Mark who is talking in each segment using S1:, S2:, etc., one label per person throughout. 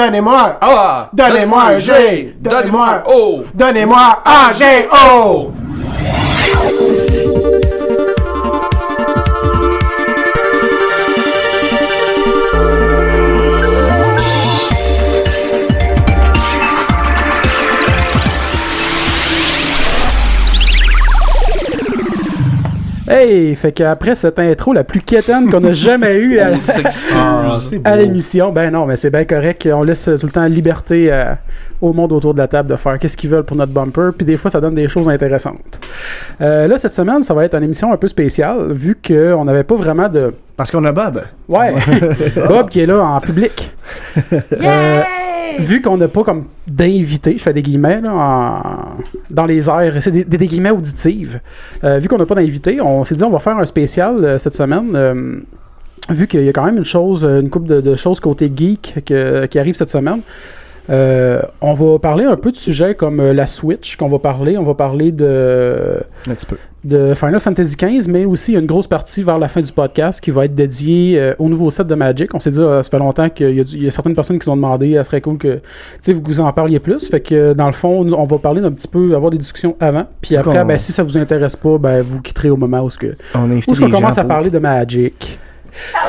S1: Donnez-moi,
S2: Ah!
S1: donnez-moi un G,
S2: Donnez-moi un
S1: donnez-moi,
S2: O!
S1: donnez-moi un G, O.
S3: Hey, fait qu'après cette intro la plus quétaine qu'on a jamais eue à,
S2: On s'excuse.
S3: à l'émission, ben non, mais c'est bien correct. On laisse tout le temps liberté euh, au monde autour de la table de faire qu'est-ce qu'ils veulent pour notre bumper, puis des fois ça donne des choses intéressantes. Euh, là, cette semaine, ça va être une émission un peu spéciale, vu qu'on n'avait pas vraiment de...
S4: Parce qu'on a Bob.
S3: Ouais, Bob qui est là en public. Euh, vu qu'on n'a pas comme d'invité, je fais des guillemets, là, en- dans les airs, c'est des, des- des guillemets auditives. Euh, vu qu'on n'a pas d'invité, on s'est dit on va faire un spécial euh, cette semaine. euh, vu qu'il y a quand même une chose, euh, une couple de, de choses côté geek que- qui arrive cette semaine. Euh, on va parler un peu de sujets comme euh, la Switch qu'on va parler, on va parler de
S4: Un petit peu.
S3: de Final Fantasy XV, mais aussi une grosse partie vers la fin du podcast qui va être dédiée euh, au nouveau set de Magic. On s'est dit, euh, ça fait longtemps qu'il y, a du- il y a certaines personnes qui nous ont demandé, ça serait cool que tu sais, vous, vous en parliez plus. Fait que euh, dans le fond, nous, on va parler d'un petit peu, avoir des discussions avant. Puis après,
S4: Qu'on-
S3: ben, si ça vous intéresse pas, ben, vous quitterez au moment où ce que
S4: On a
S3: où
S4: invité
S3: est-ce qu'on
S4: des gens
S3: commence à
S4: pour-
S3: parler de Magic?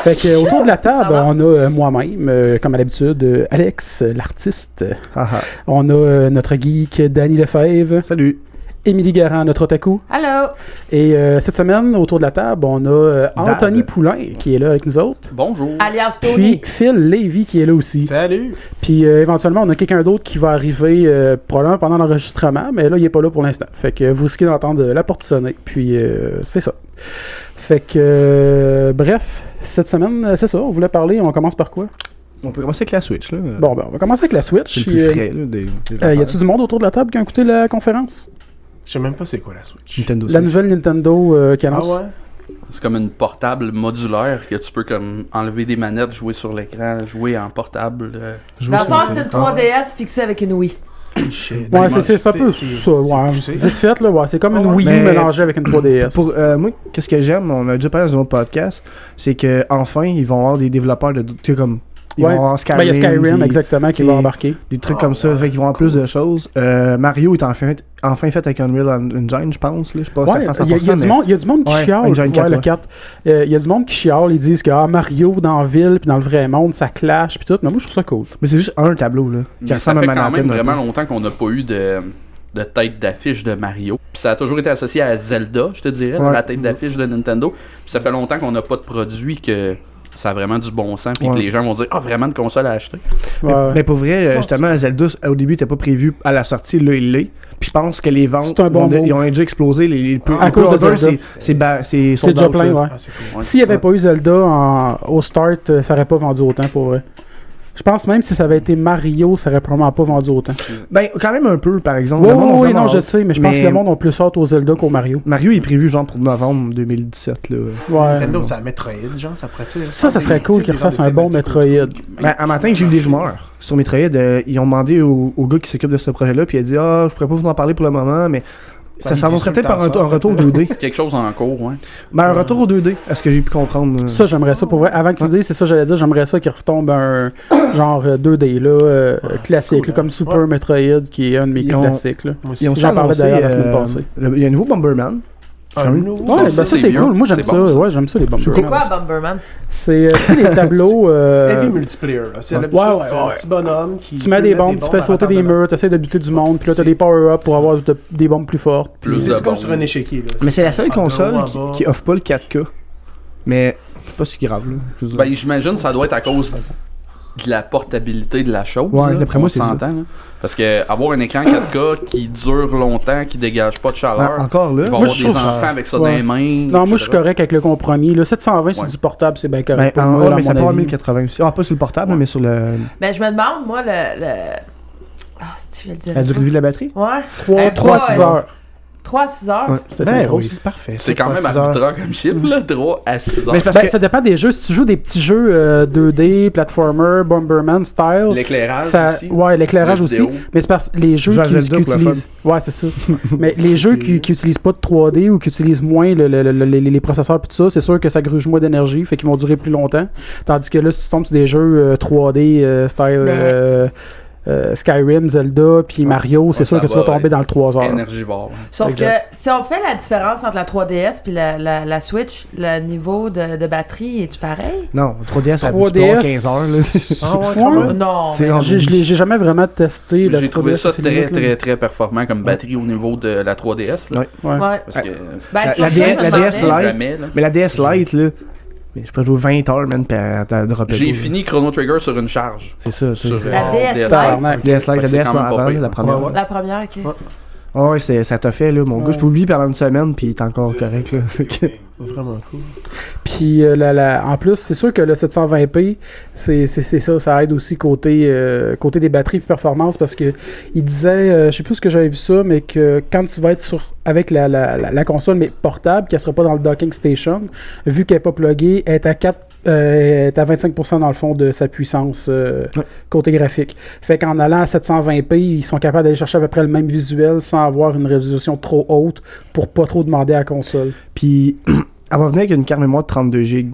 S3: Fait que euh, autour de la table, on a euh, moi-même, euh, comme à l'habitude, euh, Alex, euh, l'artiste.
S4: Ah, ah.
S3: On a euh, notre geek, euh, Danny Lefebvre.
S4: Salut.
S3: Émilie Garand, notre otaku.
S5: Allô?
S3: Et euh, cette semaine, autour de la table, on a euh,
S4: Dad.
S3: Anthony Poulain qui est là avec nous autres.
S2: Bonjour!
S5: Alias
S3: Puis
S5: Tony.
S3: Phil Levy qui est là aussi.
S1: Salut.
S3: Puis euh, éventuellement, on a quelqu'un d'autre qui va arriver euh, probablement pendant l'enregistrement, mais là, il est pas là pour l'instant. Fait que vous risquez d'entendre la porte sonner, puis euh, c'est ça. Fait que, euh, bref, cette semaine, euh, c'est ça, on voulait parler, on commence par quoi?
S4: On peut commencer avec la Switch, là.
S3: Bon, ben, on va commencer avec la
S4: C'est
S3: Switch.
S4: le
S3: puis,
S4: plus
S3: euh,
S4: frais, là, des,
S3: euh,
S4: des
S3: y
S4: affaires.
S3: a-tu du monde autour de la table qui a écouté la conférence?
S1: Je sais même pas c'est quoi la Switch.
S4: Nintendo
S3: La
S4: Switch.
S3: nouvelle Nintendo euh, qui
S1: Ah
S3: annonce.
S1: ouais.
S2: C'est comme une portable modulaire que tu peux comme enlever des manettes, jouer sur l'écran, jouer en portable. euh,
S4: Je
S5: Dans
S4: vois Ah.
S5: le
S4: sur
S5: fond, c'est
S4: Nintendo.
S5: Ben, une 3DS fixée avec une Wii.
S1: Shit.
S3: Ouais,
S2: Vraiment,
S3: c'est- c'est c'est un peu
S1: c'est-
S3: ça, ouais.
S1: c'est poussé.
S3: Vite fait, là, ouais. C'est comme une
S4: Ouais,
S3: Wii U
S4: mais-
S3: mélangée avec une 3DS.
S4: Pour, euh, moi, qu'est-ce que j'aime, on a déjà parlé dans un autre podcast, c'est que enfin ils vont avoir des développeurs de. Tu sais, comme. Ils
S3: Ouais.
S4: vont avoir Skyrim.
S3: Ben, il y a Skyrim,
S4: puis
S3: exactement, qui
S4: qui- Ah,
S3: va embarquer.
S4: Des trucs comme ça, fait qu'ils vont avoir plus de choses. Euh, Mario est enfin, enfin fait avec Unreal Engine, je pense, là. Je suis pas
S3: Ouais, il
S4: certain
S3: y, a- il y a
S4: 100%,
S3: du
S4: mais-
S3: monde- il y a du monde qui
S4: Ouais,
S3: chiale.
S4: Engine
S3: ouais,
S4: 4,
S3: le
S4: ouais.
S3: 4. Euh, Il y a du monde qui chiale. Ils disent que ah, Mario dans la ville, puis dans le vrai monde, ça clash, puis tout. Mais moi, je trouve ça cool.
S4: Mais c'est juste un tableau, là. Qui
S2: mais ça
S4: ressemble à
S2: fait quand
S4: Manhattan.
S2: même
S4: un peu.
S2: vraiment longtemps qu'on n'a pas eu de, de tête d'affiche de Mario. Puis ça a toujours été associé à Zelda, je te dirais,
S4: Ouais.
S2: la tête d'affiche de Nintendo. Puis ça fait longtemps qu'on n'a pas de produit que ça a vraiment du bon sens, puis
S4: Ouais.
S2: que les gens vont dire ah vraiment une console à acheter.
S4: Mais,
S3: Ouais.
S4: mais pour vrai,
S1: Je
S4: euh,
S1: pense-
S4: justement, Zelda, au début, n'était pas prévu à la sortie. Là, il l'est. Puis je pense que les ventes,
S3: C'est un bon
S4: vont de-
S3: move.
S4: ils ont déjà explosé. Les, les,
S1: À
S4: les
S3: cause de
S4: pre-orders,
S3: Zelda.
S4: c'est- C'est ba- c'est
S3: C'est déjà plein, ouais.
S1: Ah, c'est cool.
S2: Ouais.
S3: S'il n'y avait pas eu Zelda en- au start, euh, ça n'aurait pas vendu autant, pour vrai. Je pense même si ça avait été Mario, ça aurait probablement pas vendu autant.
S4: Ben, quand même un peu, par exemple.
S3: Oui,
S4: Le monde a
S3: oui, oui,
S4: vraiment
S3: non, je
S4: hâte.
S3: sais, mais je pense
S4: Mais-
S3: que le monde a plus hâte aux Zelda qu'au Mario.
S4: Mario est prévu genre pour novembre 2017. Là.
S3: Ouais.
S1: Nintendo, c'est la Metroid, genre, ça pourrait être-
S3: Ça, ça serait
S1: des-
S3: cool
S1: tu sais,
S3: qu'ils
S1: des genres
S3: refassent
S1: de
S3: un bon
S1: thématiques
S3: Metroid.
S4: Ben, un matin, j'ai eu des rumeurs sur Metroid. euh, ils ont demandé au, au gars qui s'occupe de ce projet-là, puis il a dit Ah, je pourrais pas vous en parler pour le moment, mais
S1: Ça
S4: ça
S1: me dit
S4: s'avancerait peut-être
S1: sur le
S4: par un,
S1: tard,
S4: un retour au 2D.
S2: Quelque chose en cours, ouais.
S4: Ben, un retour au 2D, à ce que j'ai pu comprendre. euh.
S3: Ça, j'aimerais ça pour vrai. Avant que tu dises, c'est ça, j'allais dire, j'aimerais ça qu'il retombe un genre euh, 2D là, euh, classique,
S1: cool,
S3: là, comme Super
S1: Ouais.
S3: Metroid qui est un de mes
S4: Ils ont-
S3: classiques. Là.
S1: Moi aussi.
S4: Ils ont
S3: J'en parlais
S4: annoncé,
S3: d'ailleurs la semaine
S4: euh,
S3: passée.
S4: le- Il y a un nouveau Bomberman.
S1: Un nouveau-
S3: Ouais,
S2: Ça
S3: ben
S2: aussi,
S3: ça
S2: c'est
S3: c'est
S2: vieux.
S3: cool. Moi j'aime
S2: C'est
S3: ça.
S2: bon, ça.
S3: Ouais, j'aime ça les bombes.
S4: C'est
S5: C'est quoi Bomberman?
S3: C'est euh, tu sais les tableaux. euh,
S1: Heavy multiplayer, là. C'est
S3: ouais,
S1: l'habitude,
S3: ouais, ouais,
S1: un
S3: ouais.
S1: petit bonhomme qui.
S3: tu mets des
S1: peut mettre
S3: bombes, tu fais
S1: à
S3: sauter des
S1: retardement.
S3: murs, t'essayes de buter du monde, puis là t'as
S1: C'est-
S3: des power-ups pour avoir de- des bombes plus fortes.
S2: Plus de
S1: C'est comme
S2: bombes.
S1: sur un échiquier, là.
S4: Mais c'est la seule
S1: En haut,
S4: console
S1: en
S4: qui,
S1: bas.
S4: qui offre pas le 4K. Mais c'est pas si grave, là. Je veux dire.
S2: Ben, j'imagine que ça doit être à cause de la portabilité de la chose.
S4: Ouais,
S2: là.
S4: d'après moi,
S2: On
S4: c'est ça.
S2: s'entend, là. Parce que avoir un écran 4K qui dure longtemps, qui dégage pas de
S4: Ah,
S2: chaleur,
S4: encore
S2: il
S4: là.
S2: va
S3: Moi,
S2: avoir
S3: je
S2: des
S3: trouve-
S2: enfants avec ça dans
S3: Ouais.
S2: les mains.
S3: Non, moi je suis
S2: etc.
S3: correct avec le compromis. Le 720 c'est
S2: Ouais.
S3: du portable, c'est bien
S4: Ben,
S3: correct. pour
S4: en
S3: moi,
S4: haut,
S3: là, à
S4: mais ça
S3: mon
S4: part en
S3: avis.
S4: 1080 aussi. Ah, pas sur le portable, mais sur le,
S5: Ben, je me demande, moi, le. le... Ah, si tu veux le dire.
S4: la durée de vie de la batterie.
S5: Ouais.
S3: Trois- trois,
S5: Euh, trois,
S3: six
S5: euh,
S3: heures.
S5: 3 à 6 heures.
S4: Ouais,
S3: C'était
S1: Ben
S3: gros.
S1: oui, c'est parfait.
S2: C'est quand même
S1: trois, six heures.
S2: arbitraire comme chiffre, là, 3 à 6 heures.
S4: Mais c'est parce
S3: Ben,
S4: que
S3: ça dépend des jeux. Si tu joues des petits jeux euh, 2D, platformer, Bomberman style,
S2: L'éclairage
S3: ça,
S2: aussi.
S3: ouais, l'éclairage
S2: La
S3: aussi.
S2: vidéo.
S3: Mais c'est parce que les jeux
S4: Jouer à
S3: qui,
S4: Zelda
S3: qui
S4: pour le
S3: utilisent, ouais, c'est ça. Mais les jeux qui, qui utilisent pas de 3D ou qui utilisent moins le- le- le- le- les, les processeurs puis tout ça, c'est sûr que ça gruge moins d'énergie, fait qu'ils vont durer plus longtemps. Tandis que là, si tu tombes sur des jeux euh, 3D euh, style
S4: Ben,
S5: Mais-
S3: euh, euh, Skyrim, Zelda puis Mario, c'est
S2: Ouais,
S3: sûr
S2: ça
S3: que tu vas
S2: va,
S3: tomber
S2: ouais.
S3: dans le 3 heures.
S2: Énergivore.
S5: Sauf
S3: Exact.
S5: que si on fait la différence entre la 3DS puis la, la, la Switch, le niveau de, de batterie est-tu pareil?
S4: Non, 3DS, on peut
S3: 3DS,
S4: pas 15 heures. Là.
S2: Ah,
S3: Ouais.
S5: Non.
S4: C'est
S5: mais-
S4: rendu-
S3: J'ai- Je l'ai j'ai jamais vraiment testé. la
S2: J'ai trouvé
S3: 3DS,
S2: ça
S3: c'est
S2: très,
S3: limite, là.
S2: très, très performant comme batterie au niveau de la 3DS. Là,
S4: Ouais.
S5: Ouais.
S2: Parce que
S5: Ben,
S4: La-
S5: c'est pour
S4: la
S5: ça que je
S4: D-
S5: me
S4: la DS
S5: demandais.
S4: Lite.
S2: jamais, là.
S4: Mais la DS Lite, là, mais je peux jouer 20 heures, man, pis elle elle droppait
S2: J'ai
S4: tout, là.
S2: fini Chrono Trigger sur une charge.
S4: C'est ça, tu sais.
S2: Sur euh,
S5: La DS Lite.
S3: Tabarnak.
S4: DS Lite,
S2: Ouais,
S4: la
S2: c'est
S4: DS
S2: quand même pas
S4: avant,
S2: pire.
S4: la première.
S1: Ouais, ouais.
S5: La première, ok.
S1: Ouais.
S4: Ah ouais, c'est- ça t'a fait, là. Mon gars, je peux oublier pendant une semaine, pis il est encore correct, là.
S1: Vraiment cool.
S3: Puis euh, la- la- en plus, c'est sûr que le 720p, c'est c'est- c'est ça, ça aide aussi côté, euh, côté des batteries et performance parce que il disait, euh, je sais plus ce que j'avais vu ça, mais que quand tu vas être sur avec la, la- la- la console mais portable, qu'elle sera pas dans le docking station, vu qu'elle est pas pluggée, elle est à 4 euh, elle est à 25% dans le fond de sa puissance euh,
S4: Ouais.
S3: côté graphique. Fait qu'en allant à 720p, ils sont capables d'aller chercher à peu près le même visuel sans avoir une résolution trop haute pour pas trop demander à la console.
S4: Pis elle va venir avec une carte mémoire de 32 gigs.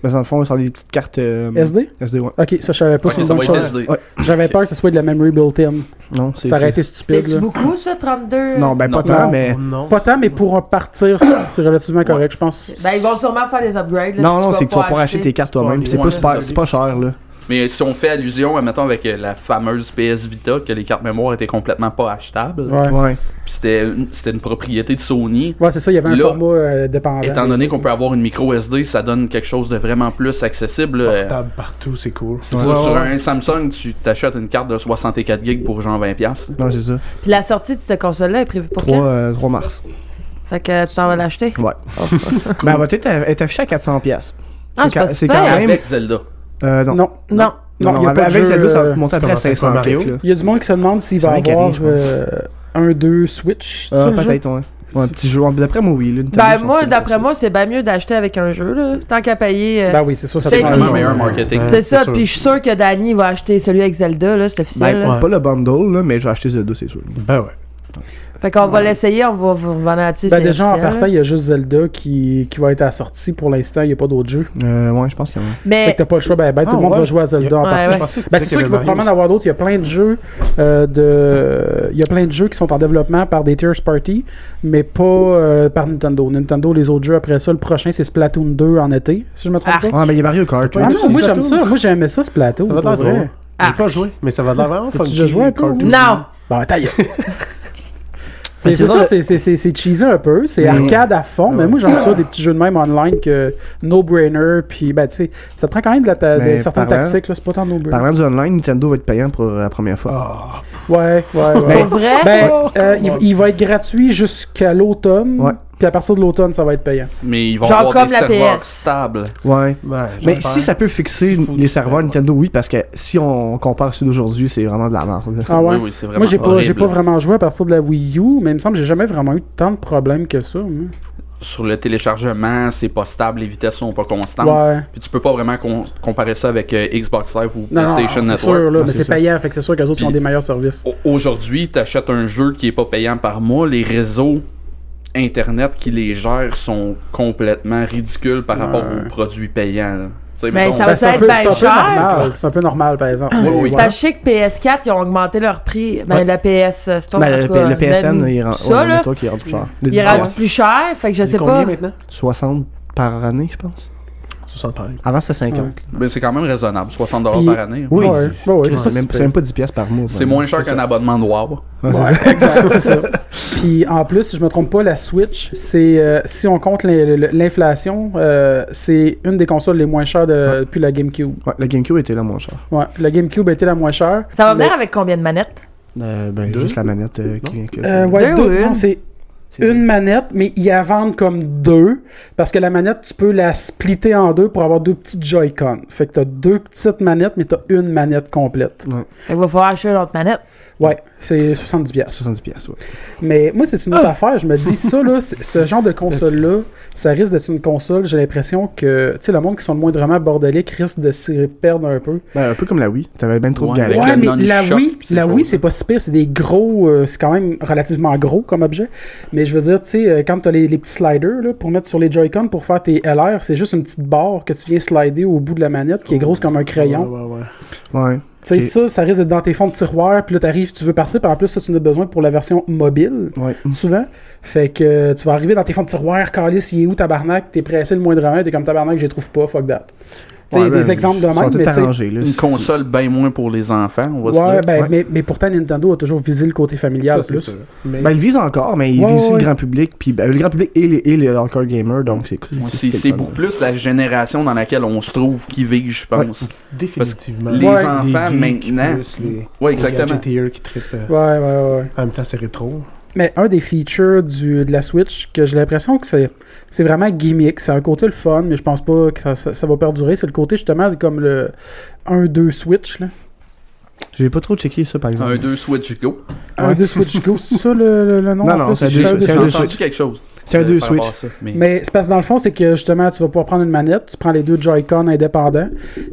S4: Parce que dans le fond, sur des petites cartes euh,
S3: SD?
S4: SD, ouais.
S3: Ok, ça je savais pas,
S2: Hmm. Ok,
S3: c'est une
S2: ça
S3: bonne
S2: va être
S3: chose.
S2: SD.
S4: Ouais.
S3: J'avais peur que ce soit de la memory built-in.
S4: Non, c'est
S3: Ça aurait
S4: c'est-
S3: été stupide.
S5: C'est-tu
S3: là.
S5: beaucoup, ça, 32?
S4: Non, ben
S2: Non.
S4: pas tant,
S3: Non.
S4: mais.
S1: Non.
S3: Pas tant, mais pour repartir, c'est relativement correct, je pense.
S5: Ben, ils vont sûrement faire des upgrades. là,
S4: Non,
S5: puis
S4: non, c'est que tu vas
S5: pouvoir
S4: pas acheter tes cartes toi-même. pis C'est
S1: Ouais,
S4: pas
S1: c'est
S4: super-
S1: ça.
S4: c'est pas cher, là.
S2: Mais si on fait allusion, admettons, avec euh, la fameuse PS Vita, que les cartes mémoire étaient complètement pas achetables,
S3: Ouais,
S4: Ouais.
S2: puis c'était une, c'était une propriété de Sony.
S3: Ouais, c'est ça, il y avait un
S2: Là,
S3: format euh, dépendant.
S2: Étant donné qu'on peut avoir une micro SD, ça donne quelque chose de vraiment plus accessible. là.
S1: Portable partout, c'est cool.
S2: C'est ça, sur un Samsung, tu t'achètes une carte de 64 gigs pour genre 20$. piastres.
S4: Non, c'est ça.
S5: Puis la sortie de cette console-là est prévue pour
S4: 3,
S5: quand?
S4: euh, 3 mars.
S5: Fait que tu t'en vas l'acheter.
S4: Ouais. Ben, elle va peut-être être affichée à 400$. piastres.
S5: Ah,
S4: C'est
S5: c'est pas
S4: ca- c'est
S5: super.
S4: quand même.
S2: Avec Zelda.
S4: Euh, non.
S3: Non.
S5: Non.
S3: Non, il y a
S4: avec
S3: pas de
S4: avec
S3: jeu,
S4: Zelda, ça
S3: euh,
S4: va monter
S1: tu
S4: après à
S1: commences avec
S4: 500
S1: Mario.
S4: quelques, là.
S3: Il y a du monde qui se demande s'il
S4: Ça
S3: va
S4: va
S3: avoir
S4: galer, je pense.
S3: euh, un, deux Switch. c'est
S4: Ah,
S3: ça, le jeu?
S4: peut-être, ouais. Ouais, un petit jeu. D'après moi, oui. là, une tablette,
S5: Ben,
S4: ça
S5: moi,
S4: fait
S5: d'après
S4: ça.
S5: moi, c'est bien mieux d'acheter avec un jeu, là. Tant qu'à payer. euh,
S3: Ben oui, c'est sûr, ça
S5: C'est
S2: C'est
S3: dépend du
S2: vraiment
S3: jeu.
S2: meilleur marketing.
S1: Ouais.
S5: c'est ça,
S1: sûr.
S5: puis je suis sûr que Danny va acheter celui avec Zelda, là, c'est officiel.
S4: Ben,
S5: là.
S1: ouais.
S4: pas le bundle, là, mais je vais acheter Zelda, c'est sûr.
S1: Ben ouais.
S5: Fait qu'on va l'essayer, on va vous revenir là-dessus.
S3: Ben
S5: c'est
S3: déjà, en
S5: officiel,
S3: partant,
S5: là.
S3: il y a juste Zelda qui, qui va être à la sortie. Pour l'instant, il n'y a pas d'autres jeux.
S4: Euh, ouais, je pense qu'il y en a.
S3: Fait
S5: Mais
S3: que t'as pas le choix. Ben, ben, tout
S1: Ah,
S3: le monde
S1: ouais.
S3: va jouer à Zelda en
S5: Eh. Ouais,
S3: partant.
S5: ouais.
S3: Ben, c'est sûr qu'il va probablement en avoir d'autres. Il y a plein de jeux euh, de. Il y a plein de jeux qui sont en développement par des Tears Party, mais pas euh, par Nintendo. Nintendo, les autres jeux après ça, le prochain c'est Splatoon 2 en été, si je me trompe
S5: Ah.
S3: pas.
S4: Ouais, mais il y a Mario Kart.
S1: T'as
S3: Ah
S4: là.
S1: Ouais,
S3: non,
S1: c'est
S3: moi j'aime
S1: Splatoon.
S3: ça, moi j'aimais ça Splatoon.
S1: Ça va Ben, de
S3: pour
S1: l'air
S3: vrai.
S1: drôle.
S5: Ah.
S1: J'ai pas joué, mais ça va de l'air vraiment
S3: T'as-tu
S1: funky,
S3: déjà joué un peu,
S1: cartoon.
S5: non,
S3: Bon, ta gueule. C'est
S4: c'est
S3: c'est ça,
S4: drôle.
S3: c'est- c'est- c'est c'est cheesy un peu, c'est
S4: Mais-
S3: arcade à fond, mais moi j'aime ça, des petits jeux de même online que No Brainer, puis ben tu sais, ça te prend quand même de, la ta- de
S4: Mais
S3: certaines
S4: parlant-
S3: tactiques, là, c'est pas tant No Brainer.
S4: Parlant du online, Nintendo va être payant pour euh, la première fois.
S1: Ah,
S3: Ouais, ouais, ouais.
S5: pour vrai.
S3: Ben, euh, il, il va être gratuit jusqu'à l'automne.
S4: Ouais.
S3: Puis à partir de l'automne, ça va être payant.
S2: Mais ils vont
S5: Genre
S2: avoir
S5: comme
S2: des
S5: la
S2: serveurs
S5: PS.
S2: stables.
S3: Ah.
S4: Ouais.
S1: ben,
S4: Mais
S1: j'espère.
S4: si ça peut fixer
S1: S'il faut
S4: les
S1: du
S4: serveurs
S1: temps.
S4: Nintendo, oui, parce que si on compare ceux d'aujourd'hui, c'est vraiment de la merde. là.
S3: Ah ouais?
S2: Oui, oui, c'est vraiment
S3: Moi, j'ai pas, j'ai
S2: horrible.
S3: pas vraiment joué à partir de la Wii U, mais il me semble que j'ai jamais vraiment eu tant de problèmes que ça. moi.
S2: Sur le téléchargement, c'est pas stable, les vitesses sont pas constantes.
S3: Ouais.
S2: Puis tu peux pas vraiment com- comparer ça avec euh, Xbox Live ou
S3: Non, non,
S2: PlayStation
S3: c'est
S2: Network.
S3: sûr, là,
S4: Non,
S3: mais
S4: c'est
S3: c'est
S4: sûr.
S3: payant, fait que c'est sûr qu'eux autres ils ont
S2: Puis-
S3: des meilleurs services.
S2: O- Aujourd'hui, tu achètes un jeu qui est pas payant par mois, les réseaux internet qui les gèrent sont complètement ridicules par rapport aux produits payants. là. Tu sais,
S5: Mais
S2: mettons,
S5: ça
S3: Ben,
S5: va
S3: c'est un
S5: être
S3: peu,
S5: ben
S3: c'est un peu
S5: cher.
S3: normal, c'est un peu normal, par exemple.
S2: Oui,
S3: Mais
S2: oui.
S3: voilà.
S5: Sachez que PS4, ils ont augmenté leur prix. Ben,
S4: Ouais.
S5: la PS Store,
S4: Ben,
S5: en
S4: le,
S5: tout cas,
S4: le PSN,
S5: même
S4: il rend,
S5: ça,
S4: ouais,
S5: là,
S4: toi qui est rendu plus cher.
S5: il est rendu plus cher. Fait que je
S1: C'est
S5: sais
S1: combien
S5: pas.
S1: maintenant
S4: 60 par année, je pense.
S1: 60 pareil.
S4: Avant, c'était 50.
S3: Ouais.
S2: ben, c'est quand même raisonnable, 60$
S3: Puis-
S2: par année.
S4: Oui.
S3: Ouais, ouais, ouais,
S4: Ouais,
S3: ça,
S4: même-
S3: c'est
S4: c'est même pas 10 pièces par mois.
S2: C'est
S4: vraiment.
S2: moins cher qu'un abonnement de WoW.
S4: Ouais, c'est ça.
S3: Ouais, exact, c'est ça. Puis en plus, si je me trompe pas, la Switch, c'est euh, si on compte l'in- l'inflation, euh, c'est une des consoles les moins chères de- depuis la GameCube.
S4: Ouais, le GameCube était là moins cher.
S3: Ouais, la GameCube était la moins chère. Euh,
S5: Ça va
S3: Mais-
S5: venir avec combien de manettes
S4: Euh, ben,
S1: Deux?
S4: juste la manette euh, qui vient avec le
S3: Euh,
S4: jeu.
S3: ouais,
S5: Deux ou
S3: deux, non,
S5: une?
S3: c'est
S4: C'est-
S3: une manette, mais ils la vendent comme deux, parce que la manette, tu peux la splitter en deux pour avoir deux petites Joy-Con. Fait que t'as deux petites manettes, mais t'as une manette complète.
S5: Il va falloir acheter une autre manette.
S3: Ouais, c'est 70$. piastres.
S4: 70 pièces, ouais.
S3: Mais moi, c'est une autre affaire. Je me dis, ça, là, c'est- ce genre de console-là, ça risque d'être une console. J'ai l'impression que, tu sais, le monde qui sont le moindrement bordélique risque de s'y perdre un peu.
S4: Ben, un peu comme la Wii. T'avais bien trop
S2: Ouais,
S4: de galères.
S2: Avec
S3: ouais,
S2: le
S3: mais la
S2: non-shop,
S3: Wii,
S2: puis ces
S3: la Wii,
S2: choses-là.
S3: c'est pas si pire. C'est des gros. euh, c'est quand même relativement gros comme objet. Mais je veux dire, tu sais, euh, quand t'as les, les petits sliders là, pour mettre sur les Joy-Con pour faire tes LR, c'est juste une petite barre que tu viens slider au bout de la manette qui est grosse comme un crayon.
S1: Ouais, ouais, ouais.
S4: Ouais.
S3: Tu sais,
S4: Ok.
S3: ça, ça risque d'être dans tes fonds de tiroir. Puis là, t'arrives, tu veux partir. Puis en plus, ça, tu en as besoin pour la version mobile
S4: Ouais.
S3: souvent. Fait que euh, tu vas arriver dans tes fonds de tiroir, calice, il est où tabarnak, t'es pressé le moindrement, t'es comme tabarnak, je les trouve pas, fuck that. Tu sais,
S4: Ouais,
S3: des
S4: ben,
S3: exemples de
S4: ils sont
S3: même,
S4: tout
S3: mais tu sais-
S4: arrangés, là.
S2: Une
S4: C'est-
S2: console bien moins pour les enfants, on va se
S3: Ouais,
S2: dire.
S3: ben,
S4: Ouais.
S3: Mais, mais pourtant, Nintendo a toujours visé le côté familial
S1: Ça, c'est
S3: plus.
S1: sûr. Mais
S4: Ben, il vise encore, mais il
S3: Ouais,
S4: vise aussi
S3: ouais.
S4: le grand public, puis ben, le grand public et les, et les hardcore gamers, donc c'est cool.
S2: C'est- C'est beaucoup plus la génération dans laquelle on se trouve qui vive, je pense.
S1: définitivement.
S2: les
S1: Ouais.
S2: enfants,
S1: geeks
S2: maintenant-
S1: plus les-
S2: Ouais,
S1: Les
S2: exactement.
S1: GTR qui trippent. euh,
S3: Ouais, ouais, ouais.
S1: En même temps, c'est rétro.
S3: Mais un des features du, de la Switch que j'ai l'impression que c'est, c'est vraiment gimmick. C'est un côté le fun, mais je pense pas que ça, ça- ça va perdurer. C'est le côté justement comme le 1-2 Switch. Là.
S4: J'ai pas trop checké ça, par
S3: Ah,
S4: exemple.
S2: Un, deux, Switch Go.
S4: Ouais.
S3: 1-2 Switch Go, c'est ça le, le- le nom
S4: Non,
S3: en
S4: non,
S3: plus?
S4: c'est un
S3: Juste
S4: deux-
S3: un deux
S4: c'est un
S2: J'ai
S3: Switch.
S4: deux
S2: entendu quelque chose.
S4: C'est un
S2: euh,
S4: 2
S2: par
S4: Switch.
S2: rapport à ça, mais-
S3: Mais c'est parce que dans le fond, c'est que justement, tu vas pouvoir prendre une manette, tu prends les deux Joy-Con indépendants,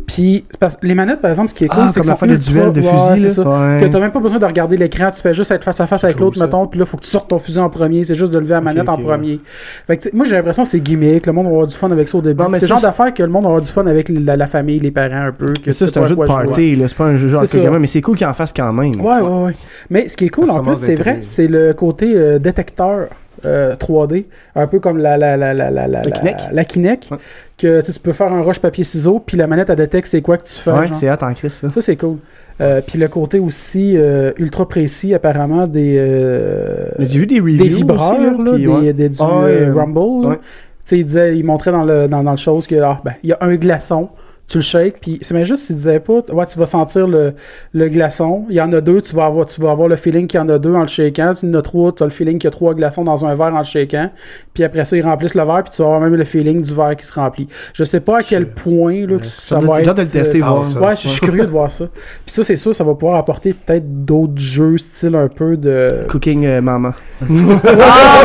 S3: puis c'est parce que les manettes, par exemple, ce qui est cool,
S4: Ah,
S3: c'est
S4: comme
S3: que
S4: la
S3: sont
S4: fin de
S3: ultra-
S4: duel de
S3: ouais,
S4: fusil,
S3: c'est
S4: là.
S3: ça.
S4: Ouais.
S3: Que t'as même pas besoin de regarder l'écran, tu fais juste être face à face
S1: C'est
S3: avec
S1: cool,
S3: l'autre,
S1: ça.
S3: mettons, puis là, faut que tu sortes ton fusil en premier, c'est juste de lever la manette
S1: ok,
S3: en
S1: ouais.
S3: premier. Fait que, tu sais, moi, j'ai l'impression que c'est gimmick, le monde va avoir du fun avec ça au début.
S4: Non, mais
S3: C'est le
S4: ça,
S3: genre
S4: c'est-
S3: d'affaire que le monde va avoir du fun avec la, la famille, les parents un peu. Que
S4: Ça,
S3: tu sais
S4: c'est
S3: pas
S4: un
S3: à
S4: jeu de
S3: quoi jouer.
S4: party, là. C'est pas un jeu genre
S3: C'est
S4: hardcore
S3: ça.
S4: gamer, mais c'est cool qu'il en fasse quand même.
S3: Ouais, ouais, ouais. Mais ce qui est cool
S1: Ça
S3: en
S1: se
S3: plus,
S1: ramasse
S3: c'est vrai,
S1: d'intérêt.
S3: c'est le côté euh, détecteur euh, 3D, un peu comme la la la la la la,
S4: Kinect.
S3: la Kinect,
S4: Ouais.
S3: que tu sais, tu peux faire un roche papier ciseaux, puis la manette elle détecte c'est quoi que tu fais.
S4: Ouais,
S3: genre.
S4: c'est hâte en Chris, ça.
S3: ça c'est cool. Euh, puis le côté aussi euh, ultra précis apparemment des euh,
S4: Mais J'ai vu des reviews.
S3: des vibreurs
S4: aussi, là,
S3: là,
S4: puis
S3: des,
S4: ouais.
S3: des- du
S4: Ah, ouais,
S3: euh,
S4: euh,
S3: Rumble. là.
S4: ouais.
S3: Tu sais, il disait, il montrait dans le dans, dans le chose que ah, ben, il y a un glaçon, tu le shakes puis c'est même juste s'il disait pas t- ouais, tu vas sentir le, le glaçon, il y en a deux, tu vas avoir tu vas avoir le feeling qu'il y en a deux en le shakant, tu en as trois, tu as le feeling qu'il y a trois glaçons dans un verre en le shakant, puis après ça ils remplissent le verre puis tu vas avoir même le feeling du verre qui se remplit. Je sais pas à quel
S1: Shit.
S3: point là, que ça
S4: J'ai
S3: va
S4: hâte
S3: être euh,
S4: de le tester,
S1: Ah,
S4: voir.
S1: ça.
S3: Ouais, je je suis curieux de voir ça. Puis ça, c'est sûr, ça va pouvoir apporter peut-être d'autres jeux, style un peu de.
S4: Cooking euh, Mama.
S5: Oh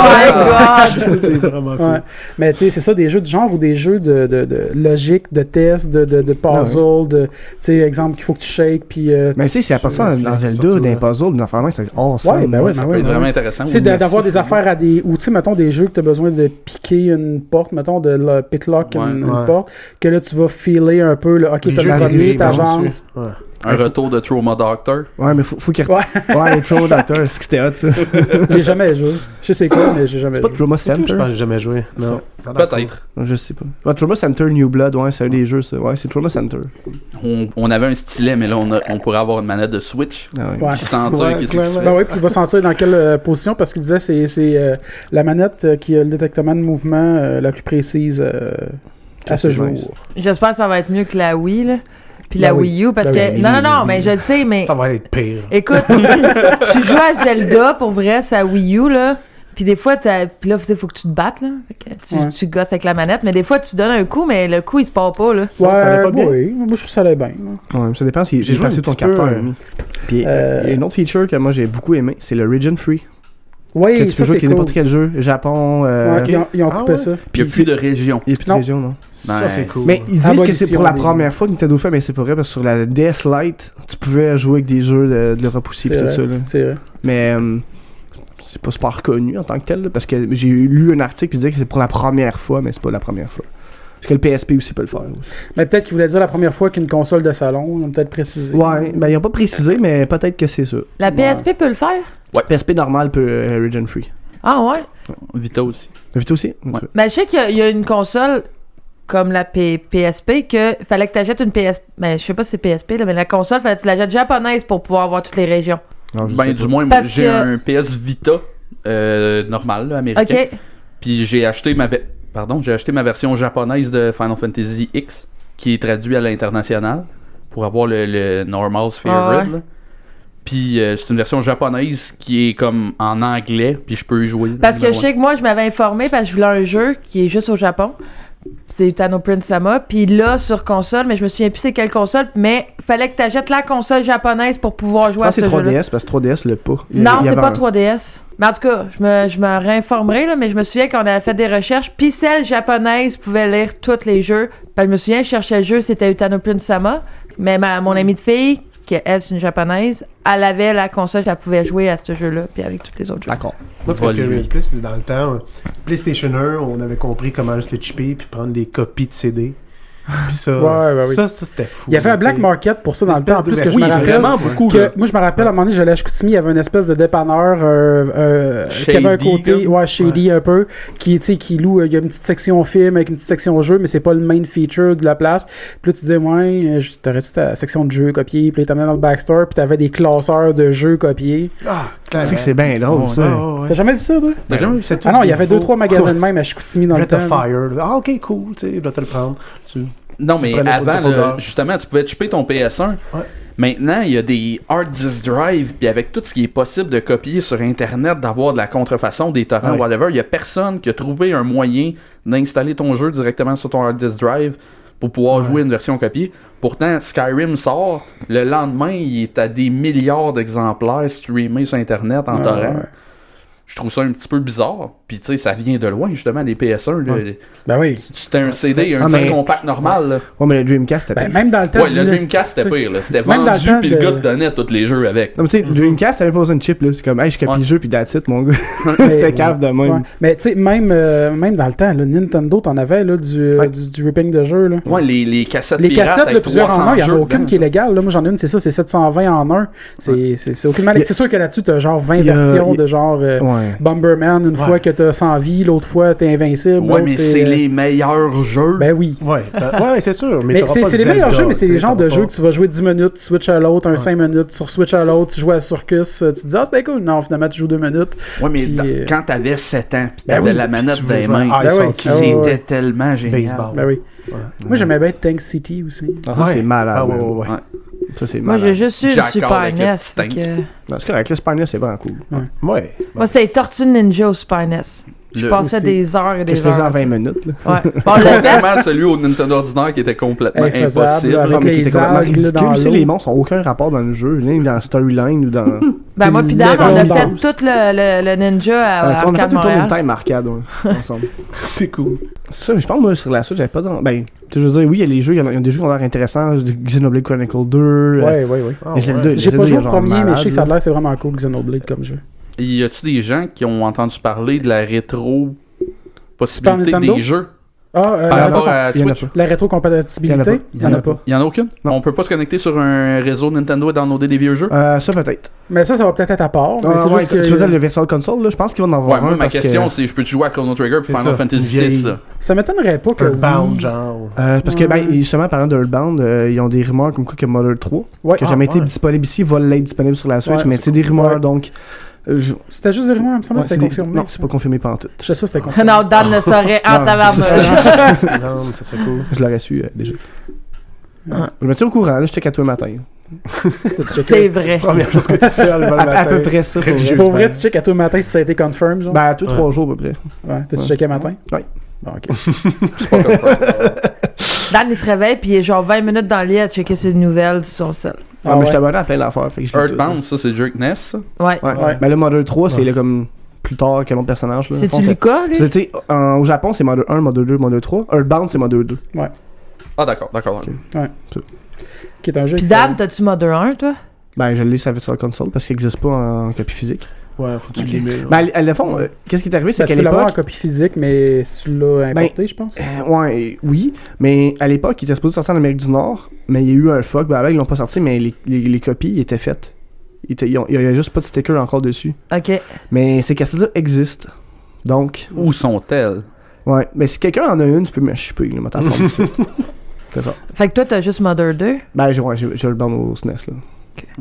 S5: my god!
S1: Ça, c'est vraiment
S3: Ouais.
S1: cool.
S3: Mais tu sais, c'est ça, des jeux de genre ou des jeux de, de, de logique, de test, de, de, de
S2: Ah
S3: puzzle, de. Tu sais, exemple, qu'il faut que tu shakes, puis. euh,
S4: Mais tu sais, c'est à part ça dans- dans
S1: Surtout,
S4: Zelda, dans
S1: ouais.
S4: les puzzles, dans Farming, c'est awesome.
S3: Ouais, ben ouais,
S2: ça
S3: ben
S2: peut
S3: ouais,
S2: être
S3: ben
S2: vraiment
S3: ouais.
S2: intéressant.
S3: Tu sais, d'a-
S2: Ou-
S3: d'avoir des affaires à des. Ou tu sais, mettons, des jeux que tu as besoin de piquer une porte, mettons, de la picklock
S2: Ouais.
S3: une, une
S1: Ouais.
S3: porte, que là, tu vas filer un peu, là, ok, t'as
S1: Les jeux
S3: le
S4: de
S3: premier,
S4: résistance,
S3: t'avances.
S1: dessus. Ouais.
S2: Un retour de Trauma Doctor.
S4: Ouais, mais faut, faut qu'il
S3: Ouais.
S4: Ouais, Troll Doctor, c'est que c'était hot, ça.
S3: J'ai jamais joué. Je sais quoi, mais j'ai jamais
S4: Pas
S3: joué.
S4: Trauma
S1: Je pense
S4: Center.
S1: que j'ai jamais joué. Non. Ça a l'air cool.
S2: Peut-être.
S4: Je sais pas. Ouais, Trauma Center, New Blood, ouais, c'est un des jeux, ça. Ouais, c'est Trauma Center.
S2: On, on avait un stylet, mais là, on, a- on pourrait avoir une manette de Switch.
S4: Ah ouais.
S3: Ouais.
S2: Qui sentir
S1: Ouais,
S2: qu'est-ce qui se
S1: clairement.
S2: fait.
S3: Ben oui, puis il va sentir dans quelle euh, position, parce qu'il disait c'est c'est euh, la manette euh, qui a le détectement de mouvement euh, la plus précise euh, à ce
S4: C'est
S3: jour.
S4: nice.
S5: J'espère que ça va être mieux que la Wii, là. Puis la
S3: La Wii.
S5: Wii U, parce
S3: La
S5: que.
S3: Wii.
S5: Non, non, non, mais je le sais, mais.
S1: Ça va être pire.
S5: Écoute, tu joues à Zelda, pour vrai, c'est à Wii U, là. Puis des fois, t'as- puis là, il faut que tu te battes, là. Fait que tu,
S3: Ouais.
S5: tu gosses avec la manette, mais des fois, tu donnes un coup, mais le coup, il se part pas, là.
S3: Ouais,
S4: Non, ça allait pas bien.
S3: oui, moi je trouve ça allait bien.
S4: Ouais, ça dépend si
S1: J'ai
S4: j'ai
S1: joué
S4: passé
S1: un
S4: ton
S1: petit peu,
S4: capteur.
S1: euh,
S4: ami. Puis, euh,
S3: euh,
S4: il y a une autre feature que moi j'ai beaucoup aimé, c'est le Region Free. que
S3: Oui,
S4: tu peux
S3: ça
S4: jouer
S3: c'est
S4: avec
S3: cool.
S4: n'importe quel jeu, Japon, euh,
S3: Ouais, ils, ont, ils ont
S1: Ah
S3: coupé
S1: ouais.
S3: ça.
S2: Puis il n'y a plus
S4: Puis
S2: de région.
S4: il y a plus de
S3: Non.
S4: région, non.
S1: Ça, c'est cool.
S4: Mais ils disent que c'est pour la
S3: Abolition des-
S4: première fois que Nintendo fait, mais c'est pas vrai, parce que sur la DS Lite, tu pouvais jouer avec des jeux de, de l'Europe aussi, pis
S3: C'est
S4: tout
S3: vrai,
S4: ça, là.
S3: C'est vrai.
S4: Mais euh, c'est pas super connu en tant que tel, là, parce que j'ai lu un article qui disait que c'est pour la première fois, mais c'est pas la première fois. Parce que le PSP aussi peut le faire. aussi.
S3: Mais peut-être qu'ils voulaient dire la première fois qu'une console de salon, ils ont peut-être précisé.
S4: Ouais, ben ils ont pas précisé, mais peut-être que c'est ça.
S5: La
S3: Ouais.
S5: PSP peut le faire?
S4: PSP normal peut euh, Region Free.
S5: Ah, ouais?
S2: Vita aussi.
S4: T'as vu toi aussi?
S2: Ouais.
S5: Ben, je sais qu'il y a- il y, a une console comme la P- PSP que fallait que tu achètes une PSP. Ben, je sais pas si c'est PSP, là, mais la console, fallait que tu l'achètes japonaise pour pouvoir avoir toutes les régions.
S4: Non, je
S2: Ben,
S4: sais
S2: du
S4: pas.
S2: moins, moi,
S5: Parce
S2: j'ai
S5: que-
S2: un PS Vita euh, normal, là, américain.
S5: OK.
S2: Puis j'ai acheté ma ve- pardon, j'ai acheté ma version japonaise de Final Fantasy X qui est traduit à l'international pour avoir le, le normal sphere
S5: Ah ouais.
S2: Red, là. Puis euh, c'est une version japonaise qui est comme en anglais, puis je peux y jouer.
S5: Parce que
S2: Ouais.
S5: je sais que moi, je m'avais informé parce que je voulais un jeu qui est juste au Japon. C'est Utano Prince Sama. Puis là, sur console, mais je me souviens plus c'est quelle console, mais fallait que t'achètes la console japonaise pour pouvoir jouer
S4: Ah,
S5: à ce
S4: c'est
S5: jeu-là.
S4: 3DS, parce que 3DS, le pas. Il y-
S5: Non,
S4: il y
S5: c'est
S4: avait
S5: pas
S4: un-
S5: 3DS. Mais en tout cas, je me, je me réinformerai, là, mais je me souviens qu'on avait fait des recherches. Puis celle japonaise pouvait lire tous les jeux. Puis je me souviens, je cherchais le jeu, c'était Utano Prince Sama. Mais ma, mon amie de fille, qui elle, c'est une japonaise, elle avait la console, elle pouvait jouer à ce jeu-là, puis avec tous les autres jeux.
S4: D'accord.
S1: Moi, ce que
S2: Vol-
S1: je me plus, c'est dans le temps, euh, PlayStation 1, on avait compris comment se le chipper puis prendre des copies de CD. Puis ça,
S3: Ouais, ouais, oui.
S1: ça, ça, c'était fou.
S3: Il y avait un black
S1: tu sais.
S3: market pour ça dans le
S1: Espèce
S3: temps, en
S1: de
S3: plus que
S1: version.
S3: je me
S1: Oui,
S3: rappelle.
S2: vraiment beaucoup.
S3: que-
S2: là.
S3: moi, je me rappelle, à un moment donné, j'allais à Chicoutimi, il y avait une espèce de dépanneur euh, euh, qui avait un
S2: Shady,
S3: côté
S2: comme.
S3: ouais, shady un peu, qui, tu sais, qui loue, euh, il y a une petite section film avec une petite section jeu, mais c'est pas le main feature de la place. Puis là, tu disais, ouais, euh, je- t'aurais-tu ta section de jeux copiée? Puis là, t'amenais dans le backstore, puis t'avais des classeurs de jeux copiés.
S1: Ah,
S4: Tu
S1: clairement.
S4: sais que c'est bien drôle,
S2: Ouais.
S4: ça.
S3: T'as jamais vu ça, toi?
S2: T'as jamais vu ça?
S3: Ah non, il y avait deux trois magasins de même à Chicoutimi dans le
S1: Breath
S3: temps.
S1: of Fire. là. Ah, ok, cool, tu sais, je vais te le prendre. Tu-
S2: Non,
S1: Tu
S2: mais
S1: prenais pour
S2: avant,
S1: ton
S2: là,
S1: dollar.
S2: justement, tu pouvais chipper ton PS1.
S1: Ouais.
S2: Maintenant, il y a des hard disk drive, puis avec tout ce qui est possible de copier sur Internet, d'avoir de la contrefaçon, des torrents,
S1: Ouais.
S2: whatever, il n'y a personne qui a trouvé un moyen d'installer ton jeu directement sur ton hard disk drive pour pouvoir jouer une version copiée. Pourtant, Skyrim sort, le lendemain, il est à des milliards d'exemplaires streamés sur Internet en
S3: Ouais,
S2: torrent.
S3: ouais.
S2: Je trouve ça un petit peu bizarre. Puis tu sais, ça vient de loin, justement, les PS1. là.
S3: Ben oui.
S2: C'était un CD,
S4: Ah,
S2: un disque
S4: mais-
S2: compact normal. là.
S4: Ouais, mais le Dreamcast, c'était
S3: Ben,
S4: bien.
S3: même dans le temps.
S2: Ouais,
S3: tu
S2: le
S3: l'as-
S2: Dreamcast c'était
S3: tu sais,
S2: pire, là. C'était
S3: même dans le
S2: vendu,
S3: temps
S2: puis le
S3: de-
S2: gars te donnait tous les jeux avec.
S4: Non, mais tu sais, le Dreamcast, t'avais pas besoin de chip, là. C'est comme, hey, je copie
S2: Ouais.
S4: le jeu, puis that's it, mon gars. C'était cave de
S3: Ouais.
S4: même.
S3: Mais tu sais, même, euh, même dans le temps, là, Nintendo, t'en avais là, du, euh,
S4: Ouais.
S3: du, du ripping de jeux. Là.
S2: Ouais, les, les cassettes
S3: Les
S2: pirates
S3: cassettes,
S2: avec
S3: là, plusieurs en
S2: 300
S3: un, il n'y en a
S2: jeux
S3: aucune
S2: dedans.
S3: qui est légale. Là. Moi, j'en ai une, c'est ça, c'est 720 en un. C'est c'est- c'est aucunement.
S4: Il y a-
S3: C'est sûr que là-dessus, t'as genre 20
S4: Il y a-
S3: versions
S4: il y a-
S3: de genre euh,
S4: Ouais.
S3: Bomberman, une
S1: Ouais.
S3: fois que t'as 100 vies, l'autre fois t'es invincible.
S2: Ouais,
S3: l'autre,
S2: mais
S3: t'es-
S2: c'est les meilleurs jeux.
S3: euh, Ben oui.
S1: Ouais, t'as- ouais, ouais, c'est sûr. Mais,
S3: Mais
S1: t'auras
S3: c'est
S1: pas
S3: c'est
S1: de
S3: les meilleurs
S1: Zelda,
S3: jeux, mais c'est
S1: tu sais,
S3: les genres de
S1: t'auras
S3: jeux
S1: pas-
S3: que tu vas jouer 10 minutes, tu switches à l'autre, un 5 minutes, tu re-switches à l'autre, tu joues à Circus, euh, tu te dis Ah, c'était cool. Non, finalement, tu joues 2 minutes.
S2: ouais, mais
S3: puis,
S2: dans-
S3: euh,
S2: quand t'avais 7 ans, pis
S3: Ben
S2: t'avais
S3: oui,
S2: la manette
S1: tu
S2: dans les
S1: veux
S2: mains,
S1: jouer à
S3: Ben
S1: ice
S3: oui.
S1: hockey,
S3: Ah ouais,
S2: c'était
S3: ouais.
S2: tellement génial.
S1: baseball.
S3: Ben oui.
S1: Ouais.
S3: Moi, j'aimais bien Tank City aussi.
S4: Ah, ça, c'est malade.
S1: Ah, ouais,
S4: man.
S1: ouais, ouais.
S2: Ouais.
S4: Ça, c'est
S5: Moi,
S4: malade.
S5: j'ai juste eu une
S2: Jack Hall
S5: Super
S2: avec le
S5: NES.
S2: petit
S5: fait
S2: tank.
S5: que-
S4: Non, c'est correct. Le Spineless, c'est vraiment cool.
S1: Ah, Ouais.
S5: Moi, c'était les Tortues Ninja au Super NES. Je
S2: Le-
S5: passais
S3: aussi.
S5: des heures et
S4: Que je
S5: des
S4: faisais en
S5: heures.
S4: 20 minutes, là.
S5: Ouais. Bon, on l'a fait.
S2: Vraiment celui au Nintendo ordinaire qui était complètement
S3: Infaisable,
S2: impossible.
S3: Avec
S4: Ah, mais qui
S3: les
S4: était complètement
S3: algues, là,
S4: ridicule.
S3: dans
S4: Tu sais,
S3: l'eau.
S4: les monstres ont aucun rapport dans le jeu, ni dans Storyline ou dans.
S5: Ben, moi, puis Dan, on a
S3: Level
S5: fait
S3: Dance.
S5: tout le, le- le ninja à,
S4: Euh, on
S5: à
S4: a fait
S5: Ah Arcade
S4: tout le tour d'une
S5: Montréal.
S4: time arcade, ouais, ensemble.
S1: C'est cool.
S4: C'est ça, je pense, moi, sur la suite, j'avais pas. dans- Ben, tu sais, je veux dire, oui, il y a les jeux, il y en a- il y, a des jeux qui ont l'air intéressants. je dis Xenoblade Chronicle 2. euh,
S3: Ouais, ouais, ouais.
S1: Ah,
S4: les Zelda-
S1: ouais.
S4: les
S3: J'ai
S4: Zelda,
S3: pas
S4: il y
S3: joué
S4: a
S3: au
S4: genre
S3: premier, mais je sais que ça a
S4: malade,
S3: l'air, c'est vraiment cool, Xenoblade comme jeu.
S2: Y a-tu des gens qui ont entendu parler de la rétro possibilité
S3: Par Nintendo?
S2: des jeux
S3: Ah, euh,
S2: par
S3: la,
S2: rapport
S3: rétro-
S2: à
S4: il y en a
S2: Switch?
S4: pas.
S3: la rétrocompatibilité, il n'y en a pas.
S2: Y en a aucune?
S4: Non.
S2: On peut pas se connecter sur un réseau Nintendo et downloader des vieux jeux?
S4: là. Euh, ça peut-être.
S3: Mais ça, ça va peut-être être à part. Mais
S4: Ah,
S3: c'est
S4: ouais,
S3: juste
S4: Tu
S3: que
S4: faisais le Virtual Console, là, je pense qu'ils vont en avoir
S2: Ouais, moi,
S4: un
S2: ma
S4: parce que-
S2: question, c'est je peux jouer à Chrono Trigger
S1: C'est
S2: pour Final
S1: ça,
S2: Fantasy
S1: une
S2: VI?
S1: vieille-
S3: ça m'étonnerait pas que.
S1: Earthbound,
S3: oui.
S1: genre.
S4: Euh, parce que, ben,
S3: Ouais.
S4: ils- justement, parlant d'Earthbound, euh, ils ont des rumeurs comme quoi que Mother 3,
S3: Ouais.
S4: qui a jamais
S1: Ah,
S4: été
S1: ouais.
S4: disponible ici, va l'être disponible sur la Switch,
S3: Ouais,
S4: mais
S3: c'est
S4: c'est des rumeurs,
S3: Ouais.
S4: donc. euh, je-
S3: C'était juste des rumeurs, il me semble
S4: ouais,
S3: que c'était
S4: c'est des-
S3: confirmé.
S4: Non, c'est pas confirmé pas en tout.
S3: Je sais ça, c'était confirmé.
S5: Non, Dan le saurait en
S4: Non,
S5: Ah, tabarnouche.
S4: c'est ça.
S1: non, mais ça serait cool.
S4: Je l'aurais su euh, déjà.
S3: Ouais.
S4: Je me tiens au courant, là, je check à toi le matin.
S5: C'est vrai.
S1: Première chose que tu fais le
S4: À, à peu près ça, pour vrai.
S3: Pour vrai, tu checkes à tout le matin si ça a été confirmed. Genre.
S4: Ben, à tous
S1: Ouais.
S4: trois jours, à peu près.
S3: ouais, t'as-tu
S4: ouais.
S3: checké le matin?
S4: Ouais.
S3: Bon, ok.
S2: C'est pas comme ça.
S5: Dan, il se réveille, puis il est genre 20 minutes dans le lit à checker ses nouvelles sur son sel.
S4: Ah, mais je t'abonne à plein d'affaires. fait que je l'ai
S2: Earthbound, ça c'est Jerk Ness.
S5: Ouais.
S4: tout. Ouais.
S3: Ouais.
S4: Ben, le Mother 3, c'est
S1: Ouais.
S4: là, comme plus tard que l'autre personnage. là.
S5: C'est-tu
S4: Font-
S5: Lucas, lui?
S4: C'est, tu sais, en- au Japon, c'est Mother 1, Mother 2, Mother 3. Earthbound, c'est Mother 2.
S2: Ah d'accord, d'accord. d'accord.
S3: Qui est un jeu.
S5: Puis
S3: qui-
S5: Dan, t'as-tu Mother 1, toi?
S4: Ben, je l'ai sur la Virtual Console parce qu'il n'existe pas en copie physique.
S1: Ouais, faut que tu l'aimes.
S4: Ben, à- à le fond, euh, qu'est-ce qui est arrivé, c'est
S3: Ben, tu
S4: qu'à
S3: peux l'avoir en
S4: l'époque.
S3: copie physique, mais tu l'as
S4: Ben,
S3: importé, je pense.
S4: Euh, Ouais, oui, mais à l'époque, il était supposé sortir en Amérique du Nord, mais il y a eu un fuck. Ben, là, ils l'ont pas sorti, mais les, les, les copies étaient faites. Ils étaient- ils ont- Il y a juste pas de sticker encore dessus.
S5: Ok. mais
S4: Mais ces cassettes-là existent. Donc,
S2: Où sont-elles
S4: ouais. Mais si quelqu'un en a une, tu peux me choper, là, m'attendre ça.
S5: Fait que toi, t'as juste Mother 2.
S4: Ben, j'ai, ouais, j'ai, j'ai le bande au SNES, là.
S5: physique.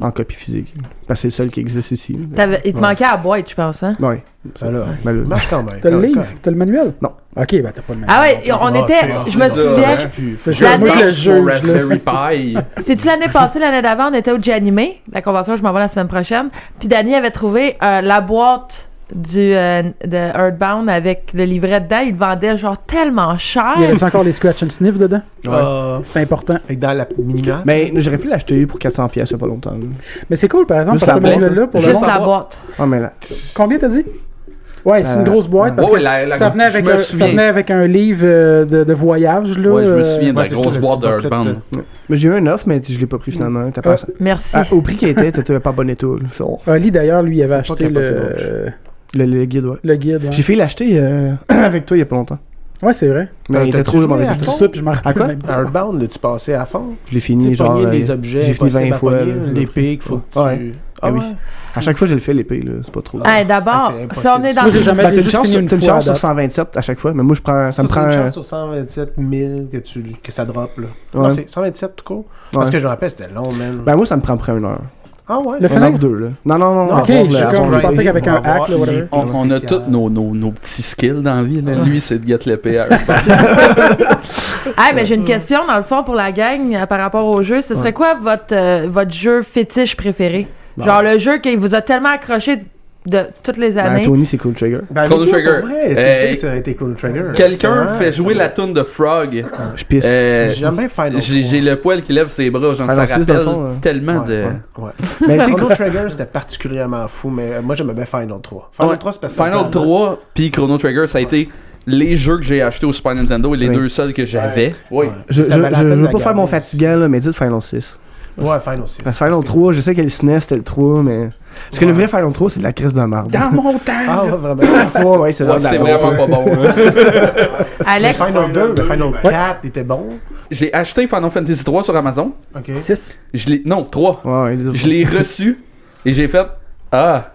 S4: en copie physique. Parce que c'est le seul qui existe ici.
S5: T'avais- Il te
S1: Ouais.
S5: manquait à la boîte, je pense, hein?
S4: Ouais.
S1: Alors,
S4: malheureux.
S1: marche euh, quand même.
S3: T'as le
S1: Ouais,
S3: livre,
S1: correct.
S3: t'as le manuel?
S4: Non.
S3: Ok, ben t'as pas le manuel.
S5: Ah ouais, on
S1: Ah,
S5: était.
S1: tiens,
S5: Je me
S1: c'est ça,
S5: souviens,
S1: hein, puis-
S3: C'est
S5: La
S3: juste moi
S5: date-
S3: qui le
S2: Mon
S3: juge, là.
S2: Raspberry Pi.
S5: C'est-tu l'année passée, l'année d'avant, on était au Janimé, la convention, je m'en vais la semaine prochaine. Puis Danny avait trouvé euh, la boîte du, euh, de Earthbound avec le livret dedans. Il le vendait genre tellement cher.
S3: Il y avait encore les scratch and sniff dedans?
S1: Ah,
S3: C'est important.
S1: fait que dans la minimale.
S4: Mais j'aurais pu l'acheter pour 400$ pièces il y a pas longtemps. là.
S3: Mais c'est cool, par exemple,
S4: Juste
S3: parce
S4: la
S3: que ce
S4: boîte.
S3: manuel-là, pour le
S5: Juste
S3: monde-
S5: la
S2: la
S5: boîte.
S4: Ah, mais là.
S3: Combien t'as dit? Ouais, c'est
S4: Euh,
S3: une grosse boîte parce
S2: Ouais,
S3: que
S2: la- la-
S3: ça, venait
S2: je
S3: avec
S2: me
S3: un, ça
S2: souviens.
S3: venait avec un livre euh, de, de voyage, là.
S2: Ouais, je me
S3: euh,
S2: souviens de la
S1: Ouais, c'est
S2: grosse
S1: ça, le
S2: boîte
S1: petit booklet
S2: d'Urban.
S4: Mais j'ai eu un offre, mais je l'ai pas pris finalement. T'as pas-
S5: Merci.
S4: Ah, au prix qu'il était, t'étais pas bonne et tout. là. Fait, oh,
S3: Euh, Oli, d'ailleurs, lui, il avait
S1: Faut pas
S3: acheté
S1: capoter
S3: le, euh,
S4: Le, le guide, ouais.
S3: le guide. ouais.
S4: J'ai failli l'acheter euh, avec toi il y a pas longtemps.
S3: Ouais, c'est vrai.
S4: Mais
S1: T'as-
S4: il était
S1: t'as
S4: trop
S1: joué
S4: mauvais.
S1: à
S3: Je dis ça, puis je m'en rappelle
S4: quoi?
S3: même
S1: À
S3: pas.
S1: Earthbound, là, tu passais à fond.
S4: Je l'ai
S1: Tu
S4: fini,
S1: sais,
S4: genre.
S1: pogner les
S4: euh,
S1: objets,
S4: j'ai fini 20
S1: impossibles à
S4: fois,
S1: pogner,
S4: là.
S1: les pics, faut que tu...
S4: Ouais.
S1: Ah
S4: Ah oui.
S1: ouais?
S4: À chaque fois, je le fais l'épée, là. C'est pas trop.
S5: Hey, D'abord,
S1: Ah, c'est impossible.
S5: si on est dans
S3: Moi, j'ai
S5: le-
S3: jamais
S4: Bah, t'as
S3: j'ai
S4: une
S3: juste
S4: chance,
S3: fini une
S4: t'as une
S3: fois
S4: chance
S3: à
S4: sur
S3: date.
S4: 127 à chaque fois, mais moi je prends, ça me
S1: c'est
S4: prend.
S1: une
S4: euh,
S1: chance sur 127 000 que, tu, que ça drop, là.
S4: ouais.
S1: Non, c'est 127 tout court. Parce
S4: Ouais.
S1: que je me rappelle, c'était long, man.
S4: Ben moi ça me prend près une heure.
S1: ah ouais?
S3: Le
S4: Une heure
S3: fenêtre?
S4: ou deux là. Non non non.
S1: Non,
S4: à
S3: Ok, je
S4: fond, là,
S3: suis
S4: à
S3: comme-
S4: fond,
S3: je
S4: là.
S3: pensais qu'avec un hack, là, whatever.
S2: On, on a tous nos, nos, nos petits skills dans la vie. là. Lui, c'est de get l'épée à Urban.
S5: Ah, mais j'ai une question, dans le fond, pour la gang, euh, par rapport au jeu. Ce serait quoi votre, euh, votre jeu fétiche préféré?
S1: Bah.
S4: Bon.
S5: Genre le jeu qui vous a tellement accroché de toutes les
S4: Ben,
S5: années.
S4: Tony c'est cool trigger.
S1: Ben,
S2: Chrono
S1: mais toi,
S2: Trigger.
S1: pour vrai, c'est
S2: Hey.
S1: que ça aurait été Chrono Trigger.
S2: Quelqu'un
S1: Ça,
S2: fait
S1: ça,
S2: jouer
S1: ça,
S2: la toune de Frog.
S4: Je pisse.
S2: Euh,
S1: J'aime bien Final
S2: J'ai j'ai
S3: hein.
S2: le poil qui lève ses bras, j'en
S4: Ah,
S2: ça
S4: non, six, dans le
S2: rappelle
S4: fond, ouais.
S2: tellement
S1: Ouais,
S2: de...
S1: ouais, ouais.
S4: Mais tu sais
S1: Chrono Trigger, c'était particulièrement fou, mais euh, moi, j'aimais bien Final 3. Final
S2: Ouais.
S1: 3, c'est parce que...
S2: Final 3 puis Chrono Trigger, ça a été les jeux que j'ai achetés au Super Nintendo et les
S4: Oui.
S2: deux seuls que j'avais. Oui.
S4: je, je,
S1: Ça valait la
S4: je- je
S1: peine de
S4: veux
S1: la
S4: pas faire mon
S1: garder.
S4: fatigant là, mais dites Final 6.
S1: Ouais, Final 6.
S4: Parce que Final 3, je sais que le SNES c'était le 3, mais. Parce que le vrai Final 3 c'est de la crise de marbre.
S3: Dans mon temps!
S1: Ah ouais, vraiment.
S4: Ouais, ouais, c'est
S2: Ouais,
S4: vrai.
S2: c'est vraiment pas bon. hein.
S5: Alex,
S1: Final 2, le Final 4 était bon.
S2: j'ai acheté Final Fantasy 3 sur Amazon.
S1: OK.
S3: 6.
S2: Je l'ai... Non, 3.
S4: Ouais, ouais, les autres.
S2: Je l'ai reçu et j'ai fait... Ah!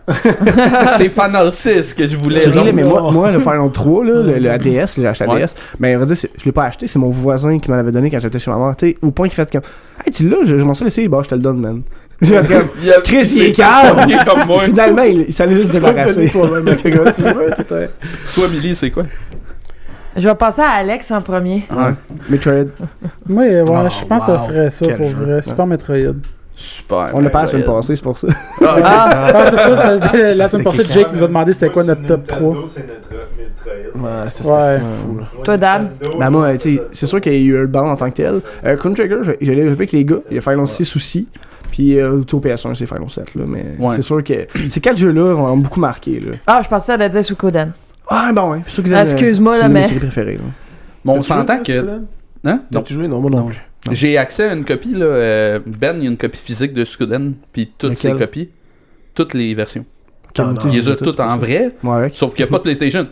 S2: c'est Final 6 que je voulais.
S4: Tu ris,
S2: genre.
S4: là, mais moi, moi, le Final 3, là, le, le ADS, j'ai acheté ADS,
S2: Ouais.
S4: mais à vrai Ben, dire, c'est- je l'ai pas acheté, c'est mon voisin qui m'en avait donné quand j'étais chez ma mère, tu sais, au point qu'il fait comme, hey, tu l'as, je, je m'en suis laissé, bah, je te le donne, man. J'ai fait comme,
S2: Il a-
S4: Chris, il est
S2: c'est
S4: calme!
S2: pogné comme moi.
S4: Finalement, il, il s'allait juste débarrasser.
S1: toi-même à quelqu'un, tu veux, t'étais-
S2: Toi, Millie, c'est quoi?
S5: je vais passer à Alex en premier.
S2: Ouais.
S4: Metroid,
S3: Moi, ouais,
S1: Oh,
S3: je pense que
S1: wow.
S3: ça serait ça
S1: Quel
S3: pour
S1: jeu.
S3: vrai. Super Metroid.
S2: Super.
S4: on l'a pas la semaine
S2: Metroid.
S4: passée, c'est pour ça.
S1: Ben
S2: Ah,
S3: Parce que ça, ça- la semaine
S1: C'était
S3: passée,
S1: quelque
S3: Jake nous a demandé c'était quoi notre top 3.
S6: c'est notre Metroid.
S1: Ouais, ça, c'était
S3: Ouais.
S1: fou, là.
S5: Toi, Dan?
S4: Ben moi, euh, tu sais, c'est sûr qu'il y a eu Earthbound en tant que tel. Euh, Chrono Trigger, je- je l'ai joué avec les gars. Il y a Final 6 aussi. Puis euh, autour PS1, c'est Final 7, là. Mais
S2: Ouais.
S4: c'est sûr que ces quatre jeux-là ont beaucoup marqué, là.
S5: Ah, je pensais à le dire Suikoden.
S4: Ah, bon, ouais. Je suis sûr que
S5: Ah,
S4: c'est-
S5: excuse-moi,
S4: c'est
S5: là,
S4: une de mes
S5: mais-
S4: séries préférées, là.
S2: bon, on
S1: T'as-tu joué,
S2: s'entend
S1: toi,
S2: que...
S1: Suikoden?
S2: Hein? Non.
S1: T'as-tu joué? Non, moi non plus.
S4: Non.
S2: J'ai accès à une copie, là. euh, Ben, il y a une copie physique de Skuden, puis toutes
S4: Laquelle?
S2: ses copies, toutes les versions.
S1: non,
S4: Kabuto,
S1: non.
S2: Il
S1: Ils
S2: les a
S4: Zeta,
S2: toutes
S4: c'est
S2: en
S4: pour ça.
S2: vrai,
S4: Moi, avec.
S2: sauf qu'il n'y a pas de PlayStation.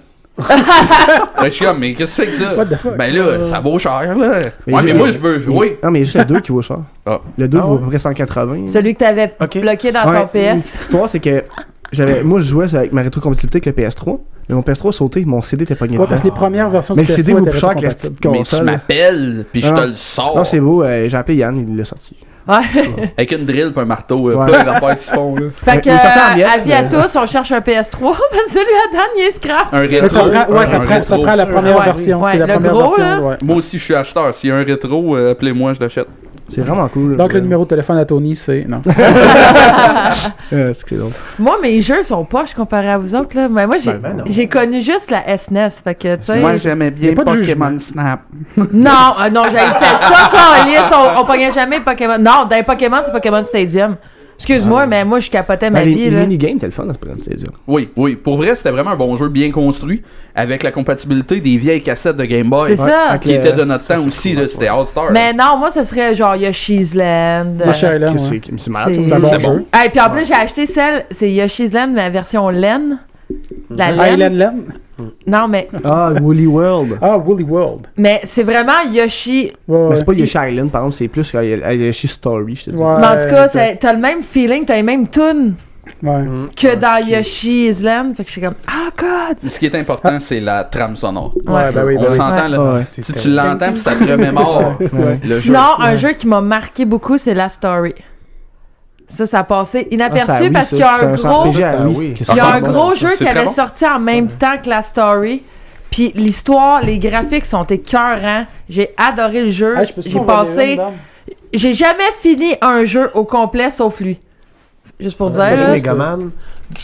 S2: ben, je suis comme, mais qu'est-ce que c'est que ça?
S3: What the fuck?
S2: Ben là, ça vaut cher, là.
S4: Mais
S2: ouais,
S4: j'ai-
S2: mais moi, je veux jouer.
S4: Non, mais il y a juste le 2 qui vaut cher.
S2: Ah.
S4: Le 2
S1: Ah
S4: vaut à
S1: ouais.
S4: peu près 180.
S5: Celui que t'avais
S1: Ok.
S5: bloqué dans
S4: Mm. Ouais,
S5: ton
S4: Une
S5: PS.
S4: petite histoire, c'est que j'avais, moi, je jouais avec ma rétrocompatibilité avec le PS3. Mais mon PS3 a sauté, mon CD était pogné.
S3: Ouais, parce que les premières versions
S4: mais
S3: du
S4: le
S3: PS3
S4: CD vaut
S3: étaient
S4: plus cher que la
S3: rétrocompatibles.
S4: petite
S2: Mais tu Oh.
S4: console.
S2: m'appelles, puis je
S4: Non,
S2: te
S4: non.
S2: le sors.
S4: Non, c'est beau. euh, j'ai appelé Yann, il l'a sorti.
S5: Ouais.
S2: Avec une drill puis un marteau, euh,
S4: Ouais.
S2: plein d'affaires qui se font, là.
S5: Fait
S4: Mais
S5: que, euh,
S4: il sortait en miettes,
S5: avis à
S4: mais-
S5: tous, on cherche un PS3, parce que celui à Dan, il est scrap.
S2: Un rétro.
S3: Mais ça prend, ouais, ça
S2: un
S3: prend, ça
S2: rétro.
S3: prend la
S1: sûr.
S3: première
S5: Ouais,
S3: version.
S5: ouais,
S3: c'est la
S5: le
S3: première
S5: gros,
S3: version.
S5: là.
S3: ouais.
S2: Moi aussi, je suis acheteur. S'il y a un rétro, euh, appelez-moi, je l'achète.
S4: C'est vraiment cool.
S3: Donc le
S4: Euh,
S3: numéro de téléphone à Tony, c'est. Non.
S4: euh, c'est que c'est drôle.
S5: Moi, mes jeux sont poches comparés à vous autres, là. Mais moi, j'ai,
S1: Ben, ben non.
S5: j'ai connu juste la SNES. Fait que, tu sais.
S2: j'aimais
S3: Y a
S2: bien
S3: pas de jugement.
S2: Snap.
S5: Non, euh, non, j'ai ça, câlisse, on, on pognait jamais Pokémon. Non, dans les Pokémon, c'est Pokémon Stadium. Excuse-moi, mais moi, je capotais ma
S4: Ben, les,
S5: vie,
S4: les
S5: là.
S4: minigames, t'es le fun à ce prendre, c'est sûr.
S2: Oui, oui. Pour vrai, c'était vraiment un bon jeu bien construit avec la compatibilité des vieilles cassettes de Game Boy
S5: C'est ça.
S4: avec
S2: qui
S4: le-
S2: étaient de notre
S4: euh, ça,
S2: temps
S4: c'est
S2: aussi.
S4: cool,
S2: là, C'était All Star.
S5: Mais non, moi, ce serait genre, Yoshi's Land. euh,
S3: Yoshi Island,
S4: Qu'est-ce
S3: ouais.
S4: que C'est c'est malade. toi,
S5: C'est-
S3: C'est un
S4: ça.
S3: bon
S2: C'est bon.
S3: jeu.
S5: Ah, et puis en plus, j'ai acheté celle, c'est Yoshi's Land, mais la version laine. La laine.
S3: Island Land.
S5: Non, mais,
S4: Ah, Woolly World.
S3: Ah, Woolly World.
S5: mais c'est vraiment Yoshi.
S3: Ouais, ouais.
S4: Mais c'est pas Yoshi Island, par exemple, c'est plus euh, y- euh, Yoshi Story, je te dis.
S3: Ouais,
S5: mais en tout cas,
S3: c'est-
S5: c'est- t'as le même feeling, t'as les mêmes tunes
S3: ouais.
S5: que dans Yoshi's Land. Fait que je suis comme, ah, God!
S2: Ce qui est important, c'est la trame sonore.
S3: Ouais, ben oui, ben
S2: On
S3: oui.
S2: s'entend
S5: Ouais.
S2: là.
S4: Ah ouais.
S1: C'est
S2: Si tu
S1: terrible.
S2: l'entends, puis ça te remémore le jeu.
S5: Sinon, un jeu qui m'a marqué beaucoup, c'est La Story. Ça, ça a passé inaperçu
S4: Ah, ça, oui,
S5: parce
S4: ça,
S5: qu'il y a
S4: c'est
S5: un
S4: c'est
S5: gros.
S4: RPG, ah
S1: Ah,
S4: oui.
S1: oui.
S4: Qu'est-ce
S5: Il y
S4: que
S5: a un
S4: c'est bon,
S5: gros
S4: là?
S5: jeu
S2: c'est
S5: qui avait
S2: très bon.
S5: sorti en même temps que la story. Puis l'histoire, les graphiques sont écœurants. J'ai adoré le jeu.
S3: Ah, je peux
S5: J'ai passé. J'ai jamais fini un jeu au complet sauf lui. Juste pour dire.
S1: C'est
S5: là.
S1: Megaman.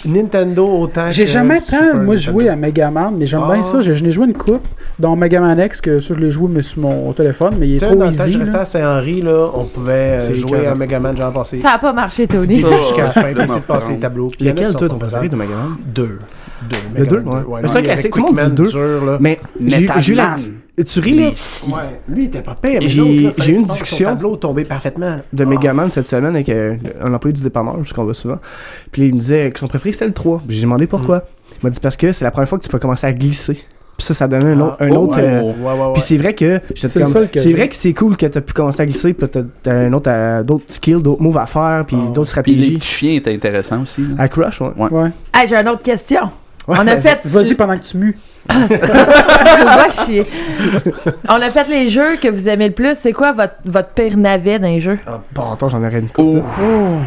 S1: Nintendo autant.
S3: J'ai
S1: que
S3: jamais tant,
S1: Super
S3: moi, joué à
S1: Nintendo.
S3: Mega Man, mais j'aime
S1: Ah.
S3: bien ça. Je, je n'ai joué une coupe dans Mega Man X, que ça, je l'ai joué mais sur mon téléphone, mais il est
S1: Tu sais,
S3: trop
S1: dans le temps que
S3: easy.
S1: je
S3: là.
S1: restais à Saint-Henri, là, on pouvait euh,
S4: C'est joué
S1: jouer à
S4: avec-
S1: Megaman, j'en passais.
S5: Ça a pas marché,
S1: Du
S5: Tony.
S1: début
S2: Oh,
S1: jusqu'à la fin,
S2: je vais
S1: essayer de passer
S2: m'en
S1: les tableaux. Puis il y en a qui
S4: Lequel,
S1: sont
S4: toi, ton
S1: faisables.
S4: préféré de Mega Man
S1: Deux. Deux.
S4: Le
S1: Megaman
S4: deux, ouais. Mais
S1: non, il
S4: c'est un
S1: y avait
S4: classique, tout le monde
S1: Quickman
S4: dit deux.
S1: Sûr, là.
S4: Mais j'ai
S2: Metal
S4: j'ai eu la.
S2: Man.
S4: Tu ris là
S1: Ouais, lui, il était pas pire. mais
S4: J'ai-
S1: l'autre, là, fallait
S4: j'ai eu
S1: que
S4: une
S1: tu penses que
S4: discussion.
S1: Son tableau tombait parfaitement. là.
S4: de
S1: Ah.
S4: Megaman cette semaine avec euh, un employé du dépanneur, parce qu'on va souvent. Puis il me disait que son préféré c'était le 3. Puis j'ai demandé pourquoi.
S3: Mm.
S4: Il m'a dit parce que c'est la première fois que tu peux commencer à glisser. Puis ça, ça donnait un, autre- un
S2: oh,
S4: autre.
S2: ouais.
S4: euh,
S2: Oh,
S1: Ouais, ouais, ouais.
S4: Puis c'est vrai que j'étais
S3: Ah. C'est le
S4: comme-
S3: seul que
S4: c'est
S3: j'ai.
S4: vrai que c'est cool que t'as pu commencer à glisser, puis t'as t'as un autre à- d'autres skills, d'autres moves à faire, puis
S1: Ah.
S4: d'autres
S2: Puis les
S4: stratégies.
S2: petits chiens étaient intéressants aussi. là.
S4: À Crush, ouais.
S3: Ouais.
S5: Ah, j'ai une autre question. On a
S4: Ouais.
S5: fait.
S3: Vas-y pendant que tu mues.
S5: Va chier. On a fait les jeux que vous aimez le plus. C'est quoi votre, votre pire navet d'un jeu?
S4: Ah, bon, attends, j'en aurais une.
S2: Oh,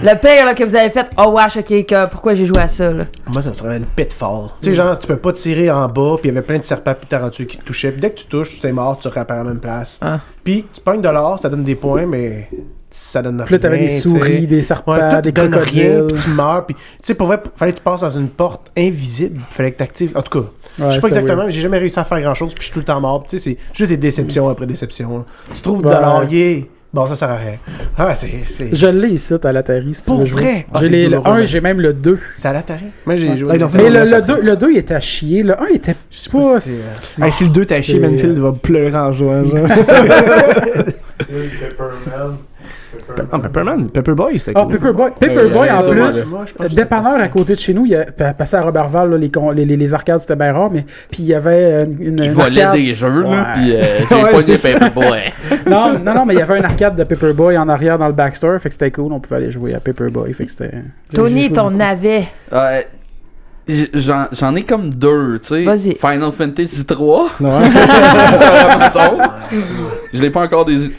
S5: Le pire là, que vous avez fait, oh wesh, ok, que- pourquoi j'ai joué à ça? Là?
S1: Moi, ça serait une pitfall. Tu sais, genre, tu peux pas tirer en bas, puis il y avait plein de serpents puis tarentules qui te touchaient. Puis dès que tu touches, tu es mort, tu repères à la même place.
S5: Ah.
S1: Puis tu pognes de l'or, ça donne des points, mais ça donne rien.
S3: Puis là, t'avais des
S1: tu sais.
S3: souris, des serpents,
S1: Ouais, tout
S3: des
S1: donne rien,
S3: crocodiles.
S1: puis tu meurs. Puis, tu sais, pour vrai, fallait que tu passes dans une porte invisible. Fallait que t'actives. En tout cas,
S3: Ouais,
S1: je sais
S3: c'était
S1: pas exactement,
S3: weird.
S1: mais j'ai jamais réussi à faire grand chose. Puis je suis tout le temps mort. Puis, Tu sais, c'est juste des déceptions après déceptions. là. Tu trouves de
S3: Ouais.
S1: l'or, yeah. Bon, ça sert à rien. Ah, c'est. c'est-
S3: Je l'ai ici, à la Terry, si tu
S1: Pour
S3: veux jouer.
S1: vrai? Ah,
S3: J'ai
S1: c'est
S3: les- le
S1: douloureux,
S3: 1,
S1: ben.
S3: j'ai même le 2.
S1: C'est à l'Atari. Moi, j'ai joué.
S4: Ah, ils l'ont fait
S3: Mais
S4: on
S3: le,
S4: laisse
S3: le,
S4: après.
S3: 2, le 2, il était à chier. Le 1, il était
S1: sais pas
S3: pas
S1: si c'est,
S3: si...
S4: Hey, si le 2 t'as chié,
S3: Ah. c'est- euh,
S4: Manfield va pleurer en jouant. Genre.
S6: Pepperman.
S4: non, Pepperman, Pepperboy, c'était
S3: Ah,
S4: cool.
S3: Paperboy. Paperboy,
S2: Euh,
S3: en
S2: euh,
S3: plus,
S1: moi, je pense que
S3: euh,
S1: c'est
S3: dépanneur
S1: passé.
S3: à côté de chez nous, il y a, pa- passé à Robertval, là, les, con- les, les, les arcades, c'était bien rare, mais puis il y avait euh, une,
S2: ils
S3: une une
S2: volaient
S3: arcade-
S2: des jeux, là.
S3: Ouais.
S2: Puis euh, j'ai
S4: Ouais,
S2: pas des
S4: c'est
S2: Paperboy.
S3: Non, non, non, mais il y avait une arcade de Paperboy en arrière dans le backstore, fait que c'était cool, on pouvait aller jouer à Paperboy, fait que c'était... j'ai- j'ai
S5: Tony,
S3: joué
S5: ton
S3: beaucoup.
S5: navet.
S2: Euh, j- J'en j'en ai comme deux, tu sais.
S5: Vas-y.
S2: Final Fantasy 3.
S4: Non, hein?
S3: Ah.
S2: Je l'ai pas encore dés-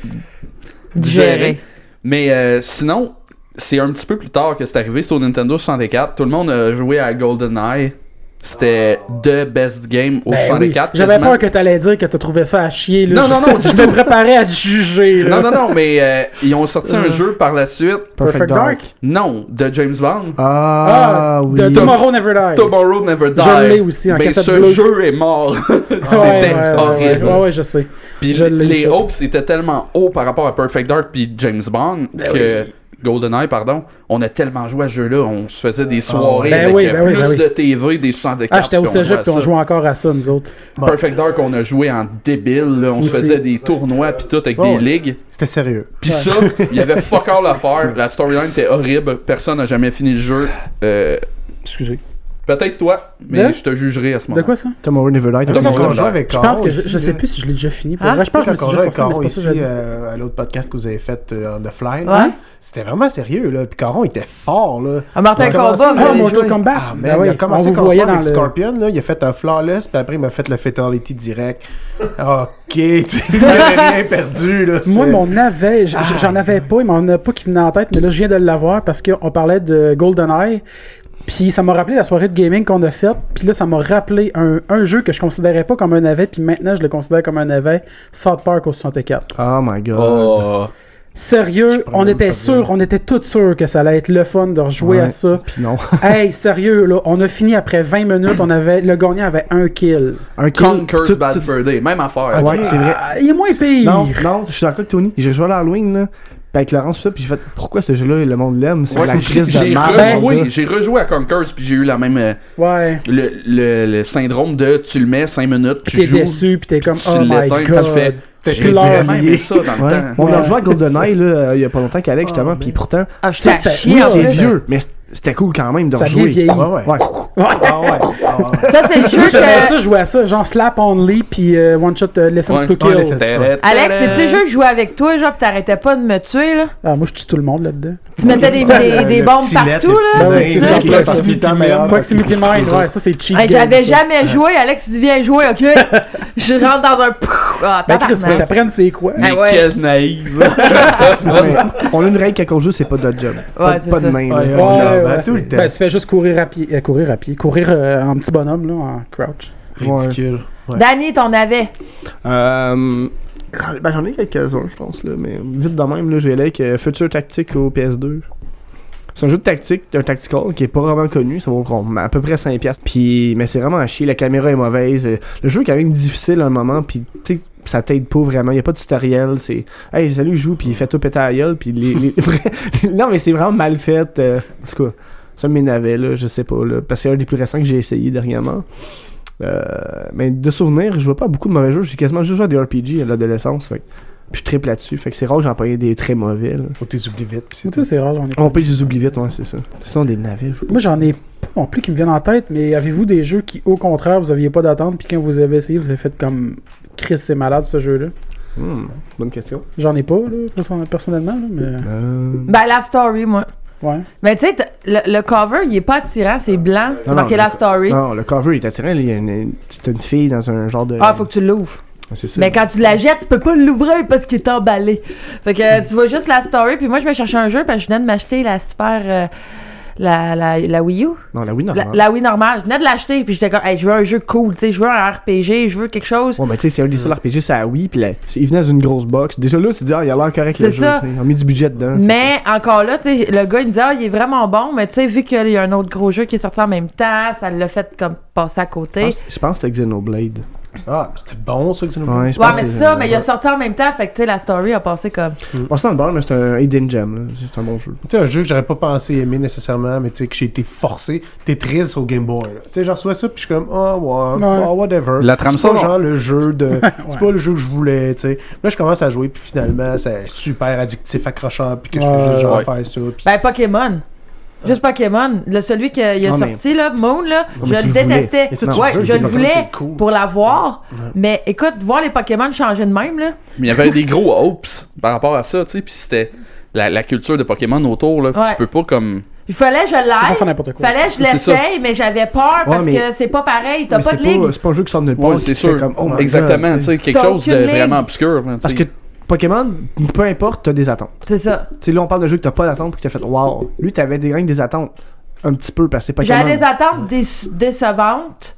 S5: Digéré.
S2: Mais euh, sinon, c'est un petit peu plus tard que c'est arrivé, c'est au Nintendo 64. Tout le monde a joué à GoldenEye. C'était the best game au
S3: Ben oui.
S2: 64.
S3: J'avais
S2: quasiment.
S3: peur que t'allais dire que t'as trouvé ça à chier, là.
S2: Non, non, non,
S3: Je me préparais à te juger, là.
S2: Non, non, non, mais euh, ils ont sorti un jeu par la suite.
S3: Perfect Dark.
S2: Non, de James Bond.
S4: Ah, oui.
S3: de Tomorrow Never Die.
S2: Tomorrow Never Die.
S3: Je l'ai aussi en
S2: Mais
S3: cassette
S2: ce
S3: bleue.
S2: jeu est mort.
S3: Ouais, ouais,
S2: C'était
S3: ouais,
S2: horrible.
S3: ouais, ouais, je sais.
S2: Puis
S3: Je l'ai,
S2: les
S3: ça.
S2: hopes étaient tellement hauts par rapport à Perfect Dark puis James Bond
S3: Ben
S2: que GoldenEye, pardon, on a tellement joué à ce jeu-là, on se faisait des soirées
S3: Ben
S2: avec
S3: oui,
S2: euh,
S3: ben oui,
S2: plus
S3: ben oui.
S2: de TV, des 64.
S3: Ah, j'étais au
S2: puis on
S3: cégep, puis on
S2: à ça.
S3: jouait encore à ça, nous autres.
S2: Perfect Dark, on a joué en débile, là, on se
S3: Aussi.
S2: faisait des tournois puis tout avec
S1: Ouais.
S2: des ligues.
S1: C'était sérieux.
S2: Puis ça, il y avait fuck all à faire, la storyline était horrible, personne n'a jamais fini le jeu. Euh,
S3: Excusez.
S2: Peut-être toi, mais
S3: De?
S2: je te jugerai à ce
S3: De
S2: moment.
S3: quoi, ça?
S4: Tomorrow Never Die.
S2: Tomorrow-
S4: t'as fait-
S1: Quand on
S2: Never
S1: jouait
S2: Die.
S1: avec
S3: Je
S1: Caro
S3: pense que je,
S1: aussi,
S3: je sais
S1: là.
S3: plus si je l'ai déjà fini. pour
S5: Hein?
S3: vrai. Je pense que je Ah. me
S1: quand
S3: suis
S1: on
S3: déjà
S1: jouait avec
S3: forcé, mais c'est
S1: Caron ici
S3: pas ça que j'ai dit.
S1: euh, à l'autre podcast que vous avez fait euh, on The Fly, là,
S3: Hein?
S5: Ouais.
S1: c'était vraiment sérieux. Là. Puis Caron était fort. Là.
S5: Ah, Mortal
S1: On a commencé-
S5: Kombat, vous
S3: Ah,
S5: avez
S3: Mortal
S5: joué.
S3: Kombat!
S1: Ah, man,
S3: Ben
S1: il
S3: oui,
S1: a
S3: on
S1: commencé
S3: vous
S1: contre
S3: voyait
S1: moi
S3: dans
S1: avec
S3: le...
S1: Scorpion, là, il a fait un flawless, puis après il m'a fait le fatality direct. ok, tu n'avais rien perdu. Là,
S3: Moi,
S1: C'était- Ah.
S3: mon avait, j- j- j'en avais pas, il m'en a pas qui venait en tête, mais là, je viens de l'avoir parce qu'on parlait de GoldenEye. Puis ça m'a rappelé la soirée de gaming qu'on a faite. Puis là, ça m'a rappelé un, un jeu que je considérais pas comme un navet. Puis maintenant, je le considère comme un navet. South Park au 64.
S4: Oh my god.
S3: Euh,
S2: Oh,
S3: Sérieux, on
S1: même
S3: était
S1: pas
S3: sûr, on était tous sûrs que ça allait être le fun de rejouer
S4: Ouais.
S3: à ça.
S4: Puis non.
S3: hey, sérieux, là, on a fini après 20 minutes. On avait, le gagnant avait un kill.
S4: Un kill,
S2: Conker's
S4: tout-
S2: Bad
S4: tout-
S2: Fur Day, même affaire.
S4: Ouais, c'est vrai.
S3: Ah, il est moins pire.
S4: Non, non, je suis d'accord avec Tony. J'ai joué à l'Halloween, là. pis avec Laurence, pis ça, puis j'ai fait pourquoi ce jeu-là, le monde l'aime, c'est
S2: Ouais,
S4: de la
S2: j'ai
S4: crise
S2: j'ai
S4: de merde. mon
S2: rejoué,
S4: gars.
S2: j'ai rejoué à Conker's puis j'ai eu la même euh,
S3: Ouais.
S2: le, le, le syndrome de tu le mets 5 minutes, tu
S3: T'es
S2: joues,
S3: déçu, puis t'es comme,
S2: tu
S3: oh my
S2: l'éteins,
S3: god.
S2: tu fais-
S3: Tu
S2: J'ai
S3: pleures.
S2: vraiment aimé ça dans le
S4: Ouais.
S2: temps.
S4: On a joué à GoldenEye, là, euh, il y a pas longtemps qu'Alex, justement, puis pourtant,
S5: Ah, je suis
S3: c'était-
S5: chier. en
S4: c'est
S5: plus.
S4: vieux, mais c- c'était cool quand même de
S3: Ça
S4: rejouer.
S3: vient vieilli.
S1: Ouais, ouais.
S4: Ouais.
S1: Ah ouais. Ah ouais.
S5: Ça, c'est le jeu
S3: Moi, j'aimais
S5: que.
S3: ça, jouer à ça, genre Slap Only, puis euh, One Shot euh, Lessons
S2: Ouais.
S3: to
S1: Ouais,
S3: Kill.
S1: Lessons-
S2: Tadam.
S1: Euh,
S5: Alex, c'est-tu le jeu que je jouais avec toi, genre, pis t'arrêtais pas de me tuer, là?
S3: ah, moi, je tue tout le monde là-dedans.
S5: Tu mettais des, des, des
S1: Le
S5: bombes
S1: petit lettre,
S5: partout,
S1: le petit
S5: là.
S3: Ben
S5: c'est
S3: oui,
S1: zinc,
S5: ça.
S1: là,
S3: Proximity
S1: proximité
S3: Mine,
S1: meilleure,
S3: Proximity
S1: proximité
S3: Mine,
S1: des autres.
S3: ouais, ça c'est cheap.
S5: Hey,
S3: game,
S5: J'avais
S3: ça.
S5: jamais joué. Alex, il dit viens jouer, ok? je rentre dans un. Ah,
S3: Ben Chris, faut
S5: tabarnak.
S3: t'apprendre c'est quoi.
S5: Ah
S2: Mais
S5: ouais.
S2: quelle naïve!
S4: Non, mais on a une règle qu'à cause jeu, c'est pas de notre job. pas
S5: Ouais, c'est
S4: pas de
S5: ça.
S4: nain.
S1: Ouais,
S4: là.
S1: ouais,
S4: On
S1: ouais,
S4: jase
S1: ouais, tout le temps.
S3: Ben tu fais juste courir à pied, euh, courir à pied, courir euh, en petit bonhomme là, en crouch.
S1: Ridicule. Ouais.
S5: Danny, t'en avais.
S4: Euh, ben, j'en ai quelques-uns, je pense, là, mais vite de même, là, je vais aller avec euh, Future Tactique au PS2. C'est un jeu de tactique, un tactical qui est pas vraiment connu, ça vaut comme à peu près 5 piastres. Puis, mais c'est vraiment à chier, la caméra est mauvaise. euh, Le jeu est quand même difficile à un moment, puis tu sais, ça t'aide pas vraiment, y a pas de tutoriel, c'est « Hey, salut, joue », puis il fait tout péter à la gueule, puis les... les- non, mais c'est vraiment mal fait, euh, en tout cas. Ça mes navets, là, je sais pas, là, parce que c'est un des plus récents que j'ai essayé dernièrement. Euh, mais de souvenir, je jouais pas à beaucoup de mauvais jeux. J'ai quasiment juste joué à des RPG à l'adolescence. Fait. que- Puis je triple là-dessus. Fait que c'est rare que j'en prenais des très mauvais. Là.
S1: Faut que tu oublies vite. pis c'est
S3: Tu sais, c'est rare, j'en ai pas.
S4: On peut les oublier vite, ouais, c'est ça. Ce sont des navets. je-
S3: Moi, j'en ai pas non plus qui me viennent en tête, mais avez-vous des jeux qui, au contraire, vous aviez pas d'attente, puis quand vous avez essayé, vous avez fait comme Chris, c'est malade ce jeu-là
S4: Hmm, bonne question.
S3: J'en ai pas, là, perso- personnellement, là, mais.
S4: Euh,
S5: Ben, la story, moi.
S3: Ouais.
S5: Mais tu sais, t- le, le cover, il est pas attirant, c'est blanc. C'est
S4: non,
S5: marqué
S4: le
S5: la
S4: co-
S5: story.
S4: Non, Ah, le cover est attirant. là, Il y a une, c'est une fille dans un genre de.
S5: Ah, faut que tu l'ouvres.
S4: C'est ça.
S5: Mais quand tu la jettes, tu peux pas l'ouvrir parce qu'il est emballé. Fait que euh, tu vois juste la story, puis moi, je vais chercher un jeu parce que je venais de m'acheter la super. euh, la, la, la Wii U.
S4: Non, la Wii
S5: La,
S4: normale.
S5: la Wii normale. Je venais de l'acheter, puis j'étais comme, hey, je veux un jeu cool, tu sais, je veux un RPG, je veux quelque chose.
S4: Ouais, mais tu sais, c'est un des seuls RPG, c'est la Wii. Puis là, il venait dans une grosse box. Déjà là, c'est dit, ah, il a l'air correct le
S5: C'est
S4: jeu.
S5: ça.
S4: Ils ont mis du budget dedans.
S5: Mais encore là, tu sais, le gars, il me dit, ah, il est vraiment bon, mais tu sais, vu qu'il y a un autre gros jeu qui est sorti en même temps, ça l'a fait comme passer à
S4: Je
S5: côté.
S4: pense, je pense que c'était Xenoblade.
S1: Ah, c'était bon ça que tu nous
S4: Ouais, je
S5: Ouais,
S4: pense
S5: mais
S4: que
S5: c'est
S4: c'est
S5: ça, mais il a
S4: Xenoblade.
S5: sorti en même temps, fait que tu sais, la story a passé comme.
S4: Bon, c'est dans le bar, mais c'est un hidden gem. là. C'est un bon jeu.
S1: Tu sais, un jeu que j'aurais pas pensé aimer nécessairement, mais tu sais, que j'ai été forcé. Tetris au Game Boy. là. Tu sais, je reçois ça, puis je suis comme, oh, ouais,
S3: Ouais.
S1: oh, whatever.
S2: La trame
S1: C'est pas
S2: sonore.
S1: genre le jeu de. C'est pas le jeu que je voulais, tu sais. Là, je commence à jouer, puis finalement, c'est super addictif, accrocheur, puis que je fais juste genre
S2: Ouais.
S1: faire ça. Puis...
S5: Ben, Pokémon. Juste Pokémon. Le, celui qu'il a
S4: Non, mais-
S5: sorti, là, Moon, là,
S4: Non,
S5: je
S4: mais
S5: le
S4: tu le voulais.
S5: détestais.
S1: Mais ça, tu
S5: ouais,
S1: veux,
S5: je
S1: c'est
S5: le
S1: Pokémon,
S5: voulais
S1: c'est cool.
S5: pour la voir, mais écoute, voir les Pokémon changer de même, là.
S2: Mais il y avait des gros hopes par rapport à ça, tu sais, puis c'était la, la culture de Pokémon autour, là,
S5: Ouais.
S2: tu peux pas comme...
S5: Il fallait que je
S3: Pas faire
S5: l'aille.
S3: n'importe quoi.
S5: Fallait que je
S2: C'est ça.
S5: l'essaye, mais j'avais peur parce
S4: mais-
S5: que c'est pas pareil. T'as
S4: Mais
S5: pas
S4: c'est
S5: de ligue.
S4: C'est pas un jeu qui sort de nulle part,
S2: Ouais,
S4: qui
S2: c'est
S4: fait
S2: sûr,
S4: comme, oh my God,
S2: exactement,
S4: tu sais.
S2: tu sais, quelque
S5: T'as
S2: chose de
S5: aucune ligne.
S2: vraiment obscur, là, tu sais.
S4: Parce que Pokémon, peu importe, t'as des attentes.
S5: C'est ça.
S4: Tu sais, là, on parle de jeu que t'as pas d'attente, puis que t'as fait, waouh. Lui, t'avais des rien que des attentes. Un petit peu, parce que c'est Pokémon.
S5: J'avais des attentes déce- décevantes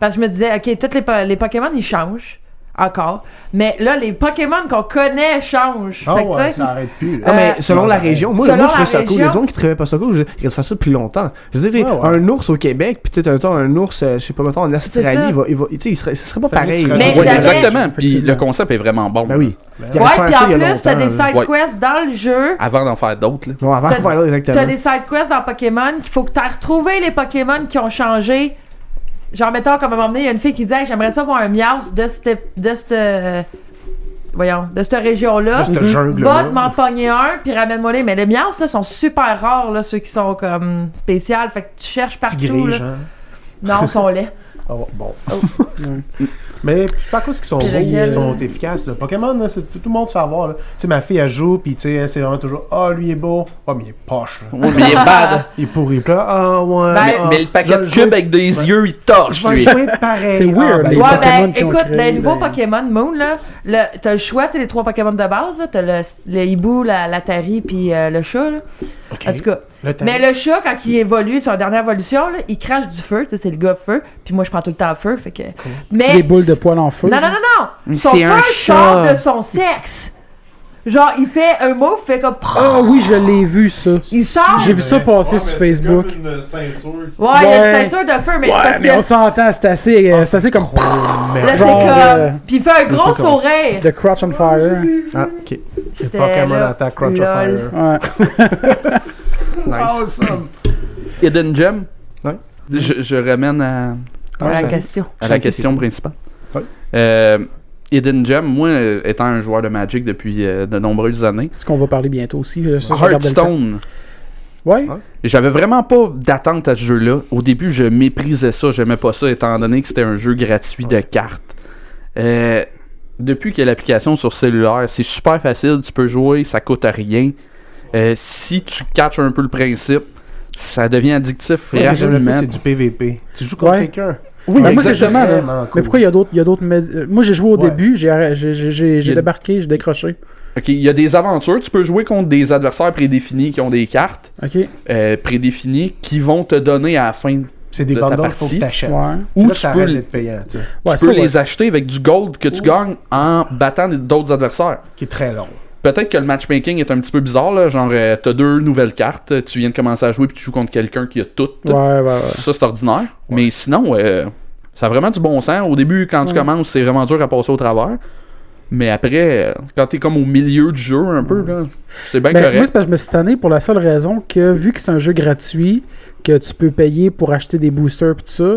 S5: parce que je me disais, OK, tous les, po- les Pokémon, ils changent encore. Mais là, les Pokémon qu'on connaît changent.
S1: Ah
S5: Fait que, tu
S1: ouais,
S5: sais,
S1: ça arrête plus.
S4: Non,
S1: là.
S4: mais
S5: Euh,
S4: selon
S1: non,
S4: la
S1: ça-
S4: région, moi,
S5: Selon
S4: moi je trouvais
S5: la
S4: ça cool.
S5: région-
S4: Les gens qui travaillaient pas ça cool, je ils font ça depuis longtemps. Je veux dire, t'sais,
S1: Ouais, ouais.
S4: un ours au Québec, puis peut-être un, temps, un ours, euh, je sais pas, mettons, en Australie,
S5: ça.
S4: il va, il va, tu sais, il serait, ce serait pas
S1: Fallait que
S4: pareil.
S1: tu
S4: là.
S5: Mais
S2: Ouais,
S5: j'avais-
S2: exactement, puis
S3: Effectivement.
S2: le concept est vraiment bon.
S4: Ben oui. Il aurait
S5: Ouais,
S4: fait
S5: puis
S4: ça
S5: en
S4: il y a
S5: plus, t'as des
S4: longtemps, là. Ah,
S5: side
S2: Ouais.
S5: quests dans le jeu.
S2: Avant d'en faire d'autres, là.
S4: Non, avant,
S5: t'as-
S4: voilà,
S5: T'as
S4: exactement.
S5: des side quests dans Pokémon qu'il faut que t'aies retrouvé les Pokémon qui ont changé. Genre, mettons, comme à un moment donné, il y a une fille qui disait Hey, J'aimerais ça voir un Miaus de cette. de cette. euh, voyons, de cette région-là. Mhm.
S1: De cette jungle-là.
S5: Va te m'en pogner un, puis ramène-moi les. Mais les Miaus, là, sont super rares, là, ceux qui sont comme spéciales. Fait que tu cherches partout.
S1: Petit gris,
S5: là.
S4: hein.
S1: genre.
S5: Non, ils sont laids.
S1: Ah ouais, bon. Mais par contre, ce qu'ils sont
S5: Puis
S1: beaux,
S5: lequel-
S1: ils sont efficaces. là. Pokémon, là, c'est tout, tout le monde sait avoir. là. Tu sais, ma fille, elle joue, puis tu sais, elle, c'est vraiment toujours Ah, lui, il est beau. Ah, mais il est poche. là.
S2: Ouais, mais il est bad.
S1: Il est pourri. Puis là, ah, ouais.
S5: Ben,
S2: Mais,
S1: ah,
S2: mais le
S1: je
S2: paquet
S1: vais
S2: de
S1: jouer-
S2: cubes avec des
S1: Ouais.
S2: yeux, il torche,
S1: Je vais le
S2: lui.
S1: jouer pareil.
S3: C'est
S1: ben,
S3: weird, les
S1: il est
S5: Ouais,
S1: pas-
S3: Pokémon
S5: ben,
S3: qui ont
S5: écoute,
S3: créé,
S5: dans les nouveaux
S3: ben-
S5: Pokémon Moon, là, le- t'as le choix, t'as les trois Pokémon de base, là, t'as le, le hibou, la, la tarie, puis euh, le chat, là.
S1: Ok.
S5: En tout cas,
S1: Là, t'as-
S5: mais le chat, quand il évolue, sa dernière évolution, là, il crache du feu, tu sais, c'est le gars feu, puis moi, je prends tout le temps feu, fait que... Mais...
S3: Des boules de poils en feu.
S5: Non, non,
S3: genre.
S5: non, non! Son
S2: c'est
S5: feu
S2: un
S5: sort
S2: chat.
S5: de son sexe! Genre, il fait un mot, fait comme...
S3: Ah oui, je l'ai vu ça.
S5: Il sort!
S3: J'ai vu ça passer sur Facebook.
S6: C'est comme une ceinture.
S5: Ouais, il y a
S3: Ouais.
S5: une ceinture de feu, mais c'est
S3: Ouais,
S5: parce
S3: mais on
S5: que...
S3: s'entend, c'est assez, euh, c'est assez comme
S1: Oh,
S5: Là, c'est
S3: genre, euh,
S5: comme... Puis il fait un gros sourire!
S3: The Crouch on Fire.
S4: Ah, ok.
S1: c'est
S5: J'étais
S1: Pokémon
S5: là,
S1: Attack Crunch
S5: lol.
S1: of Fire.
S3: Ouais.
S4: Nice.
S1: Awesome.
S2: Hidden Gem.
S4: Ouais.
S2: Je, je ramène à,
S5: Ouais, la
S4: ça-
S5: question.
S2: à la
S4: Chaque
S2: question
S4: question.
S2: principale.
S4: Ouais.
S2: Euh, Hidden Gem, moi, euh, étant un joueur de Magic depuis euh, de nombreuses années,
S3: Ce qu'on va parler bientôt aussi. euh, ça, je regarde le temps.
S2: Hearthstone,
S3: Ouais.
S2: j'avais vraiment pas d'attente à ce jeu-là. Au début, je méprisais ça, j'aimais pas ça, étant donné que c'était un jeu gratuit de cartes. Euh, depuis qu'il y a l'application sur cellulaire, c'est super facile, tu peux jouer, ça coûte rien. euh, si tu catches un peu le principe, ça devient addictif
S1: Ouais, mais j'aime le plus,
S2: rapidement.
S1: c'est du PVP. Tu joues contre
S3: Ouais.
S1: quelqu'un.
S3: Oui,
S2: Ouais,
S3: moi, c'est
S2: exactement.
S3: justement.
S1: Vraiment cool.
S3: Mais pourquoi il y a d'autres, il y a d'autres. mé- euh, Moi, j'ai joué au
S1: Ouais.
S3: début, j'ai, arrêt- j'ai, j'ai- j'ai- j'ai
S2: Il y a-
S3: débarqué, j'ai décroché.
S2: Ok, il y a des aventures, tu peux jouer contre des adversaires prédéfinis qui ont des cartes
S3: Ok. Ouais.
S2: euh, prédéfinies qui vont te donner à la fin.
S1: C'est des
S2: de ta
S1: bundles qu'il faut que
S2: partie.
S1: t'achètes.
S3: Ouais,
S1: C'est
S2: Ou
S1: là que
S2: tu
S1: ça
S2: peux
S1: arrête
S2: les-
S1: d'être payant, tu sais,
S2: tu
S3: ça,
S2: peux
S3: ouais.
S2: les acheter avec du gold que tu gagnes en battant des- d'autres adversaires.
S1: qui est très long.
S2: Peut-être que le matchmaking est un petit peu bizarre, là, genre euh, t'as deux nouvelles cartes, euh, tu viens de commencer à jouer puis tu joues contre quelqu'un qui a toutes.
S3: Ouais, ouais, ouais.
S2: Ça c'est ordinaire. Mais sinon, euh, ça a vraiment du bon sens. Au début, quand tu commences, c'est vraiment dur à passer au travers. Mais après, euh, quand t'es comme au milieu du jeu un peu, là, c'est bien
S3: Ben, moi,
S2: correct.
S3: c'est parce que je me suis tanné pour la seule raison que, vu que c'est un jeu gratuit, que tu peux payer pour acheter des boosters pis tout ça,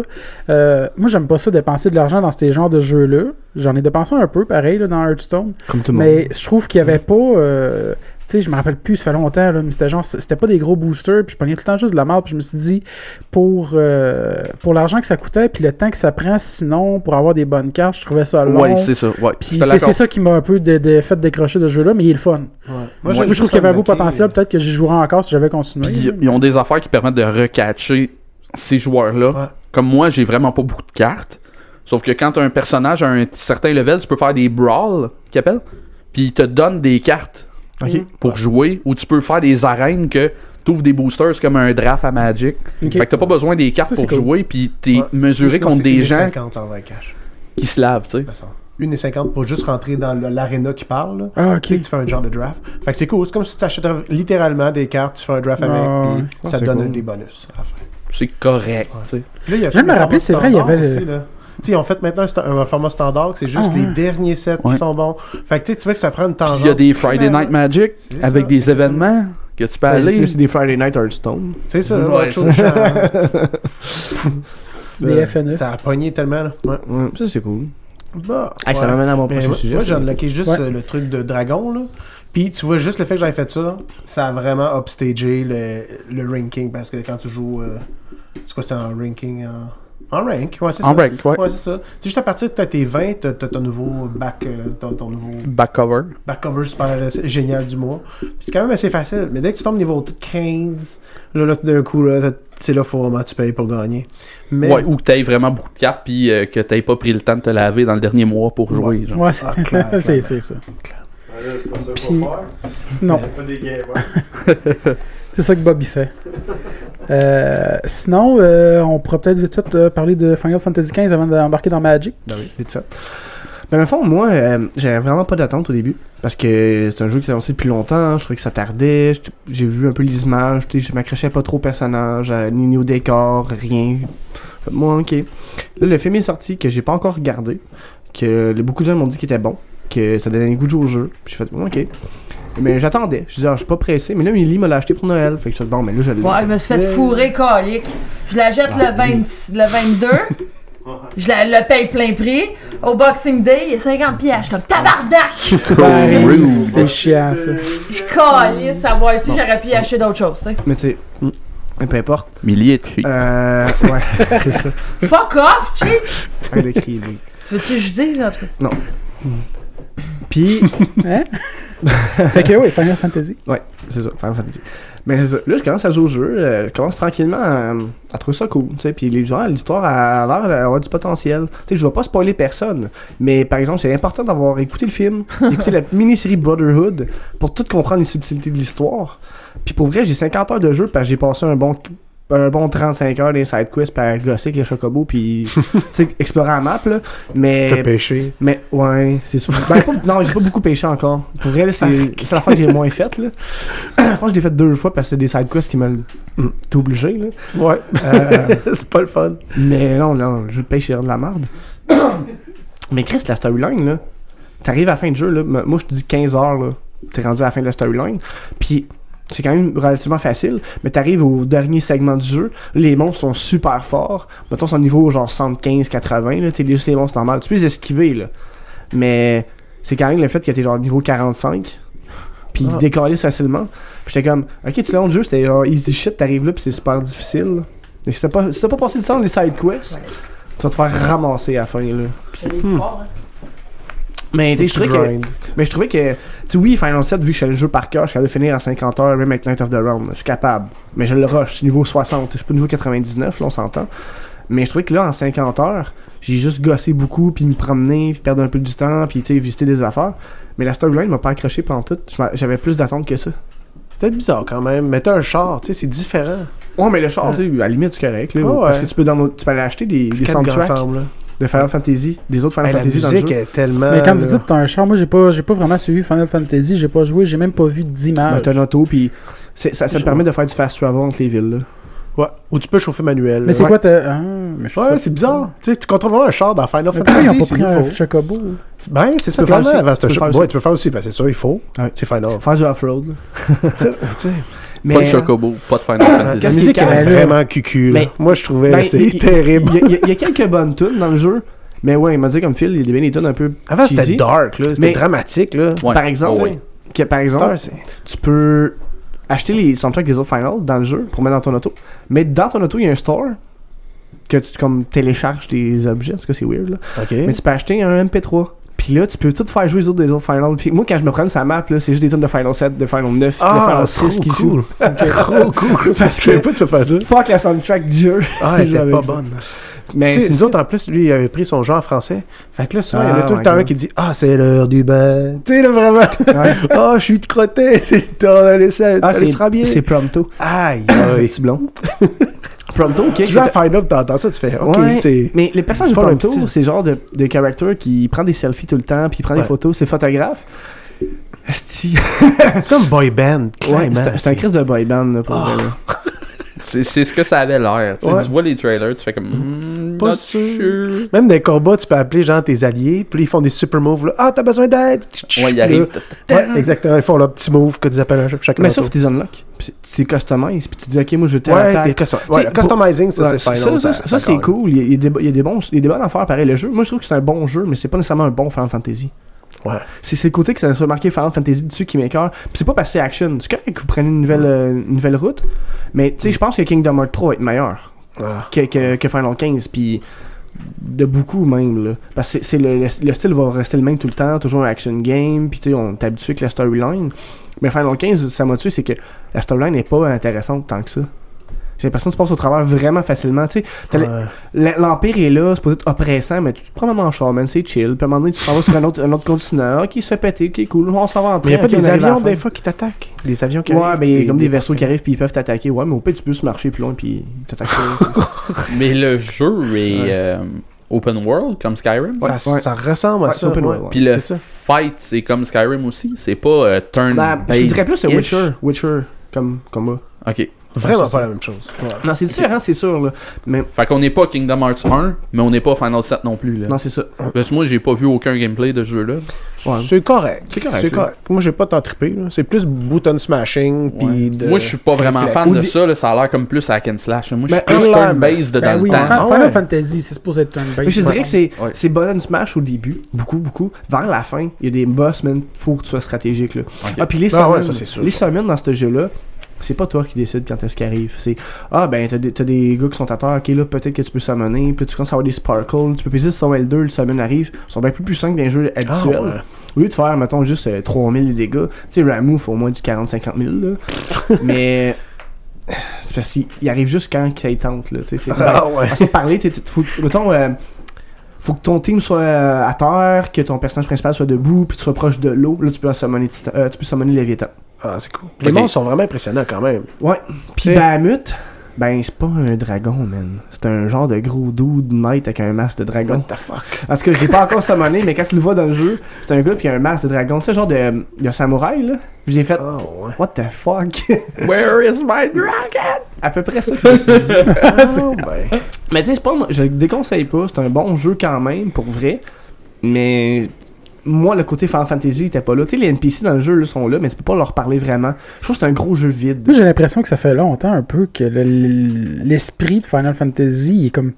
S3: euh, moi, j'aime pas ça dépenser de l'argent dans ces genres de jeux-là. J'en ai dépensé un peu, pareil, là, dans Hearthstone.
S4: Comme tout le monde.
S3: Mais je trouve qu'il y avait pas. euh, tu sais, je me rappelle plus, ça fait longtemps, là, mais c'était genre, c'était pas des gros boosters, puis je prenais tout le temps juste de la merde, puis je me suis dit, pour, euh, pour l'argent que ça coûtait, puis le temps que ça prend, sinon, pour avoir des bonnes cartes, je trouvais ça long.
S2: Ouais, c'est ça. Ouais. Je
S3: Puis
S2: te
S3: c'est
S2: l'accorde.
S3: c'est ça qui m'a un peu dé- dé- fait décrocher de ce jeu-là, mais il est le fun.
S1: Moi,
S3: Moi, je trouve qu'il y avait un beau potentiel. Peut-être que j'y jouerais encore si j'avais continué.
S2: Puis, ils- ils ont des affaires qui permettent de recatcher ces joueurs-là.
S1: Ouais.
S2: Comme moi, j'ai vraiment pas beaucoup de cartes. Sauf que quand t'as un personnage à un t- certain level, tu peux faire des brawls, qu'ils appellent. Puis ils te donnent des cartes
S4: Ok.
S2: pour jouer. Ou tu peux faire des arènes que t'ouvres des boosters c'est comme un draft à Magic.
S3: Ok.
S2: Fait que t'as pas besoin des cartes
S3: Ça, c'est
S2: pour
S3: cool.
S2: jouer. Puis t'es
S1: Ouais.
S2: mesuré contre des gens
S1: 50 en vrai cash.
S2: qui se lavent, tu sais.
S1: de toute façon. Une et 50 pour juste rentrer dans le- l'aréna qui parle. là.
S3: Ah,
S1: Tu
S3: ok.
S1: sais que tu fais un genre de draft. Fait que c'est cool. C'est comme si tu t'achètes littéralement des cartes, tu fais un draft
S3: Ouais, ouais.
S1: avec, puis ça
S4: c'est
S1: te donne
S4: cool.
S1: des bonus à la fin.
S2: C'est correct, tu sais.
S1: Puis là, il y a
S3: Je
S1: tout
S3: viens de me
S1: le format
S3: rappeler, c'est vrai, il y
S1: standard
S3: avait le-
S1: aussi, là. Tu sais, on fait maintenant c'est un, un format standard, que c'est juste
S3: Ah,
S1: les
S3: ouais.
S1: derniers sets
S2: Ouais.
S1: qui sont bons. Fait que tu sais, tu vois que ça prend une
S2: Puis
S1: tangente.
S2: il y a des Friday Night Magic
S1: C'est
S2: avec
S1: ça,
S2: des
S1: exactement.
S2: événements que tu peux
S4: Ben,
S2: aller.
S4: là, c'est des Friday Night Hearthstone.
S1: C'est ça,
S2: Ouais,
S1: autre chose. euh,
S3: Des E. FNE.
S1: ça a pogné tellement. là. Ouais.
S4: Ouais, ça, c'est cool.
S1: Bah,
S4: Hey, ça
S1: ouais.
S4: m'amène à mon
S1: Mais
S4: prochain
S1: moi,
S4: sujet.
S1: moi,
S4: ça.
S1: j'en laquais juste
S3: Ouais.
S1: euh, le truc de dragon, là. Puis tu vois, juste le fait que j'avais fait ça, ça a vraiment upstagé le, le ranking. Parce que quand tu joues. euh, c'est quoi, c'est en ranking En, en rank, ouais, c'est
S2: En
S1: ça.
S2: break, ouais.
S1: Ouais, c'est ça. C'est juste à partir de t'as tes 20, t'as t'as ton nouveau back. euh, ton- ton nouveau
S2: Back cover.
S1: back cover super euh, génial du mois. Puis c'est quand même assez facile. Mais dès que tu tombes niveau 15, là, là tout d'un coup, là, t'as- c'est là, faut vraiment que tu payes pour gagner. Mais.
S2: Ouais, ou que t'aies vraiment beaucoup de cartes puis euh, que t'aies pas pris le temps de te laver dans le dernier mois pour jouer. genre.
S3: Ouais, c'est
S1: Ah, clair, clair.
S3: c'est- c'est ça.
S6: Ah, là, c'est pas ça qu'il
S3: Puis-
S6: faut faire.
S3: Non,
S6: C'est pas des gamers.
S3: c'est ça que Bobby fait. Euh, sinon, euh, on pourrait peut-être vite fait euh, parler de Final Fantasy XV avant d'embarquer dans Magic.
S4: Ben oui, vite fait. Mais dans le fond, moi, euh, j'avais vraiment pas d'attente au début. Parce que c'est un jeu qui s'est annoncé depuis longtemps. Je trouvais que ça tardait. je- J'ai vu un peu les images. tu sais, Je m'accrochais pas trop au personnage, à- ni ni au décor, rien. Fait que Moi, ok. Là, le film est sorti que j'ai pas encore regardé. Que le- beaucoup de gens m'ont dit qu'il était bon. Que ça donnait un goût de jouer au jeu. Puis j'ai fait, bon, ok. Mais j'attendais. Je disais, ah, je suis pas pressé. Mais là, Milly m'a l'acheté pour Noël. Fait que je suis bon, mais là, je l'ai.
S5: Ouais, je me suis fait fourrer, calique. Je la jette le, 20 le 22. Je la, le paye plein prix. Au Boxing Day, il est 50 pièges. comme tabarnak!
S1: Oh,
S3: Ça arrive,
S2: Rude.
S3: C'est chiant, ça.
S5: Je calisse à voir si j'aurais pu y acheter d'autres choses, tu
S4: Mais tu sais, hum, mais peu importe.
S2: Millie est cheap.
S4: Euh, ouais, c'est ça.
S5: sais. Fuck off, tu sais!
S4: Elle a crié, Lily.
S5: Veux-tu que je dise un truc?
S4: Puis,
S3: fait que oui, Final Fantasy.
S4: c'est ça, Final Fantasy. Mais c'est ça, là, je commence à jouer au jeu, euh, je commence tranquillement à, à trouver ça cool, tu sais, puis les gens, l'histoire a l'air d'avoir du potentiel. Tu sais, je vais pas spoiler personne, mais par exemple, c'est important d'avoir écouté le film, écouté la mini-série Brotherhood, pour tout comprendre les subtilités de l'histoire. Puis pour vrai, j'ai 50 heures de jeu, parce que j'ai passé un bon... Un bon 35 heures d'inside quest par gosser avec les chocobos puis tu sais, explorer la map là. Mais
S1: T'as pêché.
S4: mais ouais, c'est sûr. Ben, pas- non, j'ai pas beaucoup pêché encore. Pour vrai, là, c'est c'est la fois que j'ai le moins faite. là. Je pense que je l'ai faite deux fois parce que c'est des side quests qui me t'es obligé. Là.
S1: Ouais.
S4: Euh,
S1: c'est pas le fun.
S4: mais non, non, le jeu de pêche, c'est de la merde. mais Chris, la storyline, là, t'arrives à la fin de jeu, là, m- moi je te dis 15 heures, là, t'es rendu à la fin de la storyline, puis c'est quand même relativement facile, mais t'arrives au dernier segment du jeu, les monstres sont super forts, mettons son niveau genre 75-80, là, t'es juste les monstres normaux, tu peux les esquiver, là, mais c'est quand même le fait que t'es genre niveau 45, puis
S1: Ah.
S4: ils décalissent facilement, puis j'étais comme, ok, tu l'as le jeu, c'était genre easy shit, t'arrives là, puis c'est super difficile, et si t'as pas, si t'as pas passé le temps des side quests, tu vas te faire ramasser à la fin, là.
S5: Je l'ai dit fort, hein.
S4: Mais tu sais, je
S1: Tu
S4: trouvais que.
S1: grindes.
S4: Mais je trouvais que. Tu sais, oui, Final 7, vu que je savais le jeu par cœur, je suis capable de finir à 50 heures, même avec Night of the Round. Je suis capable. Mais je le rush. Je suis niveau 60. Je suis pas niveau 99, là, on s'entend. Mais je trouvais que là, en 50 heures, j'ai juste gossé beaucoup, puis me promener, puis perdre un peu du temps, puis tu sais, visiter des affaires. Mais la storyline m'a pas accroché pendant tout. Je m'a- J'avais plus d'attente que ça.
S1: C'était bizarre quand même. Mais t'as un char, tu sais, c'est différent.
S4: Ouais, Ah mais le char, tu sais, à la limite, c'est correct. Là,
S1: Ouais, ouais.
S4: Parce que tu peux, dans nos- tu peux aller acheter des, des
S1: C'est quatre gars
S4: soundtracks
S1: ensemble. là.
S4: de Final Fantasy, des autres Final
S1: Hey, La
S4: Fantasy dans le
S1: musique
S4: jeu.
S1: est tellement.
S3: Mais quand vous
S1: Euh, là,
S3: dites un char, moi j'ai pas, j'ai pas vraiment suivi Final Fantasy, j'ai pas joué, j'ai même pas vu
S4: Ben,
S3: d'image.
S4: t'as un auto, puis c'est- ça, ça te permet de faire du fast travel entre les villes. Là.
S1: Ouais. Ou tu peux chauffer manuel.
S3: mais c'est
S1: Ouais.
S3: quoi ta. Ah, mais je trouve
S1: Ouais,
S3: ça-
S1: c'est bizarre. Tu sais, tu contrôles vraiment un char dans Final
S3: Pourquoi ils ont
S1: Fantasy.
S3: pas
S1: c'est
S3: pris un
S1: nouveau.
S3: chocobo
S1: Ben, c'est ça,
S4: peux faire
S1: clairement,
S4: aussi.
S1: avant
S4: Tu
S1: ce
S4: peux
S1: show.
S4: faire
S1: Ouais,
S4: aussi.
S1: tu peux faire aussi, ben, c'est sûr, il faut.
S4: Ouais.
S1: C'est Final.
S4: Faire du off-road. là.
S1: Tu sais.
S2: Pas de chocobo, pas de Final Fantasy.
S1: La
S4: euh, Qu'est-ce qui
S1: musique
S4: est
S1: elle est
S4: calme, là?
S1: vraiment cucul.
S4: Mais-
S1: Moi, je trouvais
S4: Ben,
S1: là, c'était
S4: il- il-
S1: terrible.
S4: Il y, a- il y a- il y a quelques bonnes tunes dans le jeu, mais ouais, il m'a dit comme Phil, il y a bien des tunes un peu.
S1: Avant,
S4: cheesy.
S1: c'était dark, là. C'était
S4: Mais-
S1: dramatique, là.
S2: Ouais.
S4: Par exemple,
S2: Oh,
S4: tu sais, que par exemple,
S1: Star, c'est-
S4: tu peux acheter les soundtracks des autres finals dans le jeu pour mettre dans ton auto. Mais dans ton auto, il y a un store que tu comme télécharges des objets, parce que c'est weird là. Mais
S1: Ok.
S4: tu peux acheter un MP3. Puis là, tu peux tout faire jouer les autres des autres finals. Puis moi, quand je me prends sa map, là, c'est juste des tunes de Final 7, de Final 9,
S1: Ah,
S4: de Final 6
S1: trop
S4: qui jouent.
S1: cool. Trop cool.
S4: Parce
S1: Parce
S4: que-
S1: que pas tu peux faire ça.
S4: Fuck la soundtrack du jeu.
S1: Ah, elle était
S4: J'avais
S1: pas
S4: ça.
S1: bonne.
S4: Mais
S1: Tu sais,
S4: c'est-
S1: nous autres, Ben, en plus, lui, il avait pris son jeu en français. Fait que là, ça, il y en
S4: Ah,
S1: a tout le
S4: my
S1: temps
S4: God.
S1: un qui dit Ah, c'est l'heure du bain. Tu sais, là, vraiment.
S4: Ouais.
S1: Ah, je suis crotté. C'est le temps d'aller ça.
S4: Ah,
S1: Allez, sera bien.
S4: c'est c'est Prompto.
S1: Aïe,
S4: Un
S1: aïe.
S4: petit blond. Prompto, ok.
S1: Tu joues à Find Up, t'entends ça, tu fais Ok,
S4: Ouais,
S1: tu sais.
S4: mais le personnage de
S1: C'est pas le même
S4: Prompto,
S1: style.
S4: c'est le genre de, de character qui prend des selfies tout le temps, puis il prend des
S1: Ouais.
S4: photos, c'est photographe. Esti.
S1: C'est comme boy band.
S4: Ouais,
S1: clairement,
S4: c'est un- c'est un
S1: tu sais.
S4: Chris de boy band, là, pour
S1: Ah.
S4: vrai, là.
S2: C'est c'est ce que ça avait l'air. Tu sais,
S1: Ouais.
S2: Tu vois les trailers, tu fais comme. hmm,
S1: Pas
S2: not
S1: sûr.
S2: sure.
S1: Même dans les combats, tu peux appeler genre tes alliés, puis ils font des super moves. Là. Ah, t'as besoin d'aide.
S2: Ouais, il arrive.
S1: Ouais, exactement. Ils font leur petit move que tu appelles à chaque- chacun.
S4: Mais
S1: leur
S4: sauf
S1: tour.
S4: que t'es unlock, puis c'est- tu les customises, puis tu dis, ok, moi je veux telle
S1: Ouais,
S4: attaque.
S1: t'es custom- ouais,
S4: T'sais,
S1: customizing, ça,
S4: Ouais,
S1: c'est
S4: ça,
S1: Final
S4: ça, ça, c'est
S1: quand même.
S4: cool. Il y a- il y, a des, bo- il y a des bons, il y a des bonnes affaires pareil. Le jeu, moi je trouve que c'est un bon jeu, mais c'est pas nécessairement un bon Final Fantasy.
S1: Ouais.
S4: C'est c'est le côté que ça soit marqué Final Fantasy dessus qui m'écœure. Puis c'est pas parce que c'est action. C'est correct que vous prenez une nouvelle, euh, une nouvelle route, mais tu sais, je pense que Kingdom Hearts 3 va être meilleur
S1: Ah.
S4: que, que, que Final 15. Puis de beaucoup même là. parce que c'est- c'est le, le- le style va rester le même tout le temps toujours un action game puis tu sais, on est habitué avec la storyline mais Final 15 ça m'a tué c'est que la storyline n'est pas intéressante tant que ça j'ai l'impression que tu passes au travers vraiment facilement tu sais t'as la-
S1: Ouais.
S4: L- L'Empire est là, c'est supposé être oppressant, mais tu te prends même en char, man, c'est chill. Puis à un moment donné, tu t'en vas sur un autre, un autre continent, ok, il se fait péter, ok, cool, on s'en va en train.
S1: Mais il a pas
S4: ok, on
S1: des
S4: arrive à la
S1: avions
S4: fin.
S1: des fois qui t'attaquent Des avions qui
S4: Ouais,
S1: arrivent,
S4: ben il y a comme des vaisseaux qui arrivent puis ils peuvent t'attaquer. Ouais, mais au pire, tu peux juste marcher plus loin puis ils t'attaquent.
S2: Mais le jeu est euh, open world comme Skyrim.
S1: Ça,
S4: Ouais.
S1: ça ressemble à
S4: Ouais, c'est
S1: ça.
S4: open
S1: ouais.
S4: world, ouais.
S2: Puis le
S1: c'est ça.
S2: fight, c'est comme Skyrim aussi. C'est pas euh, turn
S4: Ben,
S2: based
S4: je dirais plus le Witcher, Witcher comme combat.
S2: Ok.
S1: Vraiment
S4: Ouais, c'est
S1: pas
S4: ça.
S1: la même chose. Ouais.
S4: Non, c'est différent, c'est sûr, là. Mais
S2: Fait qu'on n'est pas Kingdom Hearts 1, mais on n'est pas Final 7 non plus. Là.
S4: non, c'est ça.
S2: Parce que moi, j'ai pas vu aucun gameplay de ce jeu-là.
S4: Ouais.
S1: C'est correct.
S4: C'est correct,
S1: C'est
S4: là.
S1: correct. Moi, j'ai pas tant trippé. là. C'est plus button smashing. Puis de...
S2: Moi, je suis pas vraiment
S1: réflexe.
S2: fan
S1: Ou
S2: de
S1: des-
S2: ça. Là, ça a l'air comme plus hack and slash. Moi, je suis
S1: Ben,
S2: plus
S1: clairement.
S2: turn based de dans
S3: Ben oui,
S2: le temps.
S3: Fin-
S1: Ah ouais.
S3: Final Fantasy, c'est supposé être un
S4: Mais je te dirais que c'est
S2: Ouais.
S4: c'est button smash au début, beaucoup, beaucoup. Vers la fin, il y a des boss, man, faut que tu sois stratégique, là.
S2: Ok.
S4: Ah, puis les
S1: Ah
S4: summons,
S1: ouais, ça, c'est sûr,
S4: les
S1: ça.
S4: summons dans ce jeu-là, c'est pas toi qui décides quand est-ce qu'ils arrivent. C'est Ah, ben, t'as des, t'as des gars qui sont à terre, ok, là, peut-être que tu peux summoner, puis tu commences à avoir des sparkles, tu peux peser sur L2, le summon arrive. Ils sont bien plus puissants que dans les jeux
S1: Ah,
S4: habituels.
S1: ouais.
S4: Au lieu de faire, mettons, juste euh, 3000 de dégâts, tu sais, Ramu faut au moins du 40-50 000, là. Mais. C'est parce qu'il arrive juste quand il tente, là. Tu sais, c'est.
S1: Ah ouais.
S4: Parce que parler, t'es- t'es- faut, mettons, euh, faut que ton team soit euh, à terre, que ton personnage principal soit debout, puis tu sois proche de l'eau. Là, tu peux summoner, Titan- euh, tu peux summoner Léviathan.
S1: Ah, c'est cool. Les
S2: Ok.
S1: monstres sont vraiment impressionnants quand même.
S4: Ouais. Puis
S1: C'est-
S4: Bahamut, ben, c'est pas un dragon, man. C'est un genre de gros dude knight avec un masque de
S1: What
S4: dragon.
S1: the fuck?
S4: Parce que je l'ai pas encore summoné, mais quand tu le vois dans le jeu, c'est un gars qui a un masque de dragon. Tu sais, genre de, de samouraï, là. Puis j'ai fait,
S1: Ah ouais.
S4: what the fuck?
S2: Where is
S3: ben,
S2: my dragon?
S4: à peu près ça que je me suis dit.
S1: Ah, ben.
S4: Mais tu sais, c'est pas, je le déconseille pas, c'est un bon jeu quand même, pour vrai. Mais moi, le côté Final Fantasy était pas là. Tu sais, les NPC dans le jeu là, sont là, mais tu peux pas leur parler vraiment. Je trouve que c'est un gros jeu vide.
S3: Moi, j'ai l'impression que ça fait longtemps un peu que le- l'esprit de Final Fantasy il est comme.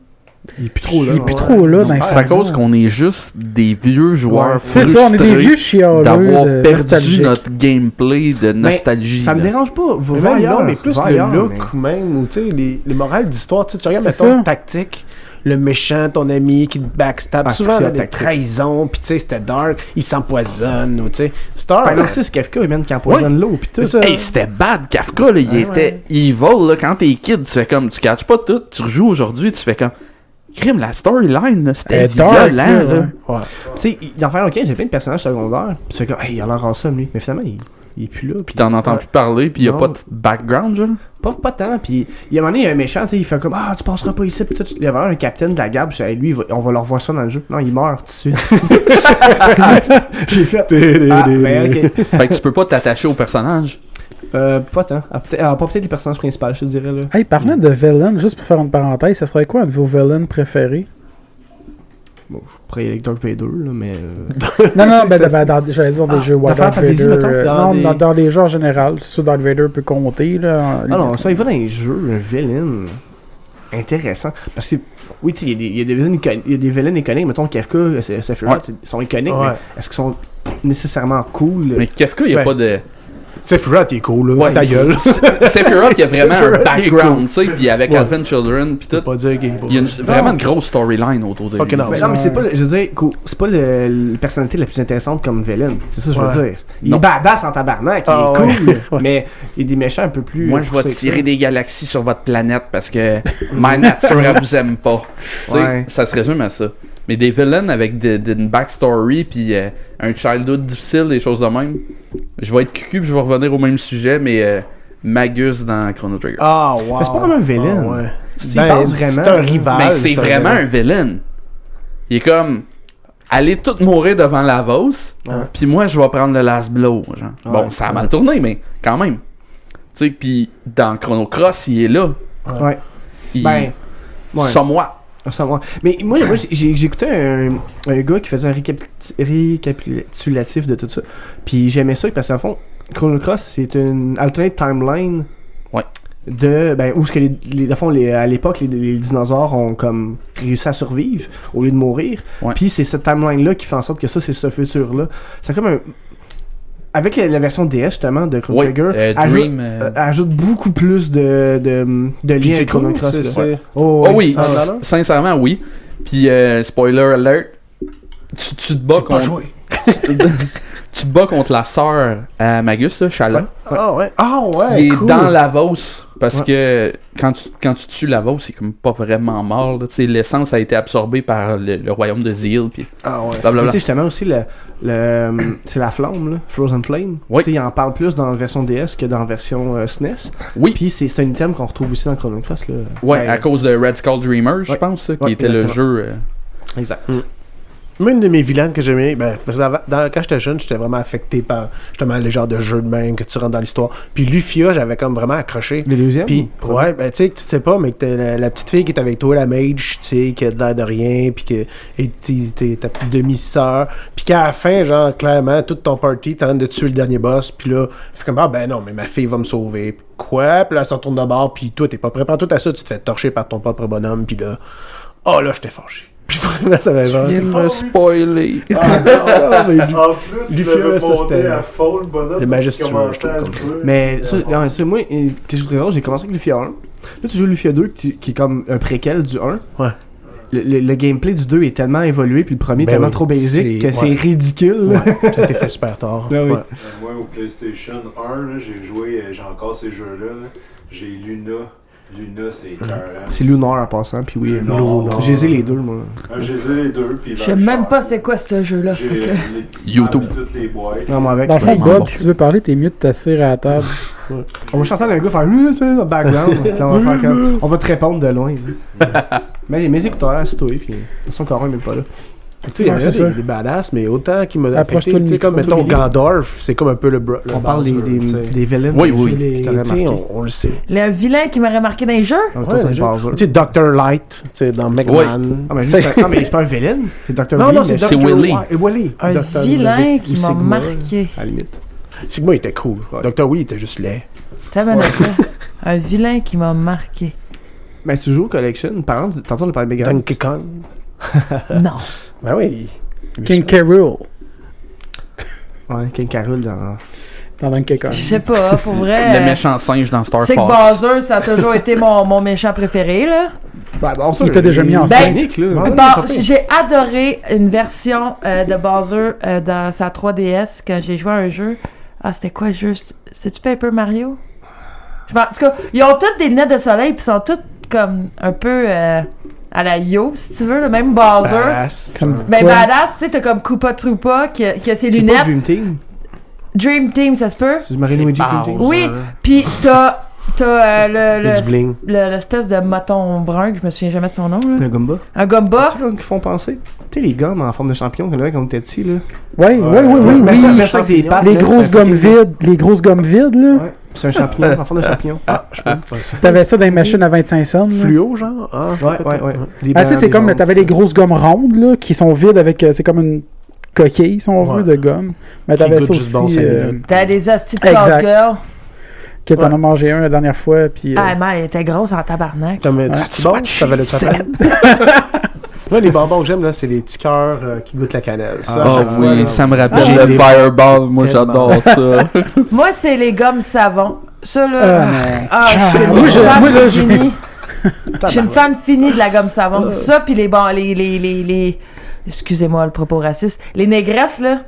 S4: Il est plus trop là.
S3: il est plus
S4: ouais.
S3: trop là dans les
S2: C'est à
S3: salons.
S2: cause qu'on est juste des vieux joueurs
S4: Ouais.
S3: C'est ça, on est des
S2: frustrés
S3: vieux chialeux.
S2: d'avoir
S3: de- Ben,
S2: perdu
S3: nostalgiques.
S2: notre gameplay de nostalgie.
S4: Ça me
S2: là.
S4: dérange pas. Va
S1: Mais
S4: va
S1: même
S4: ailleurs,
S1: non, mais plus
S4: va
S1: le
S4: ailleurs,
S1: look
S4: mais-
S1: même, ou tu sais, les, les morales d'histoire. Tu sais, tu regardes,
S3: C'est
S1: mettons,
S3: ça.
S1: tactique. le méchant, ton ami qui te backstab.
S4: Ah,
S1: Souvent,
S4: c'est
S1: il y a des
S4: tactique.
S1: trahisons, puis tu sais, c'était dark, il s'empoisonne, ou tu sais. Star,
S4: Final 6, Kafka, il mène qui empoisonne l'eau, pis tout.
S1: c'est ça.
S2: Hey, c'était bad, Kafka, là, il était evil, là, quand t'es kid, tu fais comme, tu catches pas tout, tu rejoues aujourd'hui, tu fais comme, crime, la storyline, là, c'était
S3: Elle est
S2: violent,
S3: dark,
S2: là.
S3: là, ouais.
S4: Tu sais, il- dans Final 15, j'ai plein de personnages secondaires, pis c'est comme, hey, il a l'air awesome, lui. Mais finalement, il, il est plus là, pis
S2: Puis t'en entends plus parler, puis y a
S4: Non.
S2: pas de background, genre.
S4: Pas, pas tant, pis il y a un moment donné, il y a un méchant, tu sais, il fait comme Ah, tu passeras pas ici, pis tout. Il y avait un capitaine de la garde, pis je dis, Hey, lui, il va- on va le revoir ça dans le jeu. Non, il meurt tout de suite. J'ai fait. Ah, ben, ok.
S2: fait que tu peux pas t'attacher au personnage.
S4: Euh, pas tant. Ah, peut-être- ah, pas peut-être les personnages principaux, je te dirais, là.
S3: Hey, parlant de villain, juste pour faire une parenthèse, ça serait quoi un de vos villains préférés?
S4: Après, il y a Dark Vader, là, mais. euh,
S3: Non, non, ben, ben, dans- j'allais dire des
S4: Ah,
S3: jeux ouais,
S4: dans
S3: Darth
S4: Final Fantasy,
S3: Vader,
S4: mettons,
S3: euh,
S4: dans
S3: non,
S4: des-
S3: dans, dans les jeux en général, si Darth Vader peut compter, là. en-
S4: Ah non, ça, il va dans les jeux, un villain. Intéressant. Parce que, oui, tu sais, il y a des- il y, a des villains icon- il y a des villains iconiques. Mettons, Kafka, c'est- Sephiroth,
S2: Ouais.
S4: c'est- ils sont iconiques,
S1: Ouais.
S4: mais est-ce qu'ils sont nécessairement cool? euh,
S2: Mais Kafka, y a
S3: Ben,
S1: Ouais.
S2: pas de.
S1: Sephiroth, il est cool, là.
S2: Ouais,
S1: ta
S2: il-
S1: gueule.
S2: Sephiroth, y a vraiment un
S1: Sephiroth, il est
S2: background,
S1: cool.
S2: tu sais, puis avec
S1: Ouais.
S2: Advent Children, puis
S1: Faut
S2: tout.
S1: pas dire qu'il est beau.
S2: Y a une- vraiment une grosse storyline autour de lui.
S1: Fucking
S4: Ben
S1: awesome.
S4: non, mais c'est pas, le- je veux dire, qu'au- c'est pas le, la personnalité la plus intéressante comme Velen. C'est ça que je veux
S1: Ouais.
S4: dire. Il
S2: Non.
S4: est badass en tabarnak, il
S1: Ah
S4: est
S1: ouais.
S4: cool, mais il y a des méchants un peu plus.
S2: Ben, Moi, je vais
S4: poussés que ça.
S2: tirer des galaxies sur votre planète parce que ma nature, elle vous aime pas. Tu sais,
S4: Ouais.
S2: Ça se résume à ça. Mais des villains avec de- de- une backstory puis euh, un childhood difficile, des choses de même. Je vais être cucu puis je vais revenir au même sujet, mais euh, Magus dans Chrono Trigger.
S1: Ah, wow.
S4: Mais c'est pas vraiment un villain.
S1: Ah, ouais.
S4: S'il
S1: Ben,
S4: pense
S1: C'est
S4: vraiment-
S1: un rival.
S2: mais Ben, c'est
S1: un
S2: vraiment
S1: villain.
S2: un villain. Il est comme. Allez toutes mourir devant Lavos, puis moi je vais prendre le last blow. Genre. Bon, ça a mal tourné, mais quand même. Tu sais, puis dans Chrono Cross, il est là.
S4: Ouais.
S2: Il...
S4: Ben, ouais.
S2: Somewhat.
S4: Ça, ouais. Mais moi, moi, j'ai- j'écoutais un, un gars qui faisait un récapit- récapitulatif de tout ça. Puis j'aimais ça parce qu'en fond, Chrono Cross, c'est une alternate timeline.
S2: Ouais.
S4: De, ben, où ce que les, les- dans le fond, les- à l'époque, les, les dinosaures ont comme réussi à survivre au lieu de mourir.
S2: Ouais.
S4: Puis c'est cette timeline-là qui fait en sorte que ça, c'est ce futur-là. C'est comme un. Avec la, la version DS justement de Chrono
S2: Ouais,
S4: Trigger,
S2: euh,
S4: ajoute-
S2: Dream, euh,
S4: euh, ajoute beaucoup plus de, de, de
S1: Puis
S4: liens
S1: c'est
S4: avec Chrono
S1: cool,
S4: Cross.
S1: c'est-
S4: là.
S1: c'est-
S2: Oh oui,
S4: ça,
S2: s-
S4: là.
S2: sincèrement, oui. Puis, euh, spoiler alert, tu, tu te bats
S1: Pas
S2: contre.
S1: joué.
S2: tu te bats contre la sœur à Magus, là, Shala.
S1: Ah, ouais. Ah, ouais.
S2: qui est
S1: cool.
S2: dans Lavos. Parce que quand tu, quand tu tues Lavos, c'est comme pas vraiment mort. là. Tu sais, L'essence a été absorbée par le, le royaume de Zeal. Puis
S1: Ah, ouais.
S4: Tu
S2: blablabla.
S4: sais, justement aussi, le, le- c'est la flamme, là, Frozen Flame.
S2: Oui.
S4: Tu sais, il en parle plus dans la version DS que dans la version euh, SNES.
S2: Oui,
S4: Puis c'est, c'est un item qu'on retrouve aussi dans Chrono Cross. Là.
S2: ouais,
S4: Ben,
S2: à cause de Red Skull Dreamer, je
S4: Ouais.
S2: pense, ça, qui
S4: Ouais,
S2: était le
S4: exactement.
S2: jeu. euh,
S4: Exact.
S1: Moi, une de mes vilaines que j'aimais, ben, parce que avant- dans- quand j'étais jeune, j'étais vraiment affecté par justement les genres de jeux de main que tu rentres dans l'histoire. Puis Lufia, j'avais comme vraiment accroché.
S4: Le deuxième
S1: Puis,
S4: Premier.
S1: ouais, ben, tu sais, que tu sais pas, mais que t'as la, la petite fille qui est avec toi, la mage, tu sais, qui a de l'air de rien, puis que et t'es- t'es ta petite demi-sœur, puis qu'à la fin, genre, clairement, toute ton party tente de tuer le dernier boss, puis là, fait comme, ah ben non, mais ma fille va me sauver. Puis Quoi? Puis là, elle se retourne de bord, puis toi, t'es pas prêt. Tout à ça, tu te fais torcher par ton propre bonhomme, puis là, oh là, j'étais fâché. Puis vraiment, ça m'a genre-
S2: viens de me spoiler.
S6: En plus,
S1: Ah, Du
S6: il
S1: film,
S6: avait
S1: ça,
S6: monté
S1: c'était-
S6: à fond le bonhomme.
S1: C'est
S6: parce
S1: majestueux,
S6: qu'il
S1: je trouve,
S6: commençait à
S1: comme
S6: le
S1: ça.
S6: jouer.
S4: Mais ça,
S6: Euh,
S4: non, ça, moi, euh, qu'est-ce que je voudrais dire, j'ai commencé avec Lufia 1. Là, tu joues Lufia 2 qui, qui est comme un préquel du 1.
S1: Ouais.
S4: Le, le- le gameplay du 2 est tellement évolué, puis le premier est
S1: Ben
S4: tellement
S1: oui,
S4: trop basique
S1: c'est-
S4: que c'est
S1: ouais.
S4: ridicule. là.
S1: Ouais, ça t'es fait super tard.
S4: Ben oui.
S1: Ouais.
S6: Moi, au PlayStation 1, là, j'ai joué, euh, j'ai encore ces jeux-là. là. J'ai Luna. Luna,
S5: Mhm.
S6: c'est écœurant.
S4: C'est Lunar en passant, puis oui.
S6: Lunar.
S4: Lunar. J'ai les les deux, moi.
S6: Ah, J'ai les deux. puis
S5: Je sais
S6: Valchar.
S5: même pas c'est quoi ce jeu-là.
S6: J'ai
S5: fait que-
S6: les petites
S2: YouTube.
S6: tables, toutes les boîtes.
S4: Non, mais avec.
S3: Dans le fond,
S2: Vraiment bon.
S3: Bob, si tu veux parler, t'es mieux de t'asseoir à la table.
S4: On va chanter un gars faire Lui, tu sais, dans le background. Puis là, on, va faire
S1: Hum.
S4: comme- on va te répondre de loin. là. Mais mes écouteurs, c'est toi. Puis ils sont carrément même pas là.
S1: Tu sais, il y en
S3: Ouais,
S1: a
S3: c'est
S1: des,
S3: ça.
S1: des badass, mais autant qui m'a
S3: Approche-toi
S1: affecté.
S3: le
S1: Tu sais, comme
S3: micro,
S1: mettons
S4: toi, Billy.
S1: Gandalf, c'est comme un peu le. bro- le
S4: On parle des,
S1: Bowser,
S4: des,
S1: tu sais.
S4: des villains.
S2: Oui,
S4: des
S2: oui.
S1: C'est
S4: filles
S1: les-
S4: qui t'avaient
S1: tu sais,
S4: marqué.
S1: on, on le sait.
S5: Le vilain qui m'aurait marqué dans les jeux?
S4: Ah,
S1: Ouais,
S4: toi, c'est
S1: genre,
S4: Bowser.
S1: Tu sais, Dr. Light, tu sais, dans McMahon.
S4: Ah, mais juste un- ah, mais c'est pas un villain. C'est Dr.
S1: Non,
S4: Lee,
S1: non,
S4: mais
S1: c'est
S2: c'est
S1: Dr.
S2: Willy.
S1: Wi- euh, Willy.
S5: Un
S1: Dr.
S5: vilain
S1: Willy.
S5: qui
S4: ou
S5: m'a
S4: Sigma.
S5: marqué.
S4: À la limite.
S1: Sigma était cool. Dr. Willy était juste laid.
S5: T'as bien ça. Un vilain qui m'a marqué.
S4: Mais tu joues au Collection. Par exemple, tantôt on a parlé de Megaman.
S1: Donkey Kong.
S5: Non.
S1: Ben oui.
S3: King Carol
S4: Ouais, King Carol dans.
S3: dans Donkey Kong.
S5: Je sais pas, pour
S2: Ah, Le
S5: vrai. euh,
S2: méchant singe dans Star
S5: Tu sais que
S2: Fox.
S5: Bowser, ça a toujours été mon, mon méchant préféré, là.
S4: Bah, bon, ça,
S3: Il t'a
S4: j'ai-
S3: déjà mis en
S4: j'ai-
S5: scène.
S4: Nick, là.
S1: Bon. Ah,
S5: Bon,
S1: pas pire.
S5: j'ai adoré une version euh, de Bowser euh, dans sa 3DS quand j'ai joué à un jeu. Ah, c'était quoi le jeu C- C'est-tu Paper Mario Je m'en- En tout cas, ils ont toutes des lunettes de soleil puis sont toutes comme un peu euh, à la yo, si tu veux, le même Bowser.
S1: Badass.
S3: Ça me dit-
S1: Ah.
S5: mais
S3: Ouais.
S5: badass, tu sais, t'as comme Koopa Troopa qui a, qui a ses
S4: C'est pas
S5: lunettes.
S4: Dream Team.
S5: Dream Team, ça se peut.
S4: C'est Mario
S2: C'est
S4: Luigi
S2: pas-
S4: Dream Team.
S5: Oui, puis t'as t'as, euh,
S1: Il
S5: le-
S1: y a du
S5: le,
S1: bling.
S5: le- l'espèce de mouton brun, que je me souviens jamais de son nom, là.
S4: Le Gumba.
S5: un gomba.
S4: C'est quoi qui font penser? Tu sais, les gommes en forme de champion qu'on avait quand on était petit, là.
S3: Ouais, ouais, ouais,
S4: Ouais,
S3: oui,
S4: mais
S3: oui.
S4: ça, mais ça avec des pattes.
S3: Les
S4: là,
S3: grosses
S4: c'est un
S3: gommes
S4: fucking-
S3: vides, les grosses gommes vides, là.
S4: Ouais, c'est un champignon, en forme de champignon.
S1: Ah, je peux pas ça.
S3: T'avais ça dans les machines à 25 cents. là.
S1: Fluo, genre? Ah,
S4: Ouais,
S1: peut-être.
S4: ouais, ouais. Des
S3: Ah, tu sais,
S4: bandes,
S3: c'est
S4: des
S3: comme,
S4: bandes,
S3: t'avais
S4: ça.
S3: les grosses gommes rondes, là, qui sont vides avec, euh, c'est comme une coquille, si on
S1: Ouais.
S3: veut, de gomme. Mais
S1: Qui
S3: t'avais
S1: goûte
S3: ça
S1: juste
S3: aussi,
S1: bon cinq
S3: euh,
S1: minutes.
S5: T'as des hosties de
S3: Exact.
S5: casse-gueule.
S3: que t'en as mangé un la dernière fois, puis... euh,
S5: Ah, mais elle était grosse en tabarnak.
S1: Comme,
S3: Ouais.
S1: tu bon, ça valait ça Moi, les bonbons que j'aime, là, c'est les petits cœurs euh, qui goûtent la cannelle. Ça, à
S2: Ah
S1: chaque
S2: oui,
S1: fois, là,
S2: ça me rappelle
S1: j'ai
S2: le
S1: des-
S2: Fireball. Moi,
S1: tellement-
S2: j'adore ça.
S5: Moi, c'est les gommes savon. Ça,
S3: euh,
S5: là.
S3: non.
S5: Ah, je suis
S3: Moi,
S5: une
S3: je- Euh. moi, là,
S5: femme
S3: j'ai-
S5: finie. Je suis une femme finie de la gomme savon. Ça, puis les bon, les, les, les, les- Excusez-moi le propos raciste. Les négresses, là.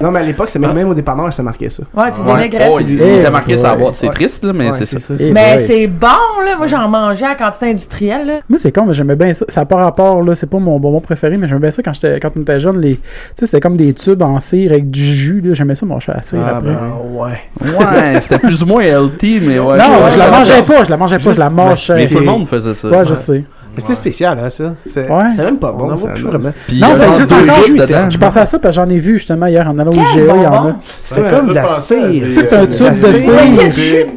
S4: Non, mais à l'époque, c'est même même au dépanneur, ça marquait ça.
S5: Ouais, c'est des
S2: Ouais.
S5: négresses.
S2: Oh, il,
S3: Eh,
S2: il a marqué sa
S4: ouais.
S2: boîte. C'est
S4: Ouais.
S2: triste, là, mais
S4: Ouais,
S2: c'est ça.
S3: Eh,
S5: Mais
S3: ouais.
S5: c'est bon, là. Moi, j'en mangeais à quantité industrielle, là.
S3: Moi, c'est con, mais j'aimais bien ça. Ça n'a pas rapport, là. C'est pas mon bonbon préféré, mais j'aimais bien ça quand, j'étais- quand on était jeune. Les... Tu sais, c'était comme des tubes en cire avec du jus, là. J'aimais ça manger à cire
S4: Ah,
S3: après.
S4: ben,
S1: Ah, ouais.
S2: Ouais, c'était plus ou moins healthy, mais ouais.
S3: non,
S2: ouais,
S3: je la
S2: ouais.
S3: mangeais pas, je la mangeais pas, je la
S1: Juste-
S2: Mais
S3: mangeais.
S2: tout le monde faisait ça.
S3: Ouais, je sais.
S1: Mais c'était spécial, hein, ça. C'est-
S3: Ouais.
S4: C'est même pas bon.
S1: On n'en voit plus
S4: finalement.
S1: vraiment.
S2: Puis
S3: Non,
S2: il y
S3: ça
S2: a
S3: existe
S2: deux
S3: encore.
S2: bits
S3: Je-
S2: dedans.
S3: Je pensais à ça parce que j'en ai vu justement hier en allant au IGA, il y en a.
S5: bonbon!
S1: C'était
S4: Ouais,
S1: comme de
S6: ça
S1: la
S6: pensait à
S1: cire.
S6: des-
S3: Tu sais, c'est un
S6: Euh,
S3: tube de
S1: c'est-
S5: Il y a
S3: cire.
S5: du jus dedans!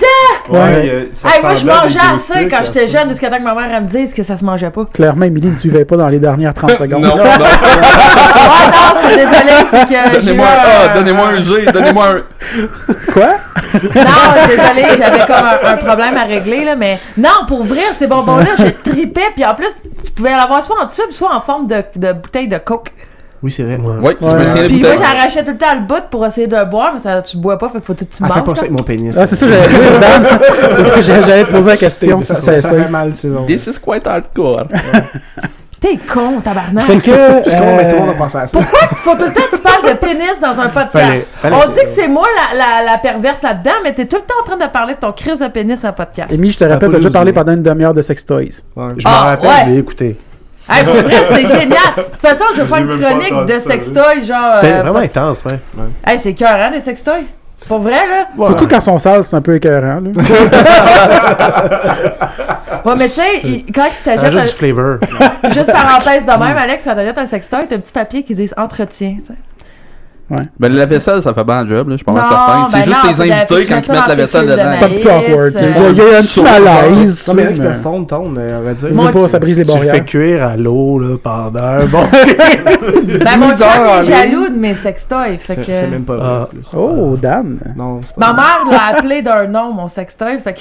S6: Ouais, euh, ça
S5: Hey, moi, je
S6: ressemblait à des hein.
S5: mangeais à
S6: gros
S5: ça
S6: trucs,
S5: quand
S6: à
S5: j'étais
S6: ça.
S5: jeune, jusqu'à temps que ma mère, elle me dise que ça se mangeait pas.
S3: Clairement, Emily ne suivait pas dans les dernières 30
S2: Non,
S3: secondes.
S2: non.
S5: Ah, non, c'est désolé, c'est que. j'ai
S2: Donnez-moi
S5: eu
S2: un A, donnez-moi un G, donnez-moi un.
S3: Quoi?
S5: Non, désolé, j'avais comme un, un problème à régler, là, mais non, pour vrai, ces bonbons-là, je tripais, puis en plus, tu pouvais l'avoir soit en tube, soit en forme de, de bouteille de coke.
S4: Oui, c'est vrai.
S1: Ouais.
S2: Ouais, tu me
S3: Ouais.
S2: souviens
S5: Puis
S2: de
S5: moi,
S2: ta-
S5: j'arrachais tout le temps le bout pour essayer de le boire, mais ça, tu bois pas, fait que faut tout que tu
S4: Ah, fais
S5: manges.
S4: pas ça
S5: là.
S4: avec mon pénis.
S3: Ah, c'est ça, que j'allais dire, Dan. C'est ça que j'allais- j'allais te poser la question si c'était
S4: Ça fait
S3: ça.
S4: mal, c'est bon.
S2: This is quite hardcore.
S5: T'es con, tabarnak.
S3: Fait que.
S4: Je comprends, mais tout le
S3: euh,
S4: monde a pensé à ça.
S5: Pourquoi faut tout le temps que tu parles de pénis dans un podcast?
S1: Fallait- fallait-
S5: On dit que c'est moi la, la, la perverse là-dedans, mais t'es tout le temps en train de parler de ton crise de pénis en podcast.
S3: Émilie, je te rappelle, t'as déjà parlé pendant une demi-heure de sex toys.
S4: Ouais.
S1: Je m'en
S5: Ah, ouais.
S1: rappelle, mais écoutez.
S5: Hey, pour vrai, c'est génial! De toute façon, je vais faire
S6: J'ai
S5: une
S6: même pas
S5: chronique
S6: entendu
S5: de
S6: ça, là.
S5: sextoy, genre.
S1: C'était
S5: euh,
S1: vraiment intense, ouais.
S5: Hey, c'est cœur, hein, les sextoys? Pour vrai, là?
S3: Surtout quand ils sont sales, c'est un peu écœurant. Là.
S5: Ouais, mais tu sais, il- quand tu
S1: Ça ajoute du
S5: t'achètes,
S1: flavor.
S5: un- juste parenthèse de même, Alex, quand t'achètes un sextoy, t'as un petit papier qui dit entretien, tu sais.
S2: Ben, la vaisselle, ça fait bien le job, là, je pense
S5: Non,
S2: certain.
S5: ben
S2: C'est juste
S5: non,
S2: les
S5: vous avez fait
S2: invités
S5: que je
S2: quand
S5: mette
S2: ils mettent
S5: ça
S2: la
S5: dans
S2: vaisselle
S5: le
S2: dedans.
S5: cul
S3: C'est un petit peu
S5: Yes,
S3: awkward. tu sais.
S5: euh,
S3: Il y a, il y a un petit
S2: Sauf-
S3: malaise.
S4: Non, mais là, qui
S3: mais-
S4: peuvent fondre ton, euh, on va dire.
S3: Je veux pas, ça brise les
S1: Tu le
S3: barrières.
S1: fais cuire à l'eau, là, pendant. Bon.
S5: Ben, mon
S4: Douze
S5: chum
S4: heures en
S5: est
S4: ligne.
S5: jaloux de mes sextoys, fait
S4: C'est c'est
S5: que...
S4: même pas
S1: Ah.
S4: vrai. en plus.
S3: Oh, Dan.
S4: Non, c'est
S5: Ma
S4: pas
S5: mère l'a appelé d'un nom, mon sextoy, fait que...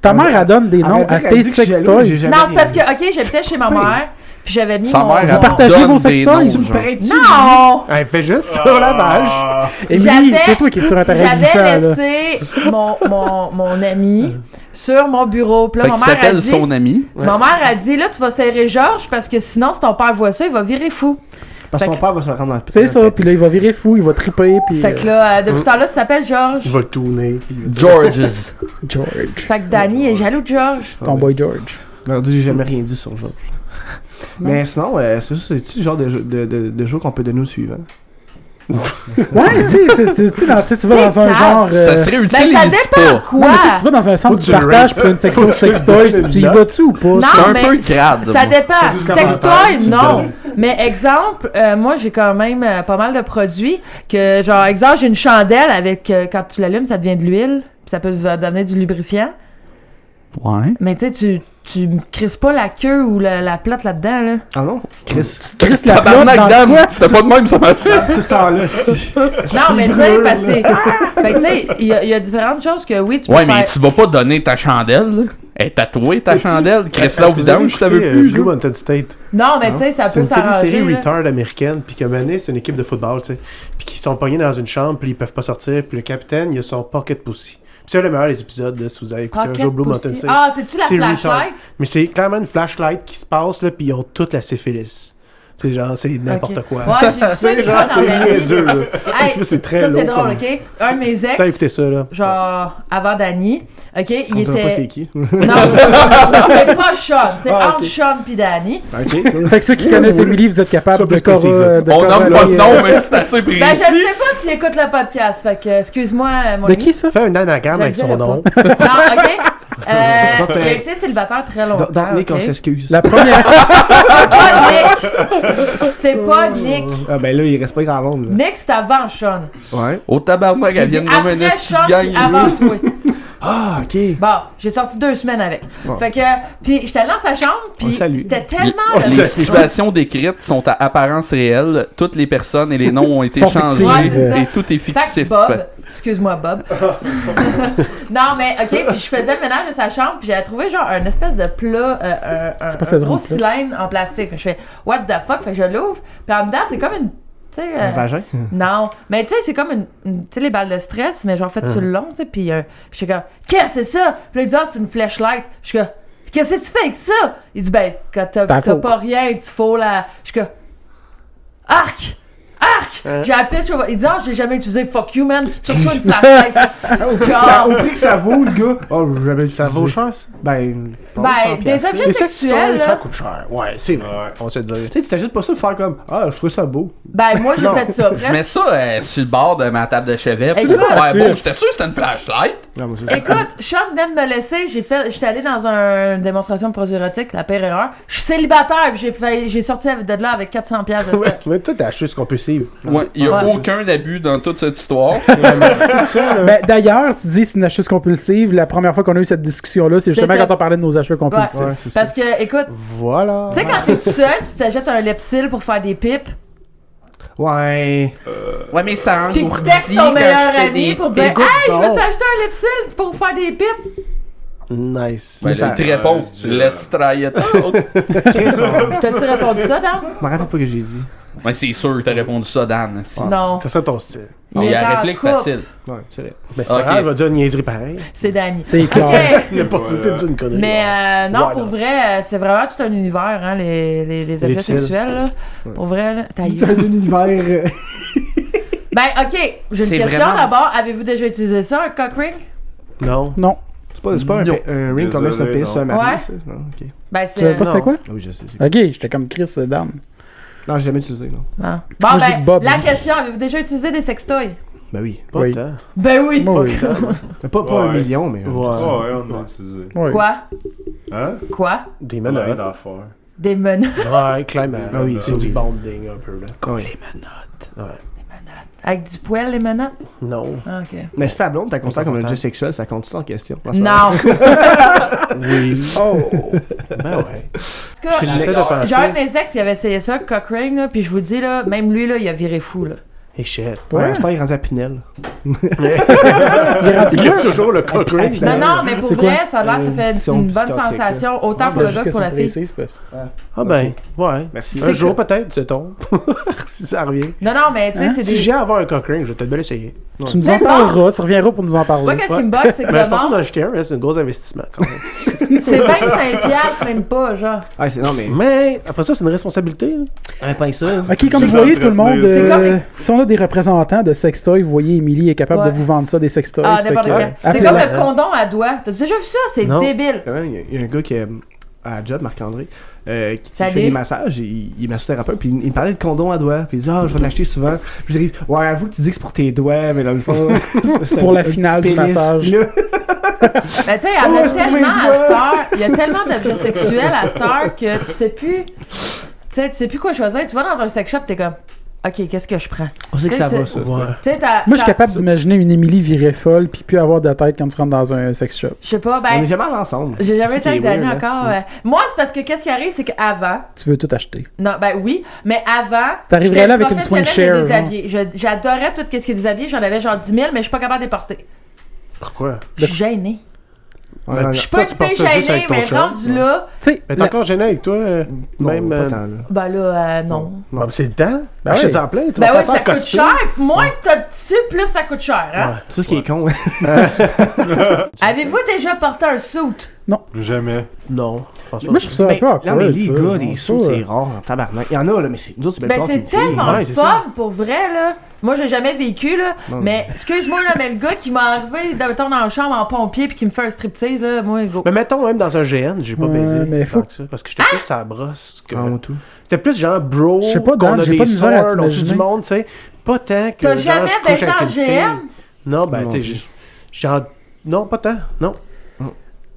S3: Ta mère, elle donne des
S4: Elle
S3: noms
S4: dit
S3: à
S4: qu'elle
S3: tes
S4: dit que je suis jaloux,
S3: sextoys.
S4: j'ai jamais-
S5: Non, c'est parce que, ok, j'étais chez ma mère, puis j'avais mis
S2: Sa
S5: mon...
S2: mère, elle
S5: mon-
S3: partagez
S2: donne
S3: vos
S2: des
S3: sextoys.
S2: noms,
S3: Tu me
S2: genre.
S4: parais-tu?
S5: Non!
S1: Elle fait juste ça au lavage.
S6: Ah,
S3: Émilie,
S5: J'avais-
S3: c'est toi qui es sur Internet glissant.
S5: J'avais
S3: Là.
S5: laissé mon, mon, mon ami sur mon bureau. Puis là,
S2: Euh. Fait
S5: ma
S2: qu'il
S5: mère a
S2: s'appelle
S5: dit-
S2: son ami.
S5: Ma mère a dit là tu vas serrer Georges parce que sinon si ton père voit ça il va virer fou.
S4: Parce que
S5: Fait
S4: son père va se rendre dans le hein,
S3: C'est ça, puis là, il va virer fou, il va triper, puis...
S5: Fait que là euh, depuis ce temps-là ça s'appelle Georges.
S1: Il va tourner. puis il va dire,
S2: Georges.
S3: euh, George,
S5: Fait que Danny est jaloux de Georges.
S3: ton boy George.
S4: Non, j'ai jamais rien dit sur Georges.
S3: Non.
S4: Mais sinon, euh, c'est- c'est-tu le genre de jeu, de, de, de jeu qu'on peut donner au suivant?
S3: Ouais, tu sais, tu- tu- tu sais, dans- tu sais, tu vas dans un
S5: T'es
S3: genre... euh,
S2: Ça serait
S5: Ben
S2: utile,
S5: ça
S2: les
S5: dépend
S2: spas.
S5: quoi.
S3: Non, mais tu sais, tu vas dans un centre
S1: Faut que
S3: du
S1: tu le
S3: partage,
S1: rates.
S3: puis t'as une section de sextoys, tu y vas-tu ou pas?
S5: Non,
S2: C'est un
S5: mais
S2: peu crade.
S5: ça
S2: moi.
S5: dépend.
S1: Tu commences par-
S5: Sextoy,
S1: tu
S5: non.
S1: donnes.
S5: Mais exemple, euh, moi j'ai quand même euh, pas mal de produits que genre exemple j'ai une chandelle avec euh, quand tu l'allumes ça devient de l'huile, puis ça peut te donner du lubrifiant.
S2: Ouais.
S5: Mais tu sais tu tu me crisses pas la queue ou la, la plate là-dedans là.
S4: Ah non? Chris,
S3: Tu te crisses la plate dans
S2: Tabarnak,
S3: le
S2: dame. C'était pas de même, ça m'a fait.
S4: tout ce temps-là, c'est-
S5: Non, mais tu sais, parce que. Fait que tu sais, il y, a- il y a différentes choses que oui, tu
S2: Ouais,
S5: peux
S2: mais
S5: faire.
S2: tu vas pas donner ta chandelle, là. Elle est tatouée, ta chandelle. Chris, là, au
S1: Est-ce que vous avez
S2: vidange, je t'avais
S1: écouté, euh,
S2: plus.
S1: Blue
S2: là.
S1: Mountain State.
S5: Non, mais tu sais, ça
S1: C'est
S5: peut
S1: une
S5: s'arranger.
S1: télésérie
S5: là.
S1: retard américaine, puis que Mané, c'est une équipe de football, tu sais. Puis qu'ils sont pognés dans une chambre, puis ils peuvent pas sortir, puis le capitaine, il a son pocket pussy. Puis C'est le meilleur des épisodes, là, si vous avez écouté un
S5: Rocket
S1: jour Blue Mountain
S5: Pussy.
S1: State.
S5: Ah, c'est-tu la
S1: C'est retard.
S5: flashlight?
S1: Mais c'est clairement une flashlight qui se passe, là, puis ils ont toute la syphilis. C'est genre, c'est n'importe
S5: Ok.
S1: quoi.
S5: Ouais, j'ai vu ça
S1: C'est
S5: une
S1: genre,
S5: fois dans
S1: c'est
S5: ma vie.
S1: niaiseux, là.
S5: Hey,
S1: Tu vois, c'est très
S5: ça,
S1: long.
S5: c'est drôle,
S1: comme-
S5: OK? Un de mes
S1: T'as
S5: ex,
S1: écouté ça, là.
S5: genre, avant Danny, OK, il
S4: On dirait pas c'est
S5: était...
S4: qui.
S5: Non, c'est pas Sean, c'est
S1: Ah,
S5: entre
S1: ok.
S5: Sean puis Danny.
S4: Ok.
S3: Fait que ceux qui connaissent Emily, vous êtes
S1: Sois
S3: capables de
S1: plus précis, là.
S3: cora- de
S2: On nomme
S3: corréler,
S2: pas de
S3: euh,
S2: nom, mais c'est assez précis.
S5: Ben, je sais pas s'il écoute le podcast, fait que, excuse-moi, euh, mon
S3: De
S5: ami.
S3: qui ça?
S1: Fais un anagramme avec
S5: Je le
S1: son
S5: dirai
S1: nom.
S5: Non, OK? Euh,
S4: Donc,
S5: il a
S4: euh,
S5: été célibataire très longtemps,
S4: Dans- Dans Nick,
S5: OK?
S4: on s'excuse.
S3: La première.
S5: C'est pas Nick! C'est pas Nick!
S1: Oh.
S4: Ah, ben là, il reste pas grand monde.
S5: Nick, c'est avant Sean.
S4: là. Ouais.
S2: Au tabarnak, elle vient de nommer une
S5: Après
S2: esti
S5: Sean,
S2: de
S5: puis
S2: gang.
S5: avant toi.
S4: Ah, ok.
S5: Bon, j'ai sorti deux semaines avec.
S4: Bon.
S5: Fait que, puis j'étais allée dans sa chambre,
S4: On le
S5: puis
S4: salue.
S5: c'était tellement...
S4: On
S5: le-
S4: le
S2: Les
S4: C'est-
S2: situations décrites sont à apparence réelle. Toutes les personnes et les noms ont été
S3: Sont
S2: changés
S5: fictives. Ouais, c'est
S2: et tout est
S5: Fait
S2: fictif.
S5: que Bob, excuse-moi Bob. non mais ok, puis je faisais le ménage de sa chambre, puis j'avais trouvé genre un espèce de plat, euh, un, un-
S3: pas si ça
S5: un
S3: se
S5: gros
S3: dit, plat.
S5: cylindre en plastique. Fait que je fais what the fuck, fait que je l'ouvre, puis en dedans c'est comme une, tu sais, euh,
S4: Un vagin.
S5: non, mais tu sais c'est comme une, une- tu sais les balles de stress, mais genre fait sur le long, tu sais, puis euh, je suis comme qu'est-ce que c'est ça, puis là il dit ah c'est une flashlight, je suis comme qu'est-ce que tu fais avec ça, il dit ben quand t'as
S3: T'as
S5: t'as
S3: faux.
S5: pas rien, tu faut la, je suis comme arc. Arc! J'ai appelé, tu vois, il dit, ah, j'ai jamais utilisé, fuck you, man, tu te reçois une flashlight. Ah.
S4: Ça- Ah, Au prix que ça vaut, le gars. Oh, j'avais
S1: Ça vaut cher, ça?
S4: Ben, pas
S5: ben,
S4: 100
S5: des
S4: piastres.
S5: objets sexuels,
S1: ça
S5: là,
S1: coûte cher. Ouais, c'est vrai. On se le dit.
S4: Tu sais, tu t'achètes pas ça pour faire comme Ah, je trouve ça beau.
S5: ben, moi, j'ai
S4: Non.
S5: fait ça.
S2: Je mets
S5: Bref,
S2: ça euh, sur le bord de ma table de chevet.
S5: Hey,
S2: puis de
S5: toi,
S2: faire
S3: tu-
S2: bon, j'étais sûr que c'était une flashlight.
S4: Non, mais ça, c'est-
S5: écoute, Sean venait de me laisser, j'ai fait, j'étais allée dans un- une démonstration de produits érotiques, la pire erreur. Je suis célibataire, puis j'ai fait, j'ai sorti de là avec 400 pièces de stock.
S1: Mais toi, t'as acheté ce qu'on peut suivre.
S2: Ouais, il n'y a
S5: Ouais.
S2: aucun abus dans toute cette histoire.
S3: Ben, D'ailleurs, tu dis c'est une acheteuse compulsive. La première fois qu'on a eu cette discussion-là, c'est justement
S5: C'était-
S3: quand on parlait de nos achats compulsifs.
S4: Ouais, c'est ça.
S5: Parce que, écoute,
S1: Voilà.
S5: tu sais, quand t'es tout seul, puis tu t'achètes un Lepsil pour faire des pipes,
S4: Ouais.
S2: Ouais, mais ça
S5: puis
S2: engourdit
S5: tu textes ton
S2: quand
S5: meilleur
S2: je fais
S5: ami
S2: des-
S5: pour dire,
S1: Écoute
S5: hey, je me
S1: donc.
S5: suis acheté un Lepsil pour faire des pipes.
S1: Nice.
S2: Ben,
S1: Ça-
S2: là, il te répond,
S6: Ah, c'est dur.
S2: let's try it out.
S4: Chris, on-
S5: T'as-tu répondu ça, Dan?
S4: Je me rappelle pas que j'ai dit.
S2: ouais, c'est sûr que t'as répondu ça, Dan. si.
S5: Non.
S1: C'est ça ton style.
S2: Mais
S5: est
S2: il y a
S5: en
S2: la réplique
S5: couple.
S2: facile.
S4: Ouais, c'est vrai.
S1: Ben, c'est
S2: Ok.
S1: pas grave, on va dire une niaiserie pareille.
S5: C'est Danny.
S3: C'est clair.
S5: Ok.
S1: L'opportunité
S6: Voilà.
S1: d'une connerie.
S5: Mais euh, non,
S1: Voilà.
S5: pour vrai, euh, c'est vraiment tout un univers, hein, les, les, les objets
S1: psylles.
S5: sexuels. Là. Pour vrai, là, ta
S4: C'est un
S5: gueule.
S4: univers. euh,
S5: Ben, ok, j'ai une
S2: C'est
S5: question
S2: vraiment-
S5: d'abord. Avez-vous déjà utilisé ça, un cock ring?
S1: Non.
S3: Non.
S4: C'est pas, c'est pas un,
S2: Non.
S4: pe- un ring comme ça, c'est un
S6: Désolé,
S4: pénis, c'est un
S6: non.
S4: mari,
S5: Ouais.
S4: ça. Non, ok.
S5: Ben,
S3: Tu savais
S5: c'est.
S3: pas
S1: non.
S3: c'était quoi?
S4: Ah Oui, je sais. c'est-
S3: Ok, j'étais comme Chris, c'est dame.
S4: Non, j'ai jamais utilisé, non.
S5: Non. Bon,
S3: Moi, j'ai
S5: ben,
S3: Bob.
S5: la question, avez-vous déjà utilisé des sextoys?
S4: Ben oui.
S1: Pas
S3: Oui.
S1: tant.
S5: Ben oui.
S3: Moi, oui.
S4: Mais Pas, pas un
S6: Ouais.
S4: million, mais.
S1: Ouais.
S6: Ah ouais, on a utilisé.
S3: Oui.
S5: Quoi?
S6: Hein?
S5: Quoi?
S1: Des
S6: On a rien
S1: menottes.
S6: à faire.
S5: Des menottes.
S1: Ouais, clairement.
S4: Ah oui,
S1: c'est
S4: oui.
S1: du bonding un peu, là.
S4: Ouais.
S1: Ouais.
S5: Avec du poil, les menottes?
S1: Non.
S5: Ah, ok.
S4: Mais si ta blonde, t'as considéré comme un
S1: Confortable.
S4: objet sexuel, ça compte-tu en question? c'est pas vrai.
S5: Non.
S1: Oui.
S3: Oh!
S1: ben ouais.
S5: En tout cas,
S1: C'est le fait de faire
S5: J'ai un
S1: ça.
S5: de mes ex qui avait essayé ça, cock ring, là, puis je vous le dis, là, même lui, là, il a viré fou. Là.
S1: Et shit.
S4: Ouais, à ce temps, il est rendu à Pinel.
S1: Il y a toujours le cock ring.
S5: Non, non, mais pour
S3: C'est quoi?
S5: vrai, ça a l'air, ça
S4: Euh,
S5: fait
S4: si on
S5: une bonne
S4: discute avec
S5: sensation, autant pour le gars que pour la fille.
S1: Ah ben, ouais.
S4: Merci.
S1: Un jour peut-être, c'est ton. si ça revient.
S5: Non, non, mais tu sais, c'est
S1: Si
S5: des.
S1: j'ai à avoir un cock ring, je vais peut-être bien l'essayer.
S3: Tu nous
S5: C'est
S3: en parleras, tu reviendras pour nous en
S5: Moi,
S3: parler.
S5: qu'est-ce qui me bug, c'est que
S1: Mais je pense
S5: le
S1: que
S5: monde,
S1: d'en acheter un, hein, c'est un gros investissement quand même.
S5: c'est 25 piastres, même pas, genre.
S4: Ah, c'est non, mais.
S1: Mais après ça, c'est une responsabilité. hein. là.
S4: Un pain ça.
S3: Ok, comme
S6: C'est
S3: vous voyez tout le
S6: l'entretenir.
S3: monde,
S6: C'est
S3: euh,
S5: comme-
S3: si on a des représentants de sextoys, vous voyez, Émilie est capable
S5: Ouais.
S3: de vous vendre ça des sextoys.
S5: Ah,
S3: fait
S5: n'importe
S3: que-
S5: quoi.
S1: ouais.
S5: C'est comme le condom à doigts. T'as déjà vu ça? C'est
S1: Non.
S5: débile.
S4: Quand même, il y a- il y, a un gars qui est euh, à la job, Marc-André, euh, qui, qui
S5: Salut.
S4: fait des massages, il, il est massothérapeute, puis il, il me parlait de condom à doigts, puis il dit Ah, je vais l'acheter souvent. Puis j'arrive Ouais, avoue que tu dis que c'est pour tes doigts, mais dans le fond, c'est
S3: Pour
S4: un-
S3: la
S4: un petit
S3: finale du
S4: pénis.
S3: massage.
S4: Là,
S5: Mais Ben, tu sais, il y en
S4: Oh,
S5: a
S4: je trouve mes
S5: tellement à
S4: doigts.
S5: Star, il y a tellement d'objets sexuels à Star que tu sais plus. Tu sais, tu sais plus quoi choisir. Tu vas dans un sex shop, t'es comme, OK, qu'est-ce que je prends?
S4: On sait que ça
S5: Tu sais,
S4: va,
S5: tu-
S4: ça.
S1: Ouais.
S5: Tu sais, t'as-
S3: Moi, je suis
S5: t'as-
S3: capable d'imaginer une Émilie virée folle puis plus avoir de tête quand tu rentres dans un sex shop.
S5: Je sais pas,
S4: On
S5: ben.
S4: est jamais allés ensemble.
S5: J'ai
S4: C'est
S5: jamais
S4: ça
S5: été
S4: qui
S5: avec
S4: est
S5: Dani
S4: weird, hein.
S5: encore. euh. Moi, c'est parce que qu'est-ce qui arrive, c'est qu'avant,
S3: Tu veux tout acheter.
S5: Non, ben oui, mais avant.
S3: T'arriverais
S5: j'étais
S3: là avec une swing
S5: professionnelle
S3: chair,
S5: de déshabillé. Je- J'adorais tout ce qui est déshabillé. J'en avais genre 10 000, mais je suis pas capable de les porter.
S1: Pourquoi
S5: Je suis gênée.
S4: Ouais,
S1: Ben,
S5: Je suis
S4: ça,
S5: pas
S4: tu
S5: une pêche
S4: portes ça juste
S5: gênée,
S4: avec ton
S5: mais
S4: chum.
S5: rendu là,
S3: Tu sais,
S1: Mais t'es
S3: la-
S1: encore gêné avec toi, euh,
S4: Non,
S1: même.
S4: pas
S1: euh,
S4: tant, là.
S5: ben là, euh, non.
S1: bah, c'est le temps.
S3: Ben
S1: achète
S3: oui.
S1: en plein. Tu
S5: Ben
S1: vas
S5: ouais,
S1: passer en
S5: ça coûte
S1: cosplay.
S5: cher. Moins que t'as dessus, plus ça coûte cher, hein?
S4: Ça, ce qui est con, hein.
S5: Avez-vous déjà porté un suit?
S6: Jamais.
S1: Non. franchement,
S3: moi, je trouve ça un peu
S4: Non,
S3: awkward,
S4: mais les
S3: ça.
S4: gars,
S3: Je
S4: les sous,
S3: trouve ça-
S4: c'est rare en tabarnak. Il y en a, là, mais c'est- nous autres, c'est bien
S5: Ben,
S4: rare
S5: c'est
S4: qu'une fille.
S5: tellement
S1: ouais,
S5: le
S1: c'est
S5: fun, pour vrai, là. Moi, j'ai jamais vécu, là.
S4: Non,
S5: mais, excuse-moi, là, mais le gars qui m'a arrivé, mettons, dans la chambre en pompier puis qui me fait un striptease, là, moi, go.
S1: Mais mettons, même dans un GN, j'ai pas
S3: Ouais,
S1: baisé.
S3: mais
S1: tant
S3: faut-
S1: que ça, parce que j'étais plus sur la brosse. que-
S4: Ah, on tout.
S1: C'était plus genre bro,
S3: Je sais pas,
S1: qu'on
S3: Dan,
S1: a
S3: j'ai
S1: des
S3: pas de misère à
S1: swords, on tue du
S3: t'imaginer.
S1: monde, tu sais. Pas tant que.
S5: T'as
S1: genre,
S5: jamais
S1: je couche
S5: baisé
S1: avec
S5: en
S1: une fille.
S5: GM?
S1: Non, ben,
S4: Non
S1: tu sais,
S4: plus.
S1: j'ai- genre. Non, pas tant, non.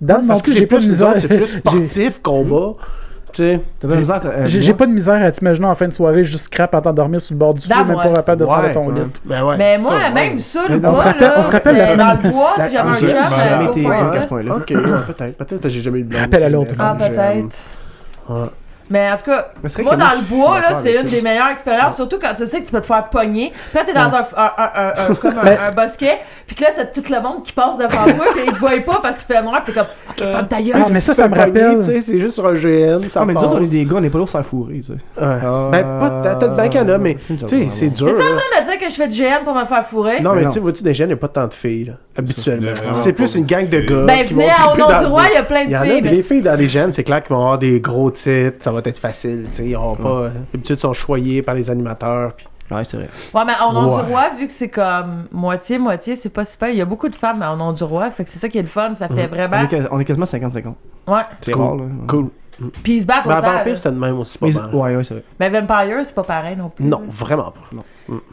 S3: Dan, non
S1: Parce que
S3: plus, j'ai
S1: c'est
S3: pas de
S1: plus, nous
S3: misère.
S1: autres, c'est plus
S3: J'ai-
S1: sportif, combat. Tu sais.
S4: T'as pas de misère, t'as- euh,
S3: J'ai
S4: moi,
S3: j'ai pas de misère à t'imaginer en fin de soirée juste crap en train de dormir sur le bord du feu,
S5: Dame,
S3: même pas
S5: ouais.
S3: capable de prendre
S1: Ouais,
S3: ton
S1: ouais.
S3: lit.
S1: Ben ouais,
S5: Mais
S1: ça,
S5: moi,
S1: ouais.
S5: même ça,
S4: Mais
S5: le
S4: on
S5: bois,
S4: se
S3: rappelle-
S5: là,
S3: on se rappelle la
S5: c'était
S3: semaine-
S5: Dans le bois, si
S4: Ben,
S5: j'avais
S4: on
S5: un
S4: se-
S5: job,
S4: j'ai jamais
S5: euh,
S4: été
S5: au point,
S4: éduqué à
S5: là.
S4: ce point-là.
S1: Ok, ouais, peut-être. Peut-être que j'ai jamais eu de
S3: Rappel à l'autre.
S5: Ah, peut-être. Mais en tout cas,
S4: Mais c'est vrai
S5: moi,
S4: que moi,
S5: dans le
S4: je suis
S5: bois, là,
S4: d'accord
S5: c'est
S4: avec
S5: une
S4: ça.
S5: des meilleures expériences, surtout quand tu sais que tu peux te faire pogner. Puis là, t'es dans un, un, un, un- un- comme un,
S3: Mais-
S5: un bosquet, puis que là, t'as tout le monde qui passe devant toi, puis ils te voient pas parce qu'il fait noir, puis t'es comme, OK, ferme ta gueule.
S3: Ah, mais ça, ça me rappelle.
S1: Tu sais, c'est juste sur un GN, ça
S4: Ah, mais nous
S1: passe.
S4: autres, on est des gars, on est pas lourds sur la fourrée, tu sais.
S1: Ouais.
S4: Euh,
S1: Ben, pas tant. Peut-être bien qu'il y en a, mais.
S4: Ah, c'est
S1: Tu
S4: une joke,
S1: sais,
S4: vraiment.
S1: c'est dur.
S5: T'es-tu en
S1: là.
S5: train de dire que je fais du GN pour me faire fourrer?
S1: Non, mais
S4: Mais
S1: tu sais, vois-tu, des jeunes, il n'y a pas tant de filles, là, habituellement.
S6: Il y a vraiment
S1: C'est
S6: pas
S1: plus une
S6: beaucoup de
S1: gang de
S6: filles.
S1: gars.
S5: ben,
S1: euh, qui
S5: venez
S1: vont
S5: à Au
S1: triper
S5: nom
S1: dans
S5: du
S1: le
S5: roi,
S1: bois.
S5: il y a plein de
S1: Il y en
S5: filles.
S1: a, mais
S5: mais-
S1: les filles dans les jeunes, c'est clair qu'ils vont avoir des gros titres, ça va être facile, tu sais, ils auront pas... D'habitude, ils sont choyés par les animateurs, puis...
S4: Ouais, c'est vrai.
S5: Ouais, mais en nom
S1: Ouais.
S5: du roi, vu que c'est comme moitié-moitié, c'est pas super. Il y a beaucoup de femmes en nom du roi, fait que c'est ça qui est le fun, ça
S1: Mhm.
S5: fait
S4: On
S5: vraiment.
S4: est quas- on est quasiment 50-50.
S5: Ouais.
S4: C'est
S1: Cool.
S4: rare, là.
S1: Cool.
S5: Puis ils se battent
S1: Mais à
S5: autant, là.
S1: Ben, Vampire, c'est de même aussi pas
S4: Mais-
S1: mal.
S4: Ouais, ouais, c'est vrai.
S5: Mais Vampire, c'est pas pareil non plus.
S1: Non,
S5: là.
S1: vraiment pas.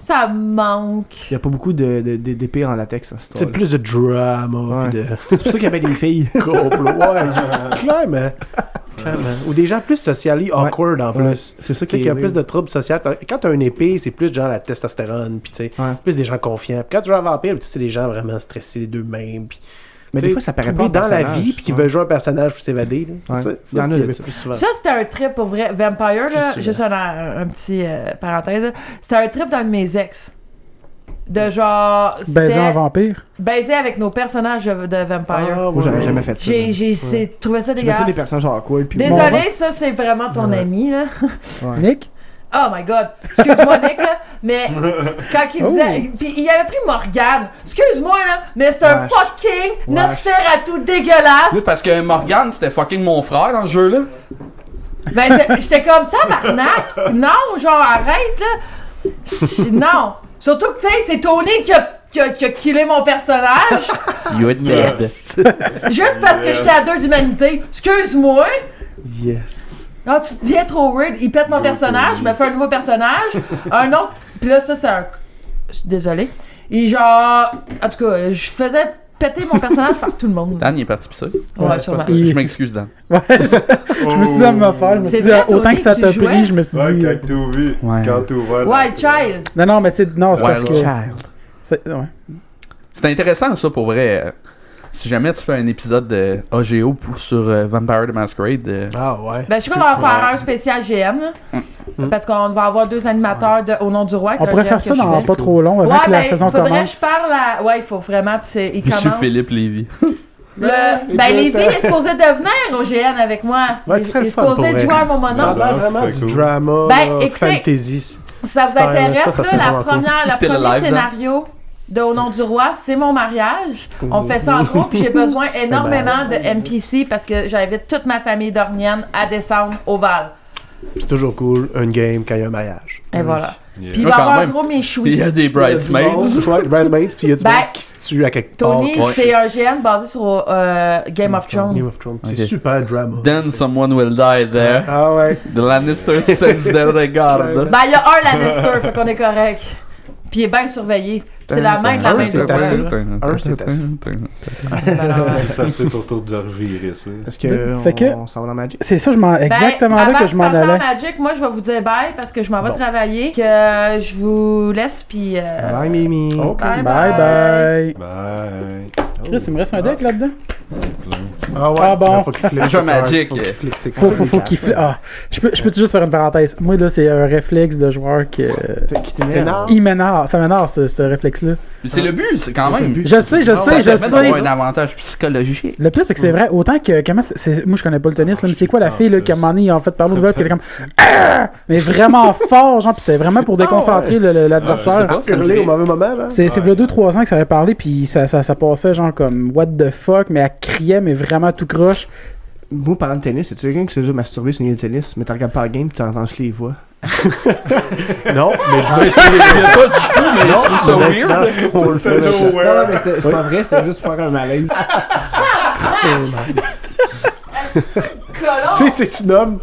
S5: Ça manque.
S4: Il y a pas beaucoup de- de- de- d'épées en latex, ça.
S1: C'est plus de drama, puis
S4: Ouais.
S1: de
S4: C'est pour ça qu'il y avait des filles.
S1: complot. Ouais, clairement. Clairement. Ou des gens plus socially awkward, en
S4: Ouais,
S1: plus.
S4: C'est
S1: Tu
S4: ça
S1: sais,
S4: qui
S1: qu'il y a
S4: est.
S1: plus de troubles sociaux. T'as- Quand t'as une épée, c'est plus genre la testostérone, puis tu sais,
S4: Ouais.
S1: plus des gens confiants. Puis quand tu joues à vampire, tu sais, c'est des gens vraiment stressés d'eux-mêmes. Puis,
S4: Mais
S1: tu sais,
S4: des fois, ça paraît pas.
S1: troublés
S4: en
S1: dans la
S4: personnage.
S1: vie, puis qui
S4: Ouais.
S1: veulent jouer un personnage pour s'évader. là. C'est Ça,
S4: Ouais. Il y en
S1: ça,
S4: a
S1: c'est
S4: de
S1: le
S4: ça.
S1: plus souvent.
S5: Ça, c'était un trip pour vrai. Vampire, là,
S4: Juste
S5: juste un, un petit euh, parenthèse, c'était un trip d'un de mes ex. De genre.
S3: Baiser
S5: c'était
S3: en Ben, vampire.
S5: Baiser avec nos personnages de, de Vampire.
S1: Ah,
S4: Moi, j'avais
S1: ouais.
S4: jamais fait ça.
S5: J'ai
S4: J'ai
S5: j'ai c'est- trouvé ça
S4: fait ça des
S5: dégueulasse.
S4: personnages awkward. puis-
S3: Bon,
S5: Désolé,
S3: ouais.
S5: ça, c'est vraiment ton ami, là.
S4: Ouais.
S3: Nick?
S5: Oh my god, excuse-moi Nick là, mais quand il
S3: Oh.
S5: disait, puis il avait pris Morgane, excuse-moi là, mais c'est un
S4: Wesh.
S5: fucking
S4: Wesh.
S5: Nosferatu dégueulasse.
S2: Oui, parce que Morgan, c'était fucking mon frère dans ce jeu-là.
S5: Ben c'est- j'étais comme tabarnak, non genre arrête là, J- non, surtout que tu sais c'est Tony qui a, qui, a, qui a killé mon personnage,
S2: You dead.
S5: juste parce que
S6: Yes.
S5: j'étais à deux d'humanité, excuse-moi.
S1: Yes.
S5: Non, tu deviens trop weird. Il pète mon personnage, il me fait un nouveau personnage, un autre. Puis là, ça, c'est un. Je suis désolée. Et genre. En tout cas, je faisais péter mon personnage par tout le monde.
S2: Dan, il est parti pis ça.
S5: Ouais, sûrement.
S3: que-
S2: Je m'excuse, Dan.
S3: Ouais, je me suis dit à me faire. Je me
S5: C'est
S3: suis dit,
S5: vrai, toi,
S3: autant que ça
S5: tu
S3: t'a
S5: jouais?
S3: pris, je me suis
S6: Ouais,
S3: dit. euh,
S6: quand t'as ouvert.
S3: Ouais.
S6: Quand t'as ouvert.
S5: Wild Child.
S3: Non, non, mais tu sais, non, c'est
S2: Ouais,
S3: parce que.
S2: là.
S4: Child.
S3: c'est- ouais.
S2: C'est intéressant, ça, pour vrai. Euh, Si jamais tu fais un épisode de AGO pour- sur euh, Vampire the Masquerade, euh,
S1: Ah ouais.
S5: Ben, je sais qu'on va en faire
S2: Ouais.
S5: un spécial GM. là.
S1: Mm.
S5: Parce qu'on va avoir deux animateurs de, au nom du roi. que
S3: On
S5: le
S3: pourrait
S5: GM
S3: faire
S5: que
S3: ça
S5: je
S3: dans
S5: fais.
S3: pas trop long avant
S5: ouais,
S3: que
S5: ben,
S3: la saison
S5: faudrait
S3: commence.
S5: que je parle à... Ouais, il faut vraiment, puis c'est- il
S2: Monsieur
S5: commence.
S2: Philippe Lévy.
S5: Le... Ben, Lévi est supposé devenir au GN avec moi.
S1: Ouais,
S5: il
S1: ce serait
S5: il
S1: le
S5: est
S1: fun pour
S5: supposé
S1: vrai.
S5: jouer à un
S1: Ça
S5: moment
S1: a
S5: donné.
S1: l'air
S6: Ça,
S1: vraiment
S6: c'est
S1: du
S6: cool.
S1: drama,
S5: Ben,
S1: là,
S5: écoutez-
S1: fantasy.
S5: Ça vous
S1: Ça, ça,
S5: intéresse,
S1: ça
S5: là,
S1: serait
S5: la
S1: vraiment cool.
S5: première, le
S2: C'était le
S5: premier
S2: live,
S5: scénario de Au nom du roi, c'est mon mariage. On fait ça en gros, puis j'ai besoin énormément de NPC parce que j'invite toute ma famille d'Ornienne à descendre au Val.
S1: C'est toujours cool, une game quand il y a un mariage.
S5: Et voilà.
S6: Yeah.
S5: Puis
S2: Ouais,
S5: il va y
S2: quand
S5: avoir un
S2: même.
S5: gros
S2: Il y
S5: méchoui.
S2: a des
S6: Ben,
S2: Bridesmaids.
S1: Ouais, des Bridesmaids, puis il y a du
S5: Ben,
S1: monde qui se tue à quelque part.
S5: Tony,
S2: ouais.
S5: c'est un GN basé sur euh, Game of
S1: Game
S5: Thrones.
S1: of Thrones.
S2: Ok.
S1: C'est super drama.
S2: Then someone will die there.
S1: Ah ouais.
S2: The Lannister sends their regard.
S5: Ben, il y a un Lannister, fait qu'on est correct. Puis il est bien surveillé. C'est la main de Ben, la
S1: Ah,
S5: main
S1: c'est
S5: du roi,
S1: assez.
S5: là.
S1: Un, c'est assez.
S5: Alors,
S6: Ça, c'est pour tout de revirer, ça.
S4: Parce que.
S3: Fait
S4: on-
S3: que-
S4: On s'en va dans Magic.
S3: C'est ça, je m'en-
S5: Ben,
S3: exactement là
S5: avant
S3: que je m'en
S5: de partir
S3: allais.
S5: en Magic, moi, je vais vous dire bye parce que je m'en vais travailler. Que euh, je vous laisse, puis. euh,
S4: Bye, Mimi.
S1: Ok.
S5: bye.
S3: Bye bye.
S6: Bye.
S3: Chris, il me reste un deck là-dedans.
S1: Ah ouais.
S3: Ah bon.
S1: Faut qu'il flippe
S2: Jeu
S1: ses cartes,
S2: Magic.
S1: Faut qu'il flippe ses
S3: Faut,
S1: cartes.
S3: faut, faut qu'il fl- Ah, je peux, je peux juste faire une parenthèse. Moi, là, c'est un réflexe de joueur que.
S4: Qui
S1: T'énerve.
S3: Il m'énerve, ça m'énerve, ce, ce réflexe-là.
S2: Mais C'est le but,
S4: Ah,
S2: c'est quand
S1: C'est le
S2: même.
S1: but.
S3: Je sais, je sais, je
S2: Ça permet
S3: sais.
S2: d'avoir un avantage psychologique.
S3: Le pire, c'est que c'est vrai, autant que. Comment c'est- c'est- moi, je connais pas le tennis, là, mais c'est quoi la fille là, qui a mané en fait par l'autre, qui était comme. Ah! Mais vraiment fort, genre, pis c'était vraiment pour déconcentrer le-
S2: Ah,
S3: le-
S2: je sais
S3: l'adversaire.
S2: pas. ça me
S1: Hurler
S2: dit-
S1: au mauvais moment, là.
S3: C'est c'est v'là 2-3 ans que ça avait parlé, puis ça, ça, ça passait genre comme What the fuck, mais elle criait, mais vraiment tout croche.
S4: Moi, parlant de tennis, c'est-tu quelqu'un qui s'est déjà masturbé sur une île de tennis, mais t'en regardes pas la game, pis t'entends juste les voix?
S1: Non, mais je
S2: Mais c'est pas du tout, mais je trouve ça
S1: vais
S2: weird.
S1: dans ce qu'on le fait, là.
S4: Non, non, mais c'est c'est pas vrai, c'est juste pour faire un malaise.
S5: Colon!
S1: Tu sais, tu nommes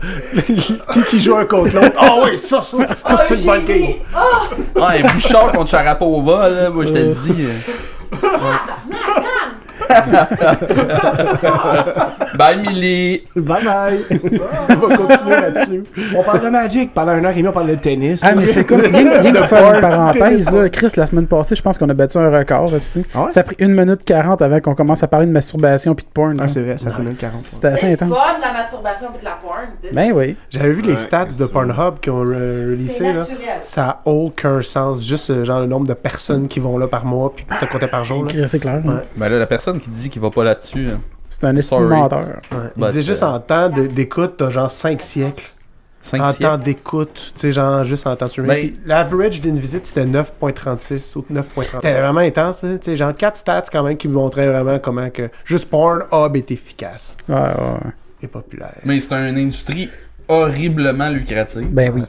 S1: qui qui joue un contre l'autre. Ah ouais, ça, ça, ça, c'est une bonne game.
S5: Oh,
S2: Ouais, Ah, Bouchard contre Sharapova, là, moi je te le dis. Bye Millie.
S4: Bye bye! on va continuer là-dessus. On parle de Magic. Pendant une heure et demie, on parle de tennis.
S3: Ah, mais c'est quoi? Rien, rien que pour faire une parenthèse, là, Chris, la semaine passée, je pense qu'on a battu un record. là, tu sais.
S4: Ah ouais?
S3: Ça a pris 1 minute 40 avant qu'on commence à parler de masturbation puis de porn.
S4: Ah,
S3: là.
S4: c'est vrai, ça fait même 40.
S3: C'était assez
S5: C'est
S3: intense.
S5: fun, la masturbation et de la porn.
S3: Ben oui.
S1: J'avais vu les
S6: Ouais,
S1: stats de
S6: c'est ça.
S1: Pornhub qui ont re-
S5: c'est
S1: releasé, là.
S5: naturel.
S1: Ça n'a aucun sens. Juste, euh, genre, le nombre de personnes qui vont là par mois, puis ça comptait par jour, là.
S3: Chris, C'est clair. hein.
S1: Ouais.
S2: Ben là, la personne qui dit qu'il va pas là-dessus. hein.
S3: C'est un
S2: Sorry.
S3: estimateur.
S1: Ouais. Il
S2: But,
S1: disait juste
S2: euh,
S1: en temps de- d'écoute, t'as genre 5 siècles.
S2: Cinq
S1: en temps
S2: siècles.
S1: d'écoute, tu sais, genre juste en temps de streaming.
S2: Ben-
S1: Puis L'average d'une visite, c'était 9.36 ou 9.30. C'était vraiment intense, hein, tu sais, genre 4 stats quand même qui montraient vraiment comment que juste Pornhub est efficace
S3: Ouais, ouais, ouais.
S1: et populaire.
S2: Mais c'est une industrie horriblement lucrative.
S3: Ben oui.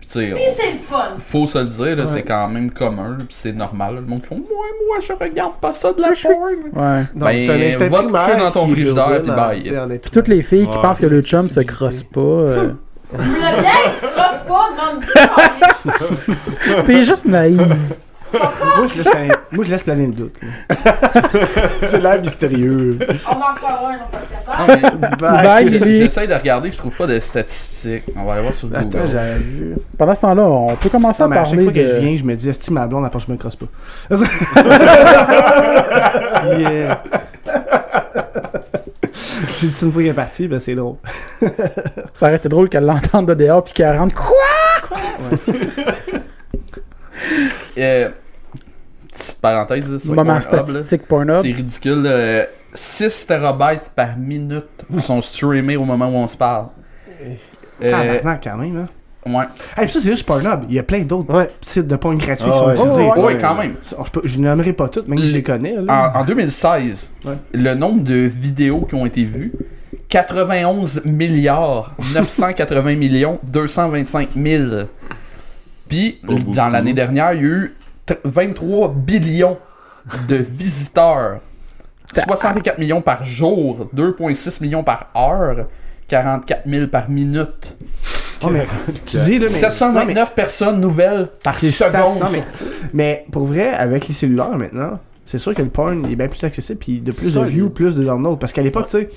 S2: Puis, tu sais,
S5: Puis
S2: on-
S5: c'est le fun.
S2: faut se le dire, là, c'est quand même commun, là, puis c'est normal. là. Le monde qui font Moi, moi, je regarde pas ça de la porn.
S3: Ouais.
S1: Donc,
S2: Ben,
S1: c'est un instinct
S2: va te coucher
S1: primaire
S2: dans ton
S1: qui
S2: frigidaire,
S1: build
S2: puis
S1: en-
S2: bye.
S1: tu sais, en
S3: Puis
S1: être-
S3: toutes les filles qui
S4: Ah,
S6: Ouais,
S3: pensent que
S1: c'est
S3: le
S1: une
S3: chum se
S1: possibilité.
S3: crosse pas. euh,
S5: Le bien, il se crosse pas, demande-y.
S3: T'es juste naïve.
S4: Moi, je laisse, un- moi, je laisse planer le doute. là.
S1: C'est l'air mystérieux.
S5: On en fera un, on
S2: Non,
S5: fera
S2: mais
S3: Bye,
S2: j'-
S3: Billy.
S2: J'essaie de regarder, je trouve pas de statistiques. On va aller voir sur
S1: Attends,
S2: Google.
S1: j'avais vu.
S3: Pendant ce temps-là, on peut commencer
S4: Non,
S3: à
S4: mais à chaque
S3: parler
S4: fois que je
S3: de...
S4: viens, je me dis, est-ce que ma blonde, après, je me crosse pas? yeah! J'ai dit ça une fois qu'elle est partie, ben c'est drôle.
S3: Ça aurait été drôle qu'elle l'entende de dehors puis qu'elle rentre. Quoi?
S2: Euh, petite parenthèse, là, sur Pornhub,
S3: Moment
S2: là.
S3: statistique Pornhub.
S2: C'est ridicule. euh, 6 terabytes par minute sont streamés au moment où on se parle.
S4: Eh.
S2: Euh,
S4: Tabarnak, quand même, hein.
S2: ouais.
S4: Hey, puis ça, c'est juste Pornhub. Il y a plein d'autres
S1: Ouais.
S4: sites de porn gratuits
S1: Ah
S4: qui sont
S1: ouais.
S4: utilisés.
S1: Ouais,
S2: Oh, Ouais, quand même. Ah,
S4: Ça, Je, peux- je les nommerai pas toutes, même si je les connais. Là.
S2: En, en 2016,
S4: Ouais.
S2: le nombre de vidéos qui ont été vues 91 milliards 980 millions 225 000. Puis dans l'année dernière, il y a eu tr- 23 billions de visiteurs, 64 millions par jour, 2,6 millions par heure, 44 000 par minute.
S4: Oh, mais, tu dis, là, mais, non, mais-
S2: 729 personnes nouvelles par
S4: C'est
S2: seconde.
S4: stat- non, mais, mais pour vrai, avec les cellulaires maintenant, c'est sûr que le porn est bien plus accessible puis de plus de
S1: Solide.
S4: views, plus de downloads. Parce qu'à l'époque, tu sais.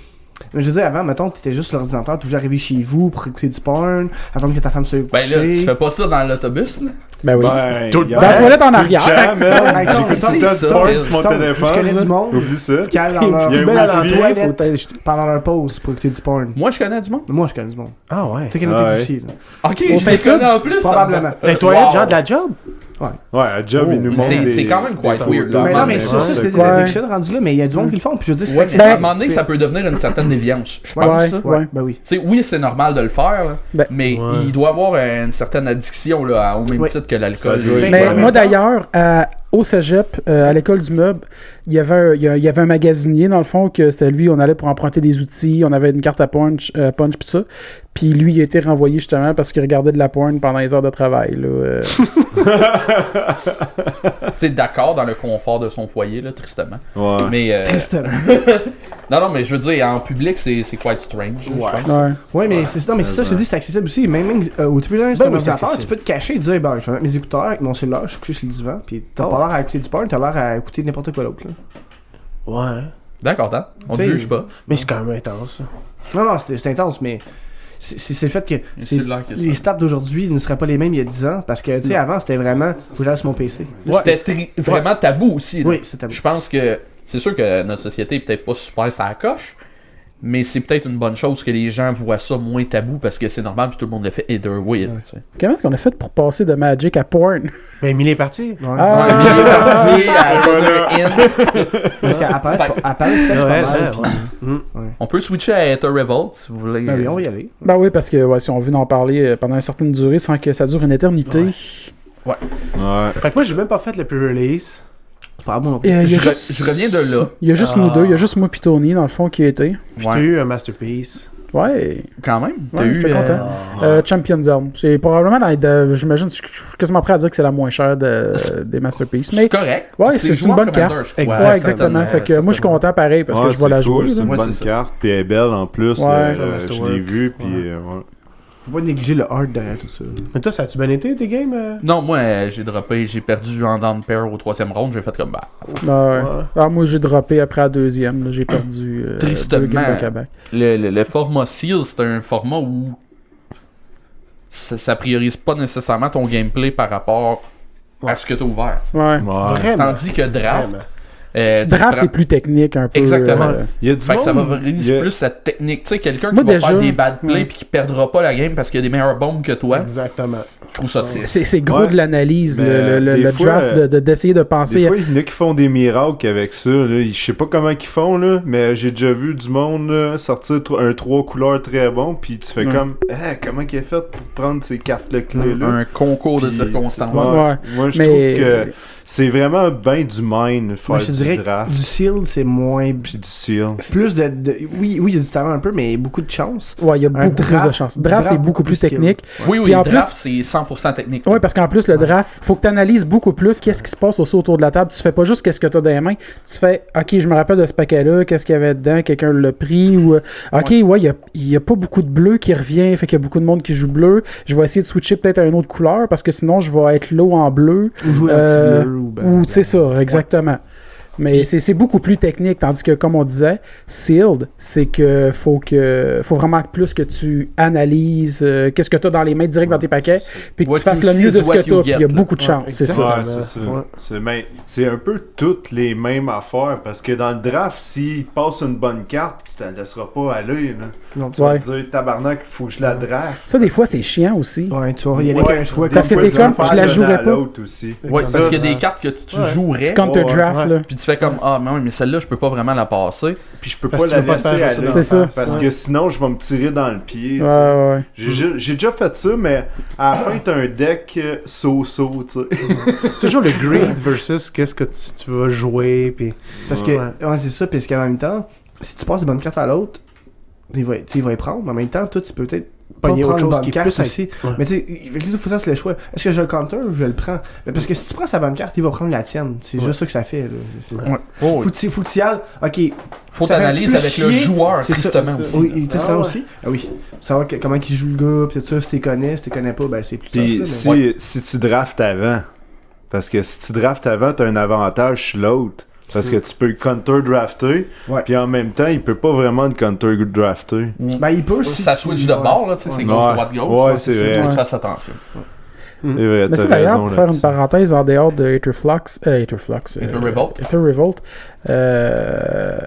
S4: Mais je veux dire, avant, mettons, t'étais juste sur l'ordinateur, tu arrivé chez vous pour écouter du porn, attendre que ta femme se
S2: Ben là, tu
S4: coucher.
S2: fais pas ça dans l'autobus, là.
S3: Ben oui.
S1: Tout le
S3: Dans la toilette en arrière.
S4: Hey,
S6: Jamais!
S4: attends,
S6: J'écoute
S2: c'est
S6: tout
S2: ça,
S6: le
S2: Phil.
S6: temps sur mon
S4: Attends, Je connais du
S6: téléphone.
S4: monde
S6: Oublie ça.
S4: qui allait dans leur
S6: Il y a un
S4: poubelle à
S6: wifi,
S4: l'entoilette
S1: faut t'aller jeter-
S4: pendant leur pause pour écouter du porn.
S2: Moi, je connais du monde.
S4: Moi, je connais du monde.
S1: Ah ouais.
S4: Tu sais qu'elle
S6: Ah
S4: était
S6: ouais.
S4: aussi, là.
S2: Ok,
S3: Au
S2: je les
S3: Saint-Tube?
S2: connais en plus.
S4: Probablement.
S1: Les toilettes, genre de la job.
S6: Ouais, à job,
S1: Oh.
S6: il nous
S1: Mais
S6: montre.
S2: c'est-
S6: des-
S2: c'est quand même
S6: des
S2: quite
S6: photos.
S2: weird, là.
S4: Mais non, mais
S1: Ah, Ouais,
S4: ça, ça,
S1: ouais.
S4: c'est de
S3: Ouais.
S4: l'addiction rendu là, mais il y a du monde qui le font. Puis je veux dire,
S2: Ouais,
S4: c'est
S2: mais à un
S3: Ben-
S2: moment donné, ça peut devenir une certaine déviance, je
S3: Ouais,
S2: pense. ça.
S3: ouais.
S4: Ouais, ben oui.
S2: Tu sais, oui, c'est normal de le faire, là,
S3: Ben-
S2: mais
S1: Ouais.
S2: il doit avoir euh, une certaine addiction là, au même
S4: Ouais.
S2: titre que l'alcool.
S6: Ça doit
S2: là.
S6: être-
S3: Mais
S4: Ouais.
S3: moi d'ailleurs, à- au cégep, euh, à l'école du meuble, il y avait un- il y, a- il y avait un magasinier dans le fond que c'était lui, on allait pour emprunter des outils, on avait une carte à punch, euh, punch pis ça. Puis lui, il a été renvoyé justement parce qu'il regardait de la porn pendant les heures de travail. Là, euh.
S2: Tu sais, d'accord dans le confort de son foyer, là, tristement.
S6: Ouais.
S2: Mais euh,
S4: Tristement.
S2: non, non, mais je veux dire, en public, c'est c'est quite strange. là, je pense.
S3: Ouais.
S4: Ouais, mais c'est ça, mais c'est ça, je te dis, c'est accessible aussi. Même, même euh, au début
S1: Ben
S4: d'un
S1: oui, c'est
S4: ordinateur, tu
S1: accessible.
S4: peux te cacher et dire, ben, je vais mettre mes écouteurs avec mon cellulaire, je suis couché sur le divan, puis t'as pas l'air à écouter du porn, t'as l'air à écouter n'importe quoi d'autre. là.
S1: Ouais.
S2: D'accord, Dan. On te
S4: Tu sais,
S2: juge pas.
S1: Mais c'est quand même intense. ça.
S4: Non, non, c'est c'est intense, mais c'est c'est- c'est le fait que
S2: Le
S4: c'est-
S2: cellulaire qui est
S4: les
S2: ça.
S4: stats d'aujourd'hui ne seraient pas les mêmes il y a 10 ans, parce que, tu sais, avant, c'était vraiment, faut que j'aille sur mon PC. Là,
S2: C'était tri- vraiment tabou aussi. là.
S4: Oui, c'est tabou.
S2: Je pense que c'est sûr que notre société est peut-être pas super sa coche, Mais c'est peut-être une bonne chose que les gens voient ça moins tabou parce que c'est normal puis tout le monde le fait either way. tu sais.
S3: Comment est-ce qu'on a fait pour passer de Magic à porn?
S1: Mais Emily est partie.
S3: Ah,
S2: Puis il est parti à Leather Inn.
S4: Parce qu'à part,
S2: Fait-
S4: à part de ça, c'est
S1: Ouais,
S4: pas mal.
S1: ouais,
S4: puis-
S1: ouais.
S2: On peut switcher à Ether Revolt si vous voulez.
S4: Ben oui, on va y aller.
S3: Ben oui, parce que ouais, si on veut en parler euh, pendant une certaine durée sans que ça dure une éternité.
S6: Ouais.
S1: Fait que moi, j'ai même pas fait le pre-release.
S4: C'est pas bon non plus.
S3: Et, euh, il y
S2: je,
S3: a
S2: re-
S3: juste-
S2: je reviens de là.
S3: Il y a juste
S1: Ah.
S3: nous deux, il y a juste moi pis Tony dans le fond qui a été.
S1: Puis
S2: Ouais.
S1: t'as eu un masterpiece.
S3: Ouais,
S2: Quand même. T'as
S3: ouais
S2: eu.
S3: j'étais
S2: euh,
S3: content.
S1: Ah.
S3: Euh, Champions Arm. C'est probablement, dans les- de- j'imagine, je suis quasiment prêt à dire que c'est la moins chère de- des Masterpieces.
S2: C'est
S3: Mais
S2: correct.
S3: Ouais, c'est une
S2: jouable
S3: bonne
S2: comme
S3: carte.
S2: Elder, je crois.
S1: Exact.
S3: ouais, exactement. Fait que moi je suis
S2: certainement.
S3: content pareil parce que
S6: Ouais,
S3: je vois la
S6: c'est cool,
S3: jouer. là.
S6: C'est une
S2: Ouais,
S6: bonne
S2: c'est ça.
S6: carte, puis elle est belle en plus.
S3: Ouais.
S6: euh,
S1: Ça, Master
S6: je
S1: Work.
S6: l'ai vu, puis.
S1: Ouais.
S6: euh, ouais.
S4: Faut pas négliger le art derrière tout ça.
S1: Mais toi, ça a-tu bien été tes games euh?
S2: Non, moi, euh, j'ai droppé, j'ai perdu en down pair au troisième round, j'ai fait comme bah.
S3: Ouais.
S1: Ouais.
S3: Ah, moi j'ai droppé après la deuxième, là, j'ai perdu. euh,
S2: Tristement.
S3: deux games back-à-back.
S2: Le, le- le format Seal, c'est un format où ça, ça priorise pas nécessairement ton gameplay par rapport à ce que t'as ouvert.
S3: Ouais.
S6: Ouais.
S1: Vraiment.
S2: Tandis que Draft.
S1: Vraiment.
S2: euh, tu
S3: Draft
S2: prends-
S3: c'est plus technique un peu.
S2: Exactement.
S3: euh,
S6: Il y a du
S2: Fait que ça
S6: monde-
S2: favorise
S6: il y a-
S2: plus la technique. Tu sais, quelqu'un qui
S3: Moi,
S2: va
S3: déjà,
S2: faire des bad plays
S3: ouais.
S2: puis qui perdra pas la game parce qu'il y a des meilleures bombes que toi,
S1: Exactement.
S2: je trouve ça c'est.
S3: c'est c'est gros
S6: Ouais.
S3: de l'analyse,
S6: Mais,
S3: le, le- le-
S6: des
S3: le
S6: fois,
S3: draft,
S6: euh,
S3: de- de- d'essayer de, penser
S6: Des fois, il y en a qui font des miracles avec ça. Là. Je sais pas comment qu'ils font, là, mais j'ai déjà vu du monde là, sortir tro- un trois couleurs très bon, puis tu fais
S3: Ouais.
S6: comme Eh, comment qu'il a fait pour prendre ces cartes de clé là
S2: Un concours de
S6: Puis,
S2: circonstances.
S6: ouais.
S3: Ouais.
S6: Moi, je
S3: Mais-
S6: trouve que c'est vraiment bien du mine faire
S4: Moi, je te
S6: du
S4: dirais que
S6: draft
S4: du seal, c'est moins.
S6: puis du seal.
S4: Plus de. de- Oui, oui, il y a du talent un peu, mais beaucoup de chance.
S3: Ouais, il y a
S4: Un
S3: beaucoup plus
S4: draft-
S3: de chances. Draft, c'est beaucoup plus
S4: skill.
S3: technique.
S2: Oui, oui,
S3: Puis en
S2: draft, c'est 100% technique.
S3: Ouais, parce qu'en plus, le draft, faut que tu analyses beaucoup plus qu'est-ce qui se passe aussi autour de la table. Tu fais pas juste qu'est-ce que tu as dans les mains. Tu fais, OK, je me rappelle de ce paquet-là, qu'est-ce qu'il y avait dedans, quelqu'un l'a pris. ou euh, OK, ouais, il y, a, il y a pas beaucoup de bleu qui revient, fait qu'il y a beaucoup de monde qui joue bleu. Je vais essayer de switcher peut-être à une autre couleur parce que sinon, je vais être low en bleu.
S4: Ou jouer
S3: Euh,
S4: un petit bleu ou ben-
S3: ou, tu sais ça, exactement. Mais c'est c'est beaucoup plus technique, tandis que, comme on disait, sealed, c'est que faut que faut vraiment plus que tu analyses euh, qu'est-ce que tu as dans les mains direct dans tes paquets, puis que
S2: What
S3: tu fasses
S2: you
S3: le
S2: see
S3: mieux
S2: is
S3: de ce
S2: what
S3: que tu
S2: you
S3: as, puis il y a
S2: get,
S3: beaucoup de
S1: là.
S3: chance, c'est
S1: exactement.
S3: ça.
S6: Ouais,
S1: Totalement.
S6: c'est ça.
S1: Ouais.
S6: C'est, ben, c'est un peu toutes les mêmes affaires parce que dans le draft, s'il te passe une bonne carte, tu ne laisseras pas aller. Là.
S4: Non, tu
S6: Tu vas
S3: Ouais.
S6: te dire tabarnak, faut que je la draft.
S3: Ça, des fois, c'est chiant aussi.
S4: Ouais, tu vas y aller avec un choix.
S3: Parce que
S4: comme-
S3: t'es comme, je la jouerai pas.
S6: l'autre aussi.
S2: Ouais,
S6: Ça,
S2: parce qu'il y a
S6: ça-
S2: des cartes que tu, tu
S4: Ouais.
S2: jouerais,
S3: Tu counter-draft,
S1: ouais, ouais.
S3: là.
S2: puis tu fais comme Ah, mais, oui, mais celle-là, je peux pas vraiment la passer.
S6: Puis je peux
S1: Parce
S6: pas
S1: que tu
S6: la
S1: veux pas te
S6: laisser
S1: faire
S6: aller.
S1: ça dans
S3: C'est ça.
S6: Parce que sinon, je vais me tirer dans le pied. tu
S3: Ouais,
S6: sais.
S3: ouais, ouais.
S6: J'ai- J'ai j'ai déjà fait ça, mais à la fin, t'as un deck euh, so-so, tu sais.
S1: C'est toujours le greed versus qu'est-ce que tu, tu vas jouer. Puis...
S4: Parce que, ouais, c'est ça, parce qu'en même temps, si tu passes de bonne carte à l'autre, il va, tu sais, il va y prendre, mais en même temps, toi, tu peux peut-être pas
S1: Pogner
S4: prendre
S1: autre chose
S4: bonne
S1: qui est
S4: carte
S1: plus
S4: aussi. Mais tu sais, il il faut ça, c'est le choix. Est-ce que je le counter ou je le prends Mais Parce que si tu prends sa bonne carte, il va prendre la tienne. C'est
S1: Ouais.
S4: juste ça que ça fait. là. C'est- c'est-
S2: Oh,
S4: Faut que tu- faut que tu y ailles. Ok.
S2: faut
S4: Ça fait un
S2: t'analyser
S4: petit
S2: avec
S4: peu
S2: le
S4: chier.
S2: joueur,
S4: C'est ça,
S2: tristement
S4: c'est
S2: aussi.
S4: ça. Oui, il est tristement
S1: Ah ouais.
S4: aussi. Ah oui. Savoir que- comment il joue le gars, pis tout ça, si t'es connais, si t'es connais pas, ben c'est plus tough, là,
S6: Puis
S4: mais-
S6: si, si tu draftes avant, parce que si tu draftes avant, t'as un avantage sur l'autre. Parce que tu peux counter-drafter,
S4: Ouais.
S6: puis en même temps, il peut pas vraiment te counter-drafter.
S2: Mm.
S4: Ben, il peut si
S2: ça
S4: tu-
S2: switch de
S4: ouais.
S2: bord, là, tu sais, c'est
S6: Ouais.
S2: gauche, droite, gauche.
S6: Ouais, c'est
S2: Faut
S6: vrai.
S2: que tu
S3: Ouais.
S2: fasses attention.
S6: C'est vrai,
S3: Mais
S6: t'as
S3: ça, d'ailleurs,
S6: raison
S3: pour faire une
S6: là-dessus.
S3: parenthèse en dehors de Etherflux, euh, Etherflux, euh,
S2: Etherrevolt.
S3: Etherrevolt, euh,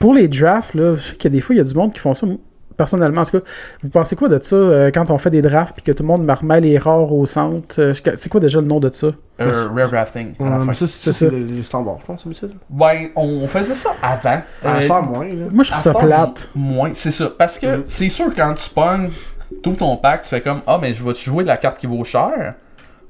S3: pour les drafts, là, je sais qu'il y a des fois, il y a du monde qui font ça. Moi, Personnellement, en tout cas, vous pensez quoi de ça euh, quand on fait des drafts puis que tout le monde marmait les rares au centre euh, c'est c'est quoi déjà le nom de ça
S2: Euh, rare drafting. à la
S4: Ouais,
S2: fin.
S4: mais ça, c'est
S3: C'est
S4: ça, c'est
S3: ça.
S4: le, le standard, je pense, d'habitude.
S2: Ben, on faisait ça avant.
S4: Ah,
S2: Euh,
S4: ça, Mm. moins, là.
S3: Moi, je trouve ça
S2: À fond,
S3: plate.
S2: Moins, c'est ça. Parce que c'est sûr, quand tu pognes, t'ouvres ton pack, tu fais comme Ah, mais je vais jouer la carte qui vaut cher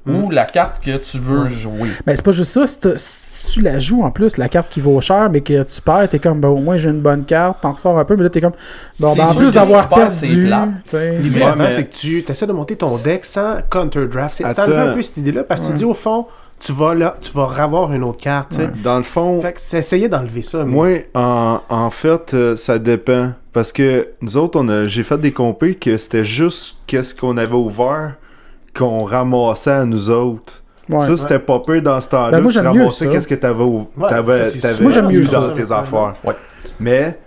S4: Mm.
S2: ou la carte que tu veux jouer.
S3: Mais c'est pas juste ça, si, t'as- si tu la joues en plus, la carte qui vaut cher, mais que tu perds, t'es comme, ben au moins j'ai une bonne carte, t'en ressors un peu, mais là t'es comme, bon,
S2: C'est
S3: ben, en
S2: sûr
S3: plus
S2: que si
S3: d'avoir
S2: tu perds, c'est
S3: perdu.
S2: plate.
S3: tu sais.
S1: L'idée
S6: Ouais,
S1: avant,
S6: mais-
S1: c'est que tu essaies de monter ton deck sans counter-draft. C'est- Ça
S6: Attends.
S1: enlève un peu cette idée-là parce que tu dis au fond, tu vas là, tu vas avoir une autre carte. tu sais.
S6: Dans le fond,
S1: Fait que c'est essayer d'enlever ça. mais-
S6: Moi, en, en fait, euh, ça dépend. Parce que nous autres, on a, j'ai fait des compés que c'était juste qu'est-ce qu'on avait ouvert qu'on ramassait à nous autres.
S3: Ouais.
S6: ça, c'était pas peu dans ce temps-là.
S3: Ben, moi,
S6: tu
S3: j'aime mieux
S6: ramassais
S3: ça.
S6: qu'est-ce que t'avais, ou-
S1: Ouais,
S6: t'avais,
S1: ça, c'est
S6: t'avais
S1: sûr. Moi,
S3: j'aime
S6: eu
S3: mieux
S6: dans
S1: ça.
S6: tes affaires.
S2: Ouais.
S6: Mais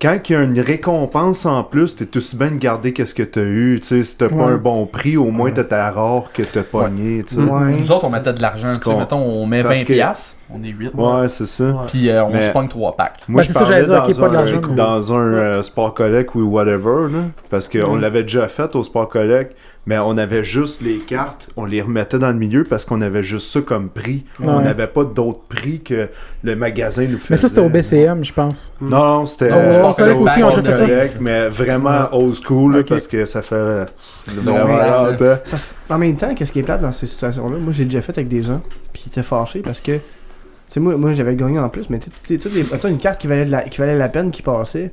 S6: quand il y a une récompense en plus, t'es aussi bien de garder qu'est-ce que t'as eu. Tu sais, si t'as pas
S3: Ouais.
S6: un bon prix, au moins t'as ta rare que t'as pogné. tu sais.
S4: Ouais.
S2: Nous autres, on mettait de l'argent.
S6: C'est
S2: tu sais,
S6: con.
S2: mettons, on met
S6: Parce
S2: 20$.
S6: que-
S2: piastres, On est 8.
S6: Ouais, c'est ça.
S2: Puis euh, on
S6: Mais-
S2: se pogne 3 packs.
S6: Moi,
S3: Ben,
S6: je
S3: c'est ça,
S6: parlais
S3: j'allais dire, ok,
S6: dans,
S3: pas
S6: un,
S3: dans une-
S6: dans un, euh, sport collect ou whatever, là, parce qu'on l'avait déjà fait au sport collect, mais on avait juste les cartes, on les remettait dans le milieu parce qu'on avait juste ça comme prix. On
S3: Ouais.
S6: n'avait pas d'autres prix que le magasin nous faisait.
S3: Mais ça, c'était au BCM, je pense.
S6: Non, non, c'était
S3: Au
S6: euh,
S3: Sport
S6: sport
S3: Collect
S6: collect,
S3: aussi, on déjà fait ça.
S6: collect, mais vraiment old school, là,
S4: Ok.
S6: parce que ça fait... euh, le
S2: Vraiment,
S6: voilà,
S2: là.
S6: ben,
S4: Ça se- en même temps, qu'est-ce qui est plate dans ces situations-là? Moi, j'ai déjà fait avec des gens, puis ils étaient fâchés parce que, tu sais, moi, moi j'avais gagné en plus, mais tu sais, toutes les- toutes les- mettons, une carte qui valait, de la, qui valait la peine qui passait.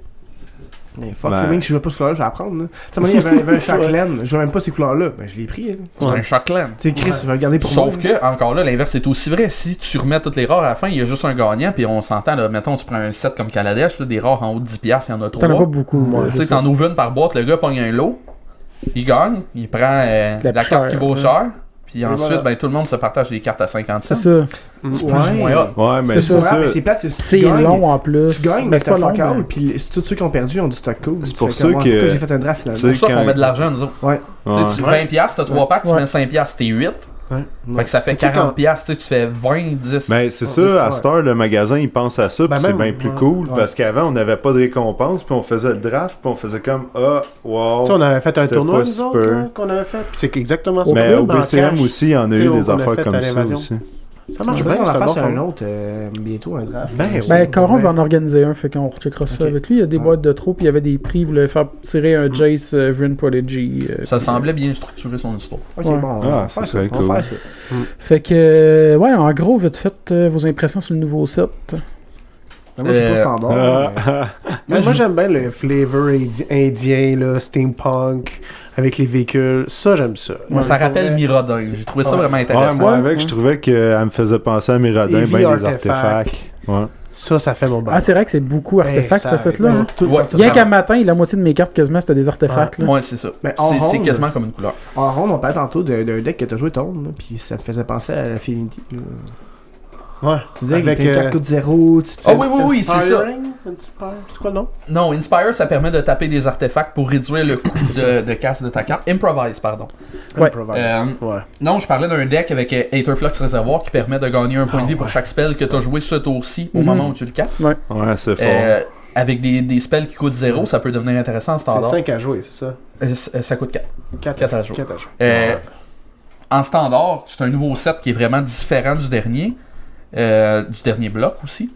S4: Mais fuck,
S6: Ben.
S4: le mec, si je joue pas ce couleur-là, je vais apprendre. là. Tu sais, à un moment donné, il y avait, il y avait un Shackland, je vois même pas ces couleurs-là. Ben, je l'ai pris. hein.
S2: C'est un Shockland.
S4: Tu sais, Chris, je vais le garder pour
S2: Sauf
S4: moi.
S2: que, encore là, l'inverse est aussi vrai. Si tu remets toutes les rares à la fin, il y a juste un gagnant, puis on s'entend, là, mettons, tu prends un set comme Kaladesh, là, des rares en haut de 10$, il y en a
S3: T'en as pas
S2: 3.
S3: beaucoup, moi.
S2: Tu sais, t'en ouvres une par boîte, le gars pogne un lot, il gagne, il prend euh,
S3: La
S2: la,
S3: plus chère,
S2: carte qui vaut
S3: hein.
S2: cher, puis ensuite,
S4: voilà.
S2: ben, tout le monde se partage les cartes à 50
S3: C'est
S2: cents.
S3: ça.
S2: C'est plus ou moins hot.
S6: Ouais,
S3: C'est
S6: mais c'est
S4: C'est
S6: ça.
S4: ça, mais c'est plate, c'est
S3: Puis c'est
S4: tu gagnes-
S3: long en plus.
S4: Tu gagnes,
S3: mais
S4: mais c'est pas long. hein. Puis les- tous ceux qui ont perdu ont du stock cool.
S6: C'est
S4: Tu
S6: pour
S4: fais
S6: ça
S4: comme, ouais,
S6: que-
S4: pourquoi J'ai fait un draft
S6: Tu
S4: finalement.
S6: sais,
S2: C'est pour ça
S6: quand-
S2: qu'on met de l'argent, nous autres.
S4: Ouais.
S6: Ouais.
S2: Tu sais, tu 20$, piastres, t'as 3 packs, tu
S3: Ouais.
S2: mets 5$, piastres, t'es 8. Fait
S4: Ouais.
S2: que ça fait
S1: Tu sais, quand-
S2: 40$, piastres, tu sais, tu fais 20, 10.
S6: Mais Ben, c'est
S4: Ah, oui,
S6: ça, à
S4: ouais.
S6: cette heure, le magasin, il pense à ça,
S4: Ben
S6: puis c'est
S4: même,
S6: bien plus
S4: ouais,
S6: cool,
S4: ouais.
S6: parce qu'avant, on n'avait pas de récompense, puis on faisait le draft, puis on faisait comme, ah, wow.
S1: Tu sais, on avait fait un
S6: C'était
S1: tournoi,
S6: pas
S1: nous
S6: si
S1: autres,
S6: peu.
S1: là, qu'on avait fait. Puis c'est exactement ce
S6: mais
S1: club,
S6: au
S1: en
S6: BCM
S1: cash.
S6: aussi, il y en a
S1: Tu sais,
S6: eu
S1: on
S6: des
S1: a
S6: affaires
S1: fait à
S6: comme ça
S1: l'invasion.
S6: aussi.
S1: Ça
S4: Je
S1: marche
S4: voudrais
S1: bien,
S4: qu'on
S1: ben, c'est
S4: en
S1: un
S4: fasse
S1: bon
S4: un
S1: format.
S4: autre euh, bientôt, un draft.
S1: Ben,
S4: Ouais.
S1: ouais.
S3: Ben, Coron va en organiser un, fait qu'on recheckera ça
S4: Ok.
S3: avec lui. Il y a des
S4: Ouais.
S3: boîtes de trop, puis il y avait des prix. Il voulait faire tirer un Jace euh, Vryn Prodigy. euh,
S2: Ça
S3: puis-
S2: semblait bien structurer son histoire.
S4: Ok,
S3: Ouais.
S4: bon. on
S6: Ah,
S4: va
S6: ça
S4: faire
S6: serait
S4: on va
S6: cool.
S4: faire ça.
S3: Fait que, euh, ouais, en gros, vite fait, euh, vos impressions sur le nouveau set.
S4: Mais Ben, Moi, c'est
S2: Euh,
S4: pas standard.
S6: Ah,
S4: mais-
S6: ah,
S1: Moi, moi, j'aime bien le flavor indi- indien, là, steampunk, avec les véhicules. Ça, j'aime ça.
S2: Moi, ça rappelle Mirodin. J'ai trouvé ça vraiment
S6: ouais,
S2: intéressant.
S6: moi, avec, je trouvais qu'elle me faisait penser à Miradin,
S1: Et vie
S6: bien ben des
S1: artefacts.
S6: artefacts. Ouais.
S1: Ça, ça fait mon bail.
S3: Ah, c'est vrai que c'est beaucoup
S1: Ben,
S3: artefacts,
S1: ça-
S3: ce set-là.
S1: ben,
S3: hein.
S4: tout-
S2: Ouais.
S3: Rien qu'à
S2: Totalement.
S3: matin, la moitié de mes cartes, quasiment, c'était des artefacts. là.
S2: Ouais, c'est ça.
S4: Mais euh, en
S2: C'est- C'est
S4: ronde-
S2: quasiment comme une couleur.
S4: En rond, on parlait tantôt d'un d'un deck que t'as joué ton, là, puis ça me faisait penser à la Finity. là.
S1: Ouais.
S4: Tu disais que
S1: Avec,
S4: tes cartes
S1: euh,
S4: coûtent zéro. tu-
S2: Ah oui, oui, oui, c'est ça.
S1: Inspiring? Inspire- hein? C'est quoi le nom?
S2: Non, Inspire, ça permet de taper des artefacts pour réduire le coût de, de casse de ta carte. Improvise, pardon.
S3: Ouais.
S1: Improvise.
S2: Euh,
S1: Ouais.
S2: Non, je parlais d'un deck avec euh, Aetherflux Réservoir qui permet de gagner un point de vie pour chaque spell que tu as joué ce tour-ci au
S3: Mhm.
S2: moment où tu le casses.
S6: Ouais, c'est fort.
S2: Euh, avec des, des spells qui coûtent 0, ça peut devenir intéressant en
S1: C'est
S2: standard.
S1: 5 à jouer, c'est ça?
S2: Euh, c- euh, ça coûte 4.
S1: 4
S2: Quatre à jouer.
S1: Quatre à jouer.
S2: Euh, En standard, c'est un nouveau set qui est vraiment différent du dernier, euh, du dernier bloc aussi.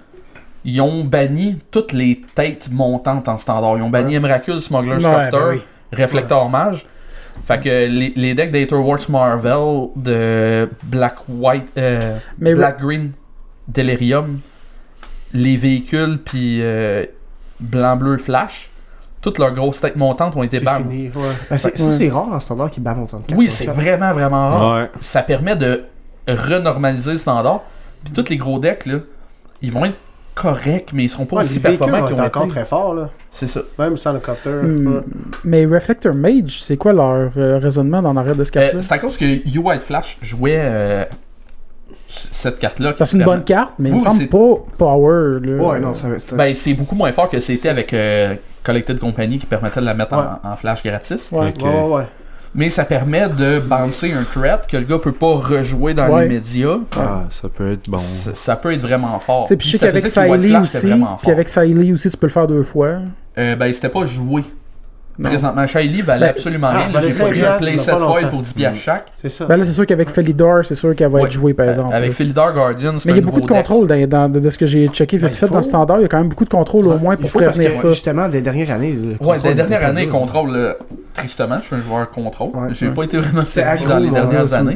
S2: Ils ont banni toutes les têtes montantes en standard. Ils ont banni Emrakul, Smuggler,
S3: Ouais,
S2: Sculptor,
S3: ben oui.
S2: Réflecteur Mage. Fait que les, les decks d'Aetherwatch Marvel, de Black White, euh,
S3: Mais
S2: Black Green, Delirium, les véhicules, puis euh, Blanc Bleu Flash, toutes leurs grosses têtes montantes ont été
S1: C'est
S2: bannies.
S1: fini, ouais.
S4: Ben, c'est- Ça,
S3: Ouais.
S4: c'est rare en standard qui battent autant de cartes.
S2: Oui, c'est vraiment, vraiment rare
S6: ouais.
S2: ça permet de renormaliser le standard. Puis tous les gros decks, là, ils vont être corrects, mais ils seront pas
S1: Ouais, les
S2: aussi
S1: véhicules
S2: performants qu'ils
S1: ont
S2: ont
S1: encore
S2: été.
S1: très fort, là.
S2: C'est ça.
S1: Même sans le cutter.
S3: Hmm.
S1: ouais.
S3: Mais Reflector Mage, c'est quoi leur euh, raisonnement dans l'arrière de ce
S2: Euh,
S3: carte-là
S2: c'est à cause que You White Flash jouait euh, c- cette carte-là.
S3: Parce que c'est une
S2: qui-
S3: bonne carte, mais il me
S2: Oui,
S3: semble
S2: c'est-
S3: pas power. Là.
S4: Ouais, non, ça va. ça-
S2: Ben, c'est beaucoup moins fort que c'était avec euh, Collected Company qui permettait de la mettre en, en flash gratis.
S3: Ouais.
S6: Ok.
S1: Ouais, ouais, ouais.
S2: Mais ça permet de bouncer un threat que le gars peut pas rejouer dans
S3: Ouais.
S2: l'immédiat.
S6: Ah, ça peut être bon.
S2: C- Ça peut être vraiment fort.
S3: Tu sais, Puis je sais
S2: Ça
S3: qu'avec
S2: faisait que White
S3: Siley
S2: Flash, c'était
S3: aussi,
S2: vraiment
S3: puis
S2: fort.
S3: avec Siley aussi, tu peux le faire deux fois.
S2: Euh, ben, c'était pas joué.
S3: Non.
S2: Présentement, Shiley valait
S3: Ben,
S2: absolument
S1: ah,
S2: rien. Là,
S1: valait
S2: J'ai pas pris un
S1: 5
S2: play
S1: piastres, il
S2: set
S1: y a pas
S2: foil
S1: longtemps.
S2: pour 10 piastres chaque.
S1: C'est ça.
S3: Ben là, c'est sûr qu'avec Felidor, c'est sûr qu'elle va
S2: Ouais.
S3: être jouée, par
S2: Euh,
S3: exemple.
S2: Avec Philidor Guardian, c'est
S3: Mais
S2: un
S3: il y a beaucoup
S2: nouveau
S3: de
S2: deck. Ben,
S3: contrôle dans- dans- de, de ce que j'ai checké vite
S4: il
S3: fait dans
S4: faut.
S3: Standard. Il y a quand même beaucoup de contrôle au moins
S4: Il
S3: pour
S4: faut parce
S3: prévenir
S4: que,
S3: ça.
S4: Justement, des dernières années. le
S2: Ouais,
S4: contrôle
S2: la dernière
S4: était
S2: année,
S4: pas
S2: contrôle, euh, tristement, je suis un joueur contrôle.
S4: Ouais,
S2: J'ai
S4: ouais.
S2: pas été vraiment
S4: C'était
S2: servi
S4: aggro
S2: dans les dernières années.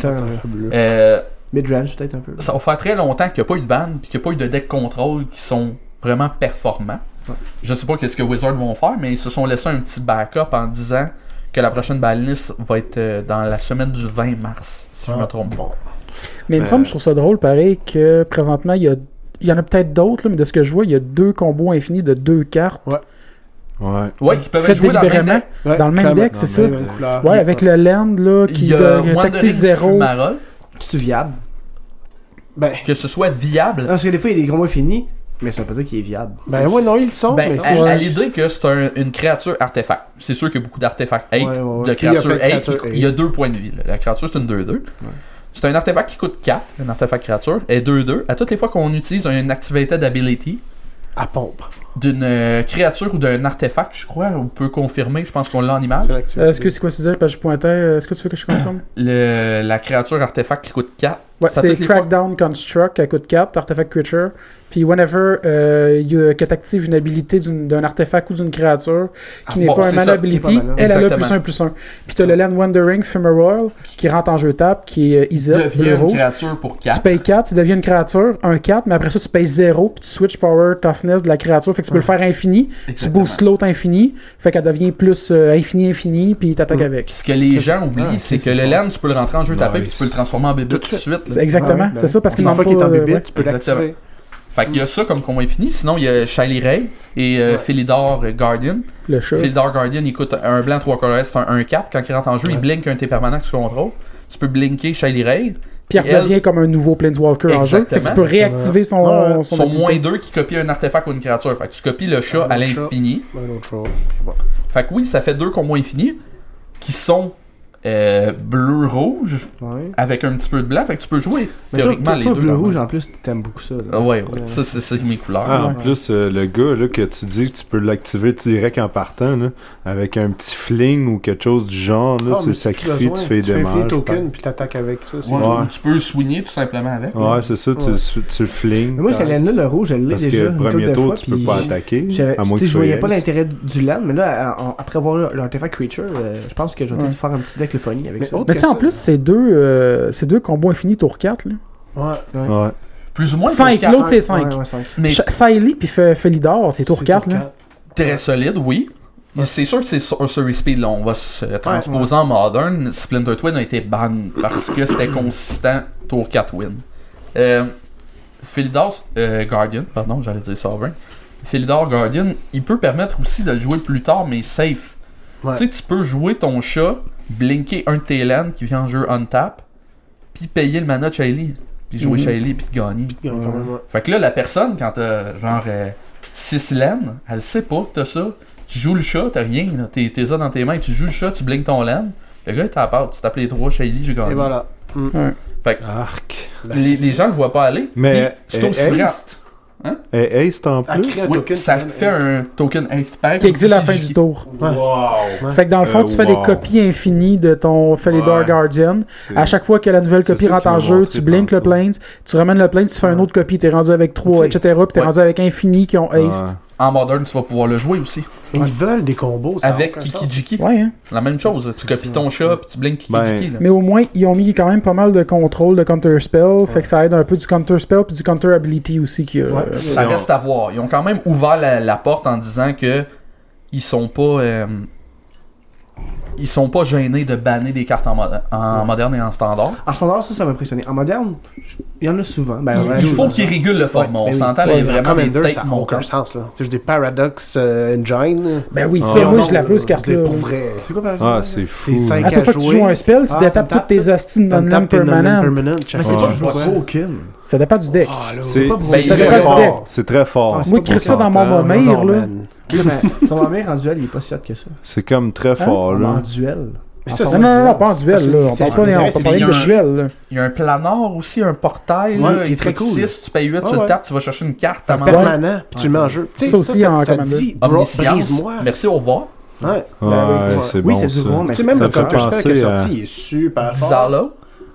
S2: Euh,
S4: Midrange, peut-être un peu.
S2: ça va faire très longtemps qu'il n'y a pas eu de ban puis qu'il n'y a pas eu de deck contrôle qui sont vraiment performants. Je sais pas qu'est-ce que Wizards vont faire, mais ils se sont laissés un petit backup en disant que la prochaine balance va être euh, dans la semaine du 20 mars, si
S3: Ah,
S2: je me trompe pas.
S3: Mais il me semble,
S2: ben.
S3: je trouve ça drôle, pareil, que présentement, il y, a- il y en a peut-être d'autres, là, mais de ce que je vois, il y a deux combos infinis de deux cartes
S1: Ouais.
S6: Ouais.
S2: Ouais, qui peuvent être
S3: faites
S2: joués dans le même
S3: délibérément.
S2: deck.
S1: Ouais,
S3: Dans le même
S1: clairement.
S3: deck, c'est ça.
S1: Dans la même couleur.
S3: Ouais, avec le land là, qui
S2: il y a
S3: donne-
S2: Wandering
S3: t'actives ben, zéro.
S2: Fumara,
S4: C'est-tu viable
S1: Ben,
S2: que ce soit viable.
S4: Non, Parce que des fois, il y a des gros mots finis, mais ça veut pas dire qu'il est viable.
S1: ben ouais, non, ils le sont.
S2: Ben,
S1: mais
S2: à,
S1: c'est-
S2: à l'idée que c'est un- une créature artefact. C'est sûr qu'il y a beaucoup d'artefacts 8,
S4: Ouais, ouais, ouais.
S2: de
S1: Puis il y a
S2: créatures
S1: plein de
S2: 8,
S1: créatures
S2: il y a deux points de vie. là. La créature, c'est une 2-2. C'est un artefact qui coûte 4, un artefact créature, et 2-2. À toutes les fois qu'on utilise un activated ability
S1: À pompe.
S2: d'une euh, créature ou d'un artefact, je crois, on peut confirmer, je pense qu'on l'a en image.
S3: Euh, Est-ce que c'est quoi tu disais? Parce que je pointais. euh, Est-ce que tu veux que je confirme?
S2: Le- la créature artefact qui coûte 4.
S3: Ouais,
S2: Ça,
S3: c'est
S2: toutes les fois-
S3: Crackdown Construct, elle coûte 4, Artefact Creature. Puis whenever euh, you- que t'actives une habilité d'une- d'un artefact ou d'une créature qui
S2: Ah,
S3: n'est
S2: bon,
S3: pas un
S2: c'est
S3: man
S2: ça.
S3: ability,
S4: Qui est pas
S3: elle a le
S2: Exactement.
S3: plus 1 plus 1. Puis t'as le Land Wandering Femoral qui rentre en jeu table, qui est
S2: Tu
S3: Isel,
S2: deviens une
S3: rouge.
S2: créature pour
S3: Tu
S2: 4.
S3: payes 4, tu deviens une créature, un 4, mais après ça, tu payes 0, puis tu switches power toughness de la créature. Fait que tu peux le faire infini, tu
S2: Exactement.
S3: boostes l'autre infini, fait qu'elle devient plus euh, infini, infini, puis t'attaques avec.
S2: Puis ce que les
S4: Ça,
S2: gens oublient,
S4: ah,
S2: c'est
S4: ok,
S2: que le
S4: c'est
S2: land, tu peux le rentrer en jeu tapé, puis
S7: Nice.
S2: tu peux le transformer en bébé tout de suite. là.
S3: Exactement,
S4: Ah ouais, ben
S3: c'est ça, parce qu'il
S1: Une
S3: n'en
S1: fois qu'il est en bébé,
S3: euh, ouais.
S1: tu peux
S2: Exactement.
S1: l'activer.
S2: Fait qu'il y a ça comme combat infini. Sinon, il y a Shiley Ray et euh, Philidor Guardian.
S3: le chat.
S2: Philidor Guardian, il coûte un blanc, 3 colorés, c'est un 1-4. Quand il rentre en jeu, il blink un T permanent que tu contrôles. Tu peux blinker Shiley Ray.
S3: Puis elle redevient comme un nouveau Planeswalker en jeu. Fait que tu peux
S2: Exactement.
S3: réactiver son,
S1: Ouais, ouais.
S3: son
S2: sont
S3: habilité.
S2: moins 2 qui copie un artefact ou une créature. Fait que tu copies le chat
S1: Un
S2: à
S1: autre chat.
S2: l'infini.
S1: Un autre chose.
S2: Fait que oui, ça fait deux combos infinis qui sont euh, bleu-rouge
S4: Ouais.
S2: avec un petit peu de blanc. Fait que tu peux jouer
S4: Mais toi,
S2: théoriquement
S4: toi, toi,
S2: les deux.
S4: bleu
S2: dans le
S4: rouge
S2: même.
S4: en plus, t'aimes beaucoup ça. là.
S2: Ah ouais, ouais. Ça, c'est- c'est mes couleurs.
S6: Ah, en
S4: Ouais.
S6: plus, euh, le gars là, que tu dis que tu peux l'activer direct en partant, là, avec un petit fling ou quelque chose du genre, là,
S1: Ah,
S6: tu
S1: mais
S6: le
S1: si
S6: sacrifies,
S1: besoin,
S6: tu
S1: Tu
S6: fais des
S1: fais un
S6: dommages.
S1: token, puis t'attaques avec ça. c'est-
S2: Ouais,
S6: Ouais.
S2: ou Tu peux le soigner tout simplement avec.
S6: par- Ouais, c'est ça, tu, tu- tu le flings.
S4: Mais moi, cette laine-là, le rouge, je l'ai
S6: ben, Parce que
S4: déjà.
S6: le
S4: une couple
S6: premier
S4: de
S6: tour,
S4: fois,
S6: tu peux
S4: puis
S6: pas attaquer.
S4: J'avais-
S6: À
S4: tu
S6: moins
S4: sais,
S6: que
S4: je voyais
S6: sois
S4: pas
S6: Ace.
S4: l'intérêt du land, mais là, en- en- après avoir l'artefact creature, euh, je pense que je vais peut-être
S3: Ouais.
S4: faire un petit deck le funny avec
S1: Mais
S4: ça.
S1: autre
S3: Mais tu sais, en
S1: que
S3: plus, c'est deux, euh, c'est deux combos infinis tour 4. Là.
S1: Ouais.
S6: Ouais.
S2: Plus ou moins. pour
S3: 5,
S2: quatre,
S3: l'autre c'est
S4: Ouais,
S3: 5.
S4: ouais, cinq.
S2: Mais
S3: Sailly puis Fe- Felidor, c'est tour
S1: C'est
S3: 4.
S1: tour
S3: Là.
S1: quatre.
S2: très solide, oui. C'est sûr que c'est Sorcery Speed, là, on va se transposer en modern. Splinter Twin a été ban parce que c'était consistant tour 4 win. Euh, Philidor euh, Guardian, pardon, j'allais dire Sovereign. Philidor Guardian, il peut permettre aussi de le jouer plus tard, mais safe.
S1: Ouais.
S2: Tu sais, tu peux jouer ton chat, blinker un de tes lands qui vient en jeu on tap, puis payer le mana de Shiley, puis jouer Shiley, puis te gagner.
S1: Ouais, vraiment.
S2: Fait que là, la personne, quand t'as genre 6 laines, elle sait pas que t'as ça. Tu joues le chat, t'as rien, là. T'es, t'es ça dans tes mains, tu joues le chat, tu blinks ton laine. Le gars, il t'appelle, tu tapes les trois chez lui, j'ai gagné.
S1: Et voilà.
S6: Arc.
S2: les, les gens le voient pas aller.
S6: Mais
S2: Puis, c'est aussi
S6: Ace,
S2: vrai.
S6: Hein?
S2: Hein?
S6: Et Ace en plus.
S1: Accrée euh, un
S2: Oui,
S1: token,
S2: ça
S1: tu
S2: fait
S1: donnes-
S2: un token haste pack.
S3: Qui exile à la fin du tour.
S6: Wow!
S3: Fait que dans le fond,
S6: Euh,
S3: tu fais
S6: wow.
S3: des copies infinies de ton Felidor
S6: Ouais.
S3: Guardian.
S6: C'est-
S3: À chaque fois que la nouvelle
S6: C'est
S3: copie
S6: ça
S3: rentre
S6: qu'ils
S3: en
S6: m'ont
S3: jeu,
S6: montré
S3: tu blinks le
S6: tantôt.
S3: planes, tu ramènes le planes, tu fais une autre copie, t'es rendu avec 3,
S1: Ouais.
S3: etc. Puis t'es
S2: Ouais.
S3: rendu avec infini qui ont
S6: Ouais.
S3: haste.
S2: En modern, tu vas pouvoir le jouer aussi.
S1: Et Ils veulent des combos. ça a
S2: avec
S1: aucun sens.
S2: Kikijiki.
S3: Ouais, hein.
S2: La même chose. là. Tu copies ton chat, puis tu blinks
S6: Ben,
S2: Kikijiki. là.
S3: Mais au moins, ils ont mis quand même pas mal de contrôle de counter spell, fait que ça aide un peu du counter spell puis du counter ability aussi qui
S2: Ça
S6: Ils ont-
S2: reste à voir. Ils ont quand même ouvert la, la porte en disant que ils sont pas euh, ils sont pas gênés de banner des cartes en, mode- en moderne et en standard.
S4: En standard, ça, ça m'a impressionné. En moderne, je- il y en a souvent. Ben,
S2: il,
S4: ouais,
S2: il faut
S4: ouais.
S2: qu'ils régulent le format.
S4: Ouais,
S2: on
S4: ben oui.
S2: s'entend
S1: Ouais,
S2: là,
S1: mais en
S2: vraiment
S1: Commander,
S2: des têtes
S1: ça n'a aucun
S2: montantes.
S1: sens. là. Tu sais, je dis Paradox euh, Engine.
S3: Ben oui,
S1: Et
S3: ça, moi
S1: on-
S3: je la veux, cette
S1: je veux dire,
S3: carte-là.
S1: Pour vrai.
S4: C'est quoi, par exemple
S6: Ah, c'est fou.
S1: C'est cinq
S3: À chaque
S1: qu'à
S3: fois que tu
S1: jouer,
S3: joues un spell, tu
S1: ah,
S3: détapes
S1: t'en
S3: toutes tes astines
S1: T'en
S3: non
S1: tapes tes
S3: permanentes.
S1: non-permanent,
S4: Mais
S1: check.
S4: c'est
S6: Ouais.
S4: pas joué
S2: Ouais.
S4: gros aucune.
S3: Ça dépend du deck.
S1: Ah, là,
S6: C'est
S4: pas pour- Ah,
S6: c'est
S3: Ça
S6: très
S3: dépend du
S6: fort. C'est très fort.
S4: c'est
S3: Moi,
S4: pas
S3: Chris, ça dans
S6: consentant.
S3: mon
S1: Ah, non,
S3: mire, là.
S1: man.
S4: Chris, mais ton mère en duel, il est pas si hot que ça.
S6: C'est comme très fort,
S4: En
S6: Oh, là.
S4: duel.
S1: Mais
S4: En
S1: ça,
S4: fond,
S3: Ah, Non, non, non, pas en duel, là. On
S1: C'est-
S3: parle pas
S1: c'est-
S3: on
S1: c'est
S3: parle pas
S2: bien
S3: de
S2: un-
S3: duel, là.
S2: Il y a un planard aussi, un portail.
S4: Ouais,
S2: là,
S4: qui est
S2: il
S4: très
S2: coûte
S4: cool.
S2: 6, tu payes 8,
S1: Ah
S2: tu
S1: ouais.
S2: le tapes, tu vas chercher une carte à manger.
S1: permanent, puis tu le mets en jeu. Tu sais,
S3: Ça aussi,
S1: ça,
S3: en
S1: ça
S3: Commander.
S1: dit, bro,
S2: Omniscience.
S1: brise-moi.
S2: Merci, au revoir.
S1: Ouais.
S6: Ouais, c'est
S4: ben Oui,
S6: bon.
S4: c'est du
S6: ça.
S4: gros, mais
S1: Tu sais,
S4: c'est
S1: même
S6: ça
S1: le
S6: me fait
S1: counter-spell qui est
S6: penser à-
S1: sorti, il est super fort.
S2: Zala.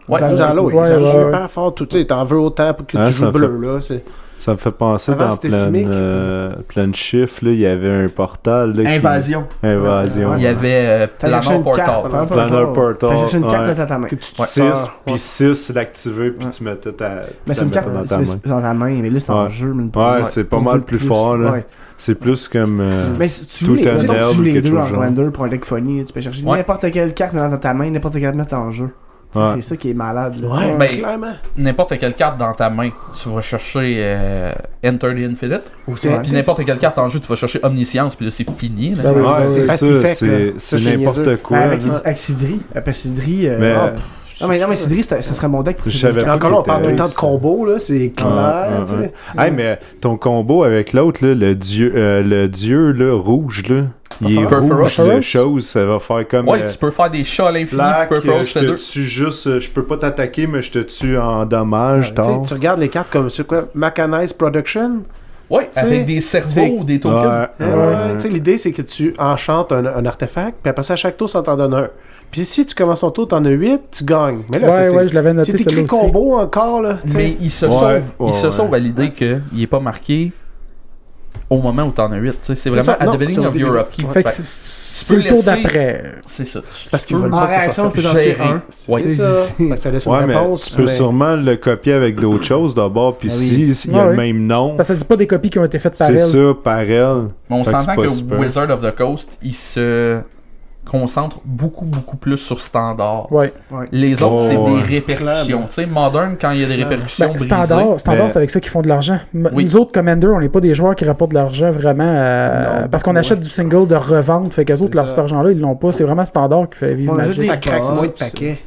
S2: Ouais,
S1: Zalo,
S2: Zala.
S1: il est
S3: Ouais, ouais,
S1: super fort. Tu sais, t'en veux autant pour que
S6: Ah,
S1: tu
S6: ça
S1: joues
S6: fait-
S1: bleu, là. c'est-
S6: Ça me fait penser
S1: Avant,
S6: dans
S1: c'était
S6: plein,
S1: Simic.
S6: euh, plein de chiffres, là, il y avait un portal. Là, qui-
S2: Invasion.
S6: Invasion.
S2: Il y avait euh,
S4: T'as cherché
S2: planard
S4: une carte.
S2: portal.
S4: pendant un
S6: Planner portal,
S4: T'as cherché une carte
S6: ouais.
S4: dans ta main.
S1: que tu te
S6: 6,
S1: sors.
S6: puis 6, l'activer, puis
S4: Ouais.
S6: tu mettais ta. tu
S4: Mais c'est
S6: la
S4: une
S6: mettais
S4: carte
S6: dans ta main.
S4: c'est dans ta main, mais là, c'est en
S6: Ouais.
S4: jeu. mais-
S6: Ouais, c'est pas mal
S4: beaucoup
S6: plus fort, là.
S4: Ouais.
S6: C'est plus comme. euh,
S4: Mais si tu
S6: Tout
S4: joues les,
S6: un
S4: mettons que
S6: herbe
S4: tu joues
S6: ou
S4: les
S6: quelque
S4: deux en
S6: chose genre.
S4: Commander pour un deck funny, tu peux chercher
S2: Ouais.
S4: n'importe quelle carte dans ta main, n'importe quelle carte en jeu.
S6: ouais.
S4: C'est ça qui est malade, là.
S1: Ouais,
S2: Ben,
S1: clairement.
S2: n'importe quelle carte dans ta main, tu vas chercher euh, Enter the Infinite.
S1: Ou
S4: ouais,
S2: Puis n'importe quelle carte en jeu, tu vas chercher Omniscience, puis là c'est fini. là.
S3: Ben oui,
S6: Ouais,
S3: ben oui.
S6: c'est
S1: c'est
S6: ça,
S1: Artifact,
S6: c'est-
S1: là. Ça,
S6: c'est
S1: c'est niaiseux.
S6: n'importe
S4: Mais
S6: quoi.
S4: avec euh,
S6: là.
S4: Axidri, Axidri,
S6: Mais-
S4: euh, ah, pff, Non, mais, non, mais Sidri, c'était- ce serait mon deck
S6: Je
S4: préféré.
S6: savais pas.
S1: Encore là, on
S6: qu'il
S1: parle tout le
S6: était-
S1: temps de combo, là, c'est clair,
S6: Ah,
S1: tu
S6: ah,
S1: sais.
S6: ah. Hey, mais ton combo avec l'autre, là, le dieu, euh, le dieu là, rouge, là, il est
S2: Perforos.
S6: rouge de choses, ça va faire comme...
S2: Ouais,
S6: euh,
S2: tu peux faire des shots à l'infini.
S6: Black,
S2: Perforos,
S6: euh, je
S2: t'as
S6: te
S2: deux.
S6: tue juste, euh, je peux pas t'attaquer, mais je te tue en dommage,
S1: Ah, Tu sais,
S6: tort.
S1: Tu regardes les cartes comme c'est quoi Mechanize Production.
S2: Ouais,
S1: sais,
S2: avec des cerveaux ou des tokens.
S6: Ouais,
S1: Ouais,
S6: Ah ouais.
S1: ouais. Tu sais, L'idée, c'est que tu enchantes un, un artefact, puis après ça, à chaque tour, ça t'en donne un. Puis si tu commences ton tour, t'en as 8, tu gagnes. Mais là,
S3: Ouais,
S1: c'est-
S3: ouais,
S1: c'est
S3: je l'avais noté
S1: c'est
S3: celle-là
S1: écrit
S3: aussi.
S1: combo encore, là. tu sais.
S2: Mais il se
S6: Ouais,
S2: sauve,
S6: ouais,
S2: il se
S6: ouais.
S2: sauve à l'idée qu'il est pas marqué au moment où t'en as 8. C'est vraiment
S1: ça,
S2: à
S1: non,
S2: the beginning
S1: c'est au
S2: of
S1: début.
S2: your upkeep.
S3: Fait que
S2: Fait
S3: c'est-
S2: que
S3: c'est
S2: peux
S3: le tour
S2: laisser-
S3: d'après.
S2: C'est ça. Tu
S1: parce qu'ils
S2: peux
S1: veulent
S4: En
S1: pas que ça
S4: réaction,
S1: soit
S4: je peux
S1: fait.
S4: t'en faire
S2: gérer.
S4: un.
S2: Ouais.
S1: C'est ça. Fait que ça laisse une
S6: Ouais, mais
S1: réponse.
S6: tu peux
S1: mais-
S6: sûrement le copier avec d'autres choses d'abord, puis
S4: Ah
S6: si
S4: oui.
S6: s'il y a
S3: Ah
S6: le
S3: oui.
S6: même nom,
S3: Parce que ça dit pas des copies qui ont été faites par
S6: c'est
S3: elle.
S6: ça, par elle.
S2: Mais on
S6: Fait
S2: s'entend
S6: que c'est
S2: que,
S6: pas super.
S2: Wizard of the Coast, il se concentre beaucoup, beaucoup plus sur standard.
S3: Ouais.
S2: Les autres,
S6: Oh,
S2: c'est
S6: ouais.
S2: des répercussions. Tu sais, Modern, quand il y a des répercussions
S3: Ben,
S2: brisées,
S3: standard, standard,
S6: mais-
S3: c'est avec ça qu'ils font de l'argent. M-
S2: Oui.
S3: Nous autres, Commander, on n'est pas des joueurs qui rapportent de l'argent vraiment euh,
S1: Non,
S3: parce qu'on
S1: beaucoup,
S3: achète
S1: ouais.
S3: du single de revente. Fait qu'eux autres, leur,
S1: ça.
S3: cet argent-là, ils l'ont pas. C'est vraiment standard qui fait vivre
S4: On a
S3: Magic.
S4: juste
S1: Ça craque
S4: Ouais,
S1: moins de
S4: c'est-
S1: paquets.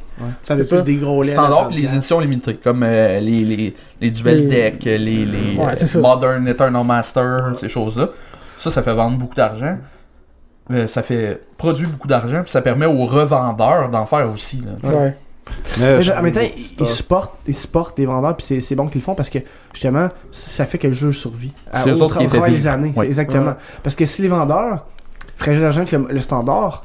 S1: Ça fait
S3: C'est ça.
S1: plus des gros laits.
S2: standard,
S1: là,
S2: puis les éditions limitées, comme euh, les, les, les duels
S3: Les-
S2: deck, les, les
S3: Ouais,
S2: euh,
S3: c'est ça.
S2: Modern Eternal Master, ces choses-là. Ça, ça fait vendre beaucoup d'argent. Euh, ça fait produire beaucoup d'argent, puis ça permet aux revendeurs d'en faire aussi. là.
S3: Ouais.
S6: Mais
S4: Mais
S6: je-
S4: je- en même temps,
S1: j'aime
S4: ils
S1: les
S4: ils supportent, ils supportent des vendeurs, puis c'est- c'est bon qu'ils le font parce que justement, ça fait que le jeu survit. À-
S2: C'est eux
S4: au
S2: autres
S4: tra-
S2: qui
S4: au travers
S2: étaient
S4: des
S2: vivants.
S4: années.
S2: Ouais.
S4: Exactement.
S1: Ouais.
S4: Parce que si les vendeurs feraient juste l'argent que le, le standard,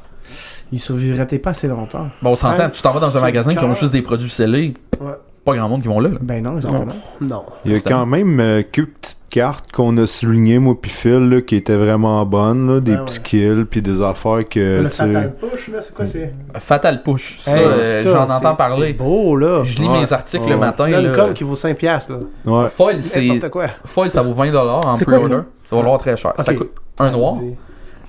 S4: ils survivraient peut-être pas assez longtemps.
S2: Bon, on s'entend,
S1: Ouais,
S2: tu t'en vas dans un
S1: c'est
S2: magasin qui ont
S1: clair.
S2: juste des produits scellés,
S1: Ouais.
S2: pas grand monde qui vont là. là.
S4: Ben non, exactement.
S1: Non.
S6: Il y a quand même euh, quelques petites cartes qu'on a soulignées, moi puis Phil, là, qui étaient vraiment bonnes, là, des
S1: Ouais, ouais.
S6: petits kills, puis des affaires que...
S1: Le
S6: Euh, tu-
S1: fatal push, là, c'est quoi c'est
S2: Fatal Push, ça,
S1: Hey,
S2: euh,
S1: ça,
S2: j'en
S1: c'est-
S2: entends
S1: C'est
S2: parler.
S1: beau, là.
S2: Je lis
S6: Ouais.
S2: mes articles
S6: Ouais.
S2: le matin.
S1: Là, le
S2: là.
S1: code qui vaut 5$, piastres, là.
S6: Ouais.
S2: Foil, euh, c'est.
S1: N'importe quoi.
S2: Foil, ça vaut 20$ en
S3: C'est quoi,
S2: pre-order. Ça va valoir très cher. Ça
S1: Ok.
S2: coûte un noir.
S1: Allez-y.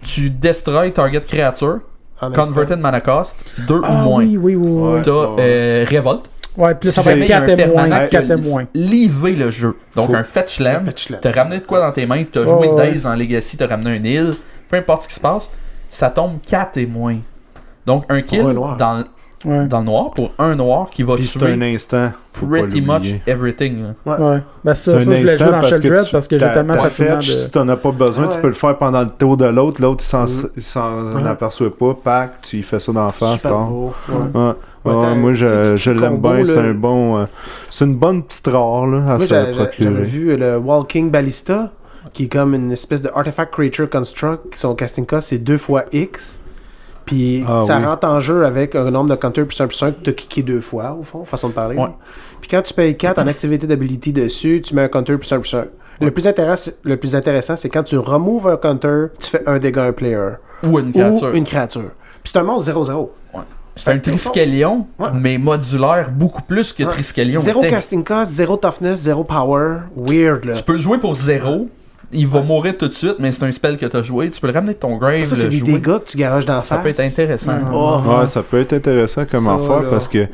S2: Tu destroy target créature,
S1: En
S2: converted mana cost, 2 ou
S3: Ah,
S2: moins.
S3: oui, oui, oui. oui.
S6: Ouais.
S2: T'as euh, Revolt,
S3: Ouais, puis là, ça
S2: Si
S3: va être
S2: jamais il y a
S3: 4
S2: un
S3: et moins.
S2: permanent,
S3: 4
S2: il-
S3: et moins.
S2: livrer le jeu. Donc
S6: Faut-
S2: un fetch land.
S1: Fetch land.
S2: T'as ramené de quoi dans tes mains, t'as
S3: Ouais,
S2: joué
S3: ouais.
S2: Days en Legacy, t'as ramené un heal, peu importe ce qui se passe, ça tombe 4 et moins. Donc un kill
S1: Pour un noir.
S2: dans, le-
S3: Ouais.
S2: dans le noir pour un noir qui va
S6: Puis c'est un
S2: tuer
S6: instant. faut pas
S2: pretty
S1: hein.
S2: much
S6: l'oublier.
S2: everything. là.
S3: Ouais. Ben, ça,
S6: C'est
S3: ça,
S6: un
S3: je voulais jouer
S6: instant
S3: dans
S6: parce
S3: Shell Dread
S6: tu-
S3: parce que j'ai
S6: ta-
S3: tellement
S6: ta
S3: facilement
S6: fetch,
S3: de.
S6: Si t'en as pas besoin,
S1: Ouais.
S6: tu peux le faire pendant le tour de l'autre. L'autre, il s'en
S1: Mhm.
S6: il s'en
S1: Ouais.
S6: aperçoit pas. Pac, tu y fais ça d'enfance.
S1: Super
S6: tard.
S1: beau. Ouais.
S6: Ouais. Ouais,
S1: t'as-
S6: moi, je,
S1: t'sais,
S6: je l'aime
S1: combo,
S6: bien. C'est
S1: là.
S6: un bon. euh, c'est une bonne petite rare
S2: Ah,
S6: là, à
S1: Moi,
S6: se
S1: j'a- j'a- j'avais
S6: procurer.
S1: vu euh, le Walking Ballista, qui est comme une espèce de artifact creature construct. Son casting cost, c'est 2 fois X. Puis
S6: Ah
S1: ça
S6: oui.
S1: rentre en jeu avec un nombre de counters plus 1 plus 1 que tu as kické deux fois, au fond, façon de parler.
S2: Ouais.
S1: Puis quand tu payes 4 en activité d'ability dessus, tu mets un counter plus 1 plus 1. Le plus, intéress- le plus intéressant, c'est quand tu remouves un counter, tu fais un dégât à un player.
S2: Ou une créature.
S1: Ou une créature. Puis c'est un monstre 0-0.
S2: C'est un triskelion,
S1: Ouais.
S2: mais modulaire beaucoup plus que
S1: Ouais.
S2: triskelion.
S1: Zéro
S2: était.
S1: casting cost, zéro toughness, zéro power. Weird, là.
S2: Tu peux le jouer pour zéro. Il va mourir tout de suite, mais c'est un spell que t'as joué. Tu peux le ramener de ton grave,
S1: Ça, c'est
S2: le
S1: des
S2: jouer.
S1: dégâts que tu garages d'en
S2: Ça
S1: face.
S2: peut être intéressant.
S1: Oh.
S6: Ouais, ça peut être intéressant comme
S1: Ça,
S6: affaire
S1: là.
S6: parce que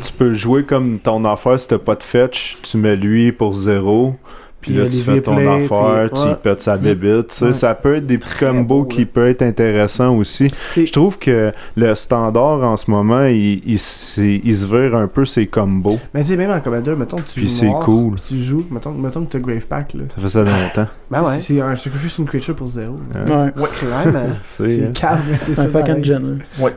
S6: tu peux jouer comme ton affaire si t'as pas de fetch, tu mets lui pour zéro. Puis
S1: Puis
S6: là,
S1: il y a
S6: tu
S1: les
S6: fais ton
S1: replays,
S6: affaire,
S1: puis-
S6: tu y
S1: ouais. Mm.
S6: pètes sa bébite. tu sais, Ça peut être des petits combos
S1: beau,
S6: qui
S1: là.
S6: peuvent être intéressants aussi. Je trouve que le standard en ce moment, il, il, s- il se vire un peu ses combos.
S4: Mais tu sais, même en Commander, mettons que tu
S6: Puis
S4: joues.
S6: c'est
S4: noir,
S6: cool.
S4: puis Tu joues, mettons, mettons que t'as Grave Pack, là.
S6: Ça fait ça longtemps.
S1: Ben ouais.
S4: C'est c'est un sacrifice une creature pour zéro.
S3: Ouais.
S1: Ouais, clairement.
S6: C'est- hein.
S4: C'est cave, mais c'est
S3: C'est un
S4: ça.
S3: second
S4: pareil.
S3: gen. là.
S1: ouais.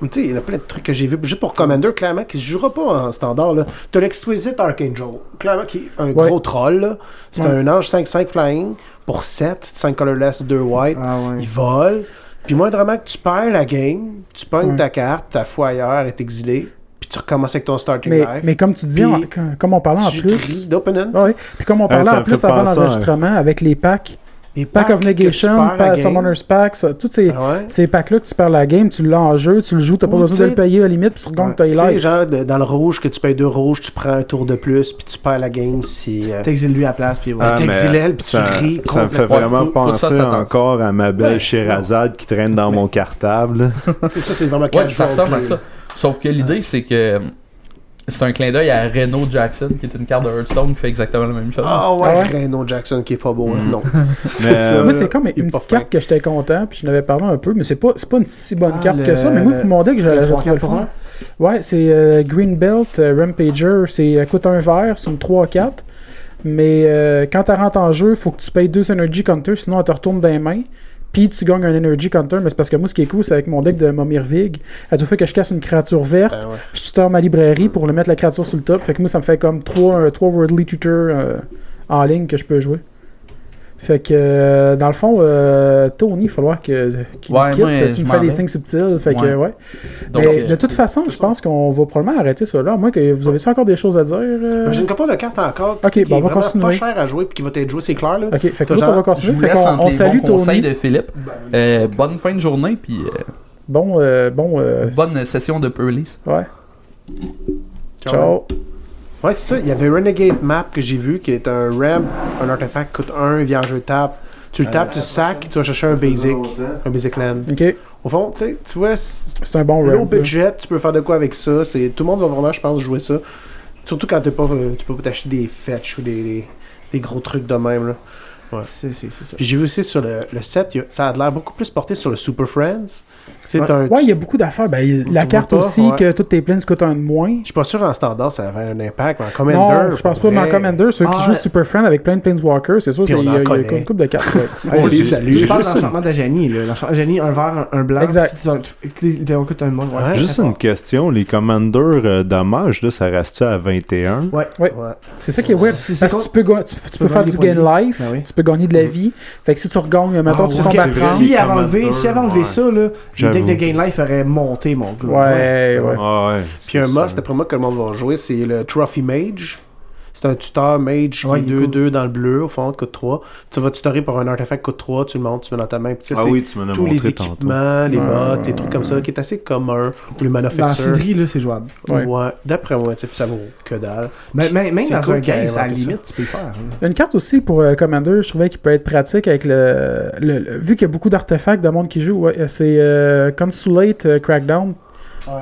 S1: Mais Tu sais, il y en a plein de trucs que j'ai vu juste pour Commander, clairement, qui se jouera pas en standard. là. T'as l'Exquisite Archangel, clairement, qui est un
S3: Ouais.
S1: gros troll. là. C'est
S3: Ouais.
S1: un ange 5-5 flying pour 7, 5 colorless, 2 white.
S4: Ah ouais.
S1: Il vole. Puis moindrement que tu perds la game, tu pognes
S3: Ouais.
S1: ta carte, ta foi ailleurs est exilée, puis tu recommences avec ton starting
S3: Mais,
S1: life.
S3: mais comme tu dis, en-
S1: Puis-
S3: comme- comme on parlait en
S1: tu
S3: plus.
S1: tries d'open end.
S3: Ouais. Puis comme on parlait
S6: ça
S3: en
S6: me
S3: plus
S6: fait
S3: avant
S6: penser à-
S3: l'enregistrement, avec les packs,
S1: Les
S3: Pack
S1: packs
S3: of
S1: que tu
S3: Negation,
S1: perds la
S3: pack-
S1: game.
S3: Summoner's Pack, ça, tous ces,
S1: Ah ouais.
S3: ces packs-là que tu perds la game, tu l'as en jeu, tu le joues, t'as pas
S1: Ou
S3: besoin de le
S1: t'sais-
S3: payer à la limite, puis tu regagnes
S4: Ouais,
S3: ta
S1: Tu sais,
S3: life.
S1: genre, de- dans le rouge, que tu payes deux rouges, tu prends un tour de plus, puis tu perds la game si... euh,
S4: T'exiles lui à la place, puis voilà.
S1: Ah, t'exiles elle, puis tu
S6: ça,
S1: ris
S6: ça me fait
S1: complètement.
S6: vraiment
S2: Faut- faut que ça
S6: penser
S2: s'attende.
S6: encore à ma belle
S1: Ouais.
S6: Sherazade qui traîne dans mon cartable.
S7: Oh,
S1: tu sais, ça, c'est vraiment
S2: Ouais,
S1: casual
S2: ça ressemble à
S1: play.
S2: ça. Sauf que l'idée, c'est que
S7: euh, C'est un clin d'œil à Reno Jackson, qui est une carte de Hearthstone qui fait exactement la même chose.
S1: Ah ouais,
S3: Ah ouais?
S1: Reno Jackson qui est pas beau, là. non.
S6: Mais,
S1: ça. Euh,
S3: Moi, c'est comme une
S1: pas
S3: petite
S1: fin.
S3: carte que j'étais content, puis je n'avais parlé un peu, mais c'est pas, c'est pas une si bonne
S1: Ah,
S3: carte
S1: le-
S3: que ça. Mais moi,
S1: le-
S3: pour mon deck, je
S1: le
S3: la je
S1: trois
S3: trouvais le
S1: quatre
S3: fun.
S1: pour un?
S3: Ouais, c'est euh, Greenbelt euh, Rampager. C'est euh, coûte un vert, c'est une 3-4. Mais euh, quand tu rentres en jeu, faut que tu payes deux Energy Counter, sinon elle te retourne dans les mains. Puis tu gagnes un Energy Counter, mais c'est parce que moi, ce qui est cool, c'est avec mon deck de Momir Vig, à tout fait que je casse une créature verte,
S1: Ben ouais.
S3: je tuteur ma librairie pour le mettre la créature sur le top. Fait que moi, ça me fait comme 3, Worldly Tutor euh, en ligne que je peux jouer. Fait que, euh, dans le fond, euh, Tony, il va falloir que, qu'il
S2: Ouais,
S3: nous
S2: moi,
S3: quitte. Tu
S2: je
S3: me
S2: m'en
S3: fais des
S2: vais.
S3: signes subtils. Fait que,
S2: Ouais.
S3: ouais.
S2: Donc,
S3: Mais
S2: euh,
S3: de toute façon, je pense qu'on va probablement arrêter ça là. Moi, que vous avez ça encore des choses à dire. euh?
S1: Ben, J'ai une couple de cartes encore.
S3: Ok,
S1: qui
S3: bon, on
S1: est
S3: va
S1: vraiment
S3: continuer.
S1: pas cher à jouer puis qui va t'être joué, c'est clair, là.
S3: Ok, fait que
S1: Ça,
S3: l'autre, on va
S1: genre,
S3: continuer.
S7: Je vous
S3: Fait
S7: laisse
S3: qu'on
S7: entre
S3: on
S7: les
S3: salue
S7: bons conseils
S3: Tony. Ben,
S7: de Philippe. Euh, bonne fin de journée, puis euh,
S3: Bon, euh, bon, euh,
S7: bonne session de Pearlies.
S3: ouais. Ciao.
S1: Ouais, c'est ça. Il y avait Renegade Map que j'ai vu qui est un ramp, un artefact coûte 1, vient en jeu tap. Tu le
S3: Euh,
S1: tapes, tu le sacs, tu vas chercher un basic, un basic land.
S3: Ok,
S1: Au fond, tu sais, tu vois, c'est-
S3: c'est un bon
S1: low
S3: round. là.
S1: budget, tu peux faire de quoi avec ça. C'est, tout le monde va vraiment, je pense, jouer ça. Surtout quand t'es pas, euh, tu peux pas t'acheter des fetch ou des, des, des gros trucs de même. Là.
S4: C'est c'est- c'est ça.
S1: Puis j'ai vu aussi sur le, le set, y a- ça a l'air beaucoup plus porté sur le Super Friends. Tu sais, t'as un-
S3: Ouais, il y a beaucoup d'affaires. Ben, il- la
S1: Tu
S3: carte
S1: vois pas,
S3: aussi,
S1: ouais.
S3: que toutes tes plaines coûtent un de moins.
S1: Je suis pas sûr en standard ça avait un impact, mais en Commander.
S3: Non, je pense pas, mais en Commander, ceux qui
S1: Ah,
S3: jouent Super Friend avec plein de Planeswalkers, c'est sûr,
S1: Puis
S3: c'est-
S1: on
S3: il y
S1: en
S3: a, il y a
S1: connaît.
S3: une couple de cartes. ouais.
S1: On les salue.
S4: Je parle de l'enchantement d'Ajani, là. L'enchantement d'Ajani, un vert, un un blanc.
S3: Exact.
S4: puis tu- tu- tu- tu- On coûte un monde.
S1: Ouais.
S6: Juste une question, les commandeurs euh, dommages, là, ça reste-tu à 21?
S4: Ouais.
S1: Ouais.
S3: C'est ça qui est weird.
S4: C'est- c'est
S3: Parce
S4: con-
S3: que tu peux, ga- tu, tu peux
S4: peux
S3: faire
S4: gagner
S3: du
S4: des points
S3: gain
S4: de vie.
S3: life,
S4: Ben oui.
S3: tu peux gagner de la vie. Fait que si tu regagnes, mettons,
S4: Ah,
S3: tu
S4: ouais.
S3: tombes
S4: Parce
S3: à
S6: c'est
S4: que
S3: 30.
S6: vrai.
S4: Si elle avait enlevé,
S6: Commander,
S4: si elle avait enlevé
S6: ouais.
S4: ça, là, le
S6: J'avoue.
S4: deck de Gain Life aurait monté, mon gars.
S3: Ouais, ouais.
S6: Ah ouais.
S1: Puis
S6: c'est
S1: un
S6: ça.
S1: must, d'après moi, que le monde va jouer, c'est le Trophy Mage. C'est un tuteur mage
S4: Ouais,
S1: qui
S4: il est
S1: est
S4: cool.
S1: 2-2 dans le bleu, au fond, coûte 3. Tu vas tutorer par un artefact coûte 3, tu le montes, tu le mets dans ta main. Puis, tu sais,
S6: Ah
S1: c'est
S6: oui, tu me l'as
S1: tous les
S6: montré tantôt.
S1: équipements, les
S3: Ouais,
S1: bottes,
S3: ouais, Bah,
S1: les trucs comme ça, qui est assez commun. Ou les
S4: Dans
S1: manufactures.
S4: Sidri, là, c'est jouable.
S3: Ouais.
S1: Ouais. D'après moi, tu sais, puis ça vaut que dalle.
S4: Mais mais- même
S1: C'est
S4: dans
S1: cool
S4: un
S1: qu'il ait
S4: game, ça, à la
S1: inventé ça.
S4: limite, tu peux le faire. hein. là.
S3: Une carte aussi pour euh, Commander, je trouvais qu'il peut être pratique avec le. le- le- vu qu'il y a beaucoup d'artefacts de monde qui joue, ouais, euh, c'est euh, Consulate euh, Crackdown.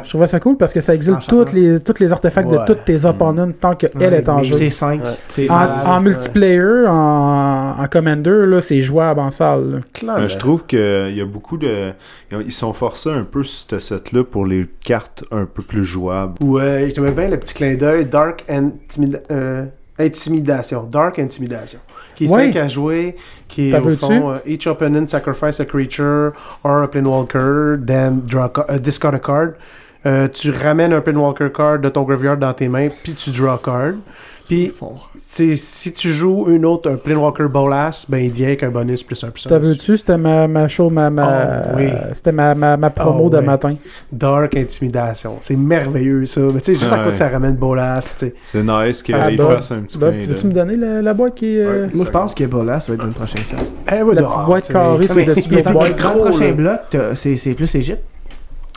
S3: Je trouvais ça cool parce que ça exile
S4: Enchantement.
S3: toutes les, toutes les artefacts de
S1: Ouais.
S3: tous tes opponents tant qu'elle est en
S4: Mais
S3: jeu.
S4: C'est 5.
S1: Ouais.
S4: C'est
S3: En,
S4: malade.
S3: en multiplayer, en, en Commander, là, c'est jouable en salle. là.
S1: Clairement.
S6: Mais je trouve qu'il y a beaucoup de. ils ont- Ils sont forcés un peu sur ce set-là pour les cartes un peu plus jouables.
S1: Ouais, je t'aimais bien le petit clin d'œil Dark Intimida- euh, Intimidation. Dark Intimidation. Qui est
S3: Ouais.
S1: 5 à jouer, qui est
S3: T'as
S1: au
S3: vu-tu?
S1: fond, euh, each opponent sacrifice a creature or a planewalker, then draw a ca- euh, discard a card. Euh, tu ramènes un planewalker card de ton graveyard dans tes mains, puis tu draw a card. Puis
S4: fort.
S1: c'est- si tu joues une autre, un planewalker bolas, ben il devient avec un bonus plus un plus
S3: T'as
S1: un.
S3: vu-tu? C'était ma, ma show, ma, ma-
S1: Oh, oui.
S3: c'était ma, ma, ma promo
S1: Oh,
S3: de
S1: oui.
S3: matin.
S1: Dark Intimidation. C'est merveilleux ça. Mais tu sais, juste à
S6: Ouais.
S1: quoi ça ramène bolas, tu sais.
S6: C'est nice qu'ils
S3: Ah, Bob.
S6: fassent un petit
S3: Bob,
S6: clin
S3: tu
S6: d'œil.
S3: veux-tu me donner la, la boîte qui est. euh,
S6: Ouais.
S4: Moi, je pense que Bolas va être dans le prochain set.
S1: Eh, ouais,
S3: La
S1: dehors,
S3: petite boîte
S1: tu sais.
S3: carrée sur le
S1: Mais
S3: dessus de
S1: il y
S3: la
S1: a des
S4: Dans le
S3: boîte.
S1: gros, là.
S4: prochain bloc, t'as- c'est c'est plus Égypte.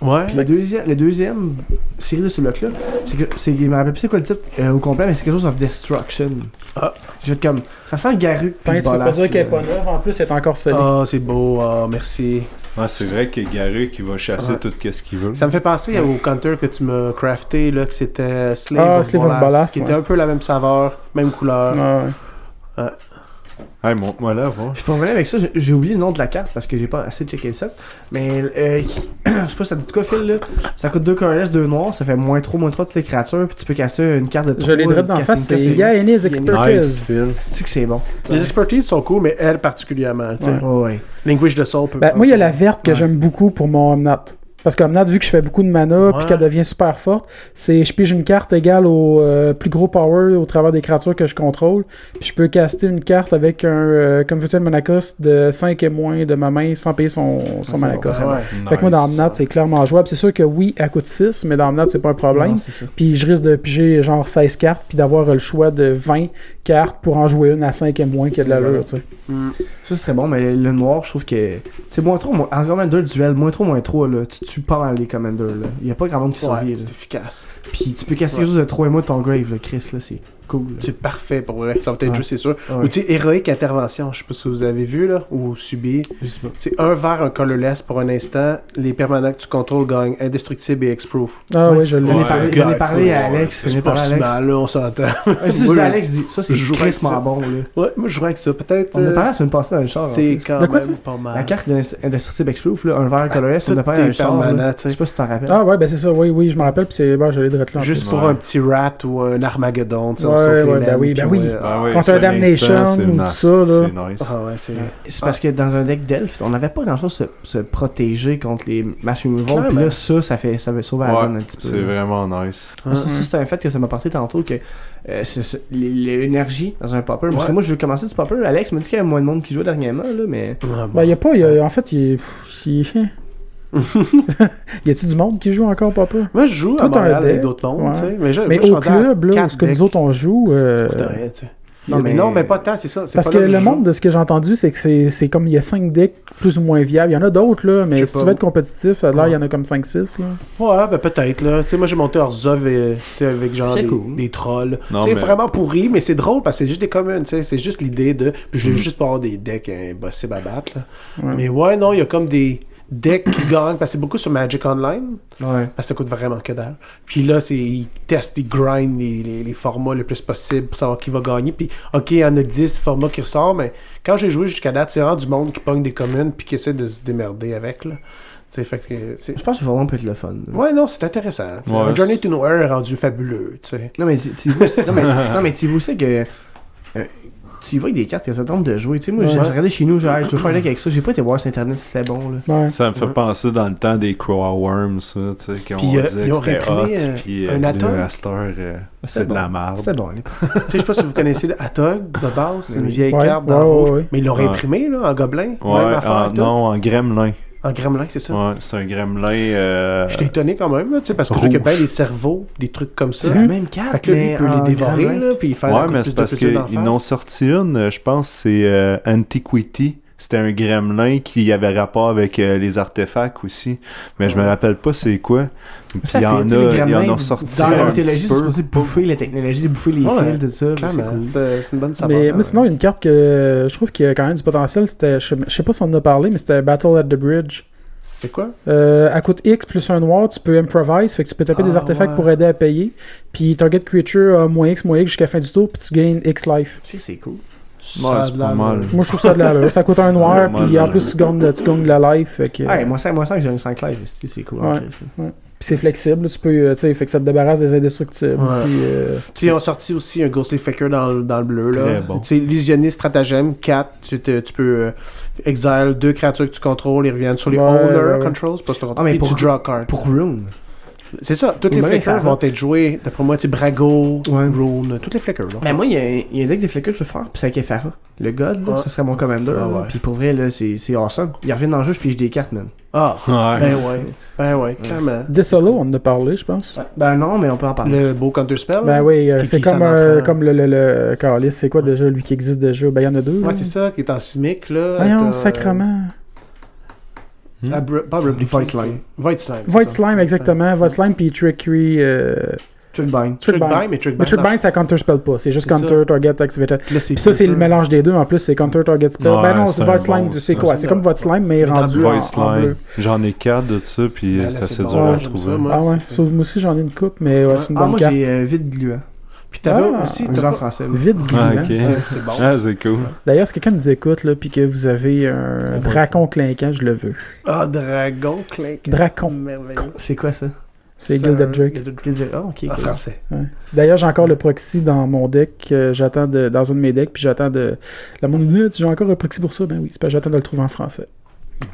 S1: Ouais.
S4: Puis le deuxième, le deuxième série de ce bloc-là, c'est que c'est, je me rappelle plus c'est quoi le titre euh, au complet, mais c'est quelque chose of destruction.
S1: Ah.
S4: J'ai fait comme, ça sent Garu.
S3: Putain, tu peux pas dire
S4: euh.
S3: qu'elle est pas neuve, en plus, elle est encore scellée.
S1: Ah, c'est beau, ah, merci.
S6: Ah, c'est vrai que Garry qui va chasser
S1: Ouais.
S6: tout ce qu'il veut.
S1: Ça me fait penser au counter que tu m'as crafté, là, que c'était Slave,
S3: Ah,
S1: of,
S3: Slave of
S1: Bolas,
S3: Bolas,
S1: qui
S3: ouais.
S1: était un peu la même saveur, même couleur.
S3: Ouais.
S6: Hey, montre-moi là, voir.
S4: Puis pour revenir avec ça, j'ai- j'ai oublié le nom de la carte parce que j'ai pas assez checké ça. Mais euh, je sais pas si ça te dit de quoi, Phil, là. Ça coûte 2 colorless, 2 noirs, ça fait moins 3, moins 3 toutes les créatures, puis tu peux casser une carte de
S3: Je l'ai
S4: trois,
S3: drette d'en
S4: casser
S3: face,
S4: une
S3: c'est
S4: carte,
S3: Yaenis
S6: Nice,
S3: Expertise.
S6: Phil.
S4: Tu sais que c'est bon.
S1: Les expertises sont cool, mais elle particulièrement. tu sais.
S4: Ouais, ouais.
S1: Language de Soul peut
S3: Ben,
S1: prendre
S3: moi, il y a
S1: ça.
S3: la verte que
S4: Ouais.
S3: j'aime beaucoup pour mon Omnat. Parce qu'Omnat, vu que je fais beaucoup de mana, puis
S1: Ouais.
S3: qu'elle devient super forte, c'est je pige une carte égale au euh, plus gros power au travers des créatures que je contrôle, puis je peux caster une carte avec un euh, Confuted Manacos de 5 et moins de ma main sans payer son, son
S4: Ah, c'est
S3: Manacos.
S4: bon.
S1: Ouais.
S3: Fait que moi, dans Omnat, c'est clairement jouable. C'est sûr que oui, elle coûte 6, mais dans Omnat, c'est pas un problème.
S4: Non, c'est ça.
S3: Puis je risque de piger genre 16 cartes, puis d'avoir euh, le choix de 20 cartes pour en jouer une à 5 et moins qui a de l'allure, tu sais.
S4: Ça, c'est très bon, mais le noir, je trouve que. C'est moins trop, moins... en commun deux duels, moins trop, moins 3, là. Tu tues tue pas mal les commanders. Là. Il y a pas grand monde qui
S1: Ouais,
S4: survit. là.
S1: c'est efficace.
S4: Puis tu peux casser quelque
S1: Ouais.
S4: chose de 3 mois de ton grave, là, Chris. Là, c'est cool. là.
S1: C'est parfait pour vrai. Ça va être
S4: Ouais.
S1: juste, c'est sûr.
S4: Ouais.
S1: Ou tu sais, héroïque intervention, je sais pas si vous avez vu là, ou subi.
S4: Je sais pas.
S1: C'est un vert, un colorless pour un instant. Les permanents que tu contrôles gagnent indestructible et X-proof.
S3: Ah ouais, je l'ai.
S4: J'en ai
S6: Ouais.
S4: parlé, j'en ai parlé à Alex. J'en ai
S1: C'est pas
S4: parlé à
S1: si
S4: Alex.
S1: mal, là, on s'entend.
S4: Ouais, c'est
S1: Moi,
S4: ça,
S1: je-
S4: Alex dit. Ça, c'est
S1: je jouerais avec ça.
S4: crissement bon. Là.
S1: Ouais, moi je jouerais avec ça. Peut-être.
S4: On a
S1: euh,
S4: parlé la semaine passée dans le char. en
S1: C'est
S4: plus.
S1: quand
S3: De quoi,
S1: même pas mal.
S4: La carte d'Indestructible Explouf, là, un vert colorless, on
S1: tout
S4: a parlé dans
S1: est
S4: le char. là.
S1: permanent, tu sais.
S4: Je sais pas si t'en rappelles.
S3: Ah ouais, ben c'est ça, oui, oui, je me rappelle, puis c'est. Bah, je l'ai direct là. en
S1: Juste
S6: Ouais.
S1: pour un petit rat ou un armageddon, tu sais, on
S3: Ouais,
S1: saute les
S3: ouais,
S1: lames,
S3: ben oui,
S1: puis
S3: ben oui.
S1: ouais, ah,
S6: Ah ouais,
S3: Contre
S6: c'est
S3: un
S6: un
S3: Damnation
S6: instant, c'est
S3: ou
S6: nice.
S3: tout ça, là.
S6: C'est nice.
S1: ah ouais, c'est
S4: C'est parce que dans un deck d'elfe, on n'avait pas grand chose se, se protéger contre les matchs removal. Puis
S1: Clairement.
S4: là, ça, ça fait ça va sauver la
S6: Ouais,
S4: donne un petit
S6: C'est
S4: peu.
S6: vraiment nice.
S4: Ça, ça, c'est un fait que ça m'a porté tantôt que euh, c'est- c'est- l- l'énergie dans un popper. Parce que
S1: Ouais.
S4: moi, je veux commencer du popper. Alex m'a dit qu'il y avait moins de monde qui jouait dernièrement, là, mais.
S1: Ah,
S3: Ben,
S1: bon.
S3: il a pas. il Y a, en fait, il est. pff, il est- y a-tu du monde qui joue encore, papa?
S1: Euh, Moi, je joue
S3: Toi,
S1: à
S3: t'as un
S1: Montréal avec
S3: deck,
S1: d'autres mondes,
S3: ouais.
S1: tu sais. Mais, je- moi,
S3: Mais
S1: je suis
S3: au
S1: rendu à
S3: club, là, où
S1: quatre
S3: ce que
S1: decks,
S3: nous autres on joue.
S1: ça
S3: euh,
S1: coûte rien, tu sais.
S4: Non,
S1: mais,
S4: mais-
S1: non, mais pas tant, c'est ça. c'est
S3: Parce
S1: pas
S3: que
S1: là
S3: le
S1: je
S3: monde, de ce que j'ai entendu, c'est que c'est c'est comme il y a 5 decks plus ou moins viables. Il y en a d'autres, là,
S1: Je
S3: mais
S1: sais
S3: si
S1: pas.
S3: tu veux être compétitif, ça a l'air, il y en a comme 5-6. là.
S1: joue. Ouais, ben peut-être, là. Tu sais, moi, j'ai monté Orzhov et, tu sais, avec genre
S4: C'est
S1: des,
S4: cool.
S1: des trolls.
S6: Non,
S1: C'est
S6: mais-
S1: vraiment pourri, mais c'est drôle parce que c'est juste des communes, tu sais. C'est juste l'idée de. Puis
S6: Mhm.
S1: je l'ai juste pour avoir des decks impossibles à battre, là.
S3: Ouais.
S1: Mais ouais, non, il y a comme des decks qui gagnent parce que c'est beaucoup sur Magic Online.
S4: Ouais.
S1: Parce que ça coûte vraiment que dalle. Puis là, c'est, ils testent, ils grindent les, les- les formats le plus possible pour savoir qui va gagner. Puis, OK, il y en a 10 formats qui ressortent, mais quand j'ai joué jusqu'à date, c'est vraiment du monde qui pogne des communes puis qui essaie de se démerder avec. Là. Tu sais, fait que c'est...
S4: Je pense que vraiment peut être le fun. là.
S1: Ouais, non, c'est intéressant. tu sais.
S6: Ouais.
S1: Journey to Nowhere est rendu fabuleux. tu sais.
S4: Non, mais tu tu vois, c'est- non, mais, non, mais tu vois, c'est que. euh, Tu vois avec des cartes que ça tente de jouer. Tu sais, moi, j'ai j'ai regardé chez nous, genre, je veux faire un deck avec ça. J'ai pas été voir sur internet si c'était bon, là.
S3: Ouais.
S6: Ça me fait penser dans le temps des Crow Worms, ça, tu sais, qu'on
S1: Puis, euh,
S6: disait
S1: ils
S6: que
S1: ont
S6: c'était hot,
S1: réprimé, euh,
S6: puis
S1: un
S6: le
S1: atome.
S6: raster, euh,
S4: C'était
S6: c'est de
S4: bon.
S6: la merde.
S4: C'était bon, là.
S1: Tu sais, Je sais pas si vous connaissez le Atog de base, c'est une vieille
S3: Ouais,
S1: carte
S3: ouais,
S1: dans le
S3: ouais,
S1: rouge.
S3: ouais.
S1: Mais ils l'ont
S6: Ouais.
S1: réimprimé là, en gobelin. même
S6: Ouais,
S1: affaire,
S6: en-
S1: tout.
S6: non, en gremlin.
S1: En gremlin, c'est ça.
S6: Ouais, c'est un gremlin. euh,
S1: J'étais étonné quand même, là, tu sais, parce que je sais que
S6: Rouge.
S1: ben des cerveaux, des trucs comme ça.
S4: C'est la même carte.
S1: Fait que là, lui, il peut
S4: mais
S1: les
S4: en
S1: dévorer,
S4: grand-
S1: là, puis faire
S6: Ouais,
S1: encore
S6: mais
S1: plus
S6: c'est
S1: de
S6: parce
S1: puzzles d'en
S6: qu'ils en ont
S1: face.
S6: sorti une, euh, je pense, c'est euh, Antiquity. C'était un gremlin qui avait rapport avec euh, les artefacts aussi. Mais je me rappelle pas c'est quoi. Puis
S4: Ça
S6: il y
S4: fait,
S6: en
S4: tu sais, les
S6: a, il y en
S4: gremlins,
S6: a sorti
S4: Dans la
S6: un
S4: mythologie,
S6: petit
S4: c'est
S6: peu.
S4: supposé bouffer la technologie, bouffer les
S1: Ouais,
S4: fils, tout ça. puis C'est
S1: Clairement,
S4: cool.
S1: c'est c'est une bonne saveur.
S3: Mais,
S1: hein,
S3: mais sinon, une carte que euh, je trouve qu'il y a quand même du potentiel, c'était, je sais- je sais pas si on en a parlé, mais c'était Battle at the Bridge.
S1: C'est quoi?
S3: Euh, à coûte X plus un noir, tu peux improvise, fait que tu peux taper
S1: Ah,
S3: des artefacts
S1: ouais.
S3: pour aider à payer. Puis target creature a moins X, moins X jusqu'à la fin du tour, puis tu gagnes X life.
S4: Tu sais, c'est cool.
S1: Ça a
S6: c'est
S1: de
S6: pas
S1: la-
S6: mal.
S3: Moi, je trouve ça de la Ça coûte un noir, puis en plus, tu gagnes de, tu gagnes de la life. Fait que,
S4: Ouais,
S3: puis
S4: moi, ça, moi, ça, j'ai un 5 live, c'est c'est cool.
S3: Ouais.
S4: en Christ, là.
S3: c'est flexible, tu peux, euh, tu sais, fait que ça te débarrasse des indestructibles.
S1: Ouais.
S3: puis, euh,
S1: Tu sais, ils ont sorti aussi un Ghostly Faker dans, le- dans le bleu, là.
S6: Très bon.
S1: Tu sais, illusionniste, stratagème, 4, tu, te- tu peux euh, exile deux créatures que tu contrôles, ils reviennent sur les
S3: Ouais,
S1: owner
S3: ouais, ouais.
S1: controls, c'est pas si tu contrôles.
S4: Ah, mais
S1: Puis
S4: pour-
S1: tu draw card.
S4: Pour Rune.
S1: C'est ça, toutes
S4: Ou
S1: les
S4: même
S1: Flickers
S4: Farah.
S1: vont être jouées, d'après moi, tu sais, Brago,
S4: Ouais.
S1: Rune, toutes les Flickers, là.
S4: Ben, moi, il y, a un- il y a un deck de flickers que je veux faire, puis c'est avec Ephara. Le god, là,
S1: Ouais.
S4: ça serait mon commander.
S1: Ah,
S4: là,
S1: ouais.
S4: Puis pour vrai, là, c'est c'est awesome. Il revient dans le jeu, puis je des cartes, man.
S1: Ah,
S6: Ouais.
S1: ben ouais, ben ouais, clairement.
S3: Dessolo, on en a parlé, je pense.
S4: Ben, non, mais on peut en parler.
S1: Le beau Counter Spell.
S3: Ben oui, euh,
S1: Ah, Qui-
S3: c'est
S1: qui
S3: comme,
S1: s'en
S3: euh,
S1: prend.
S3: comme le, le, le Carlis, c'est quoi déjà lui qui existe déjà Ben il y en a deux.
S1: Ouais,
S3: là.
S1: c'est ça, qui est en simic, là.
S3: Voyons,
S1: T'as, euh,
S3: sacrement. Hmm.
S1: Ah,
S6: Hmm.
S1: Br- pas Brubly
S4: Void
S1: Fist,
S4: Slime.
S1: c'est- Void Slime. c'est
S3: Void
S1: ça.
S3: Slime, exactement. Void Slime puis Trickery. Euh,
S4: Tu le bain.
S1: Trick
S3: Trickbind.
S1: Bind, mais Trick Bind.
S3: Mais
S1: dans-
S3: Trickbind, ça counter spell pas. C'est juste
S1: C'est ça.
S3: counter, target, activated.
S1: Là, c'est
S3: Puis ça, c'est le
S1: peu-
S3: mélange des deux. En plus, c'est counter, target spell.
S6: Ouais,
S3: ben non,
S6: c'est
S3: c'est Void
S6: un
S3: Slime,
S6: bon,
S3: c'est
S6: ça.
S3: quoi C'est comme Void Slime, mais
S1: Mais dans
S3: rendu
S1: Void
S3: en, en
S6: Voice Line.
S3: bleu.
S6: J'en ai quatre de ça, puis
S1: Ben là,
S6: c'est
S1: c'est
S6: assez
S1: bon,
S6: dur
S1: ouais,
S6: à
S1: j'aime
S6: trouver.
S1: ça, moi.
S3: Ah ouais,
S1: c'est
S3: ça, moi aussi j'en ai une coupe, mais ouais, c'est une
S4: Ah,
S3: bonne
S4: moi,
S3: carte.
S4: j'ai euh, vide gluant.
S1: Puis t'avais
S3: Ah,
S1: aussi. t'as
S4: Un jeu en
S1: pas-
S4: français. là.
S3: Vide gluant.
S6: Ah, ok.
S1: C'est c'est bon.
S6: Ah, c'est cool.
S3: D'ailleurs, si quelqu'un nous écoute, là, puis que vous avez un
S4: Ouais,
S3: dracon clinquant, je le veux.
S1: Ah, Dragon Clink.
S3: Dracon.
S1: Merveilleux.
S4: C'est quoi ça?
S3: C'est
S1: Ça,
S3: Gilded Drake.
S1: Gilded Drake.
S4: Ah, ok.
S1: En
S4: cool.
S1: français.
S3: D'ailleurs, j'ai encore le proxy dans mon deck. euh, j'attends de, dans un de mes decks, puis j'attends de. Le monde me dit, Ah, j'ai encore un proxy pour ça. Ben oui, c'est parce que j'attends de le trouver en français.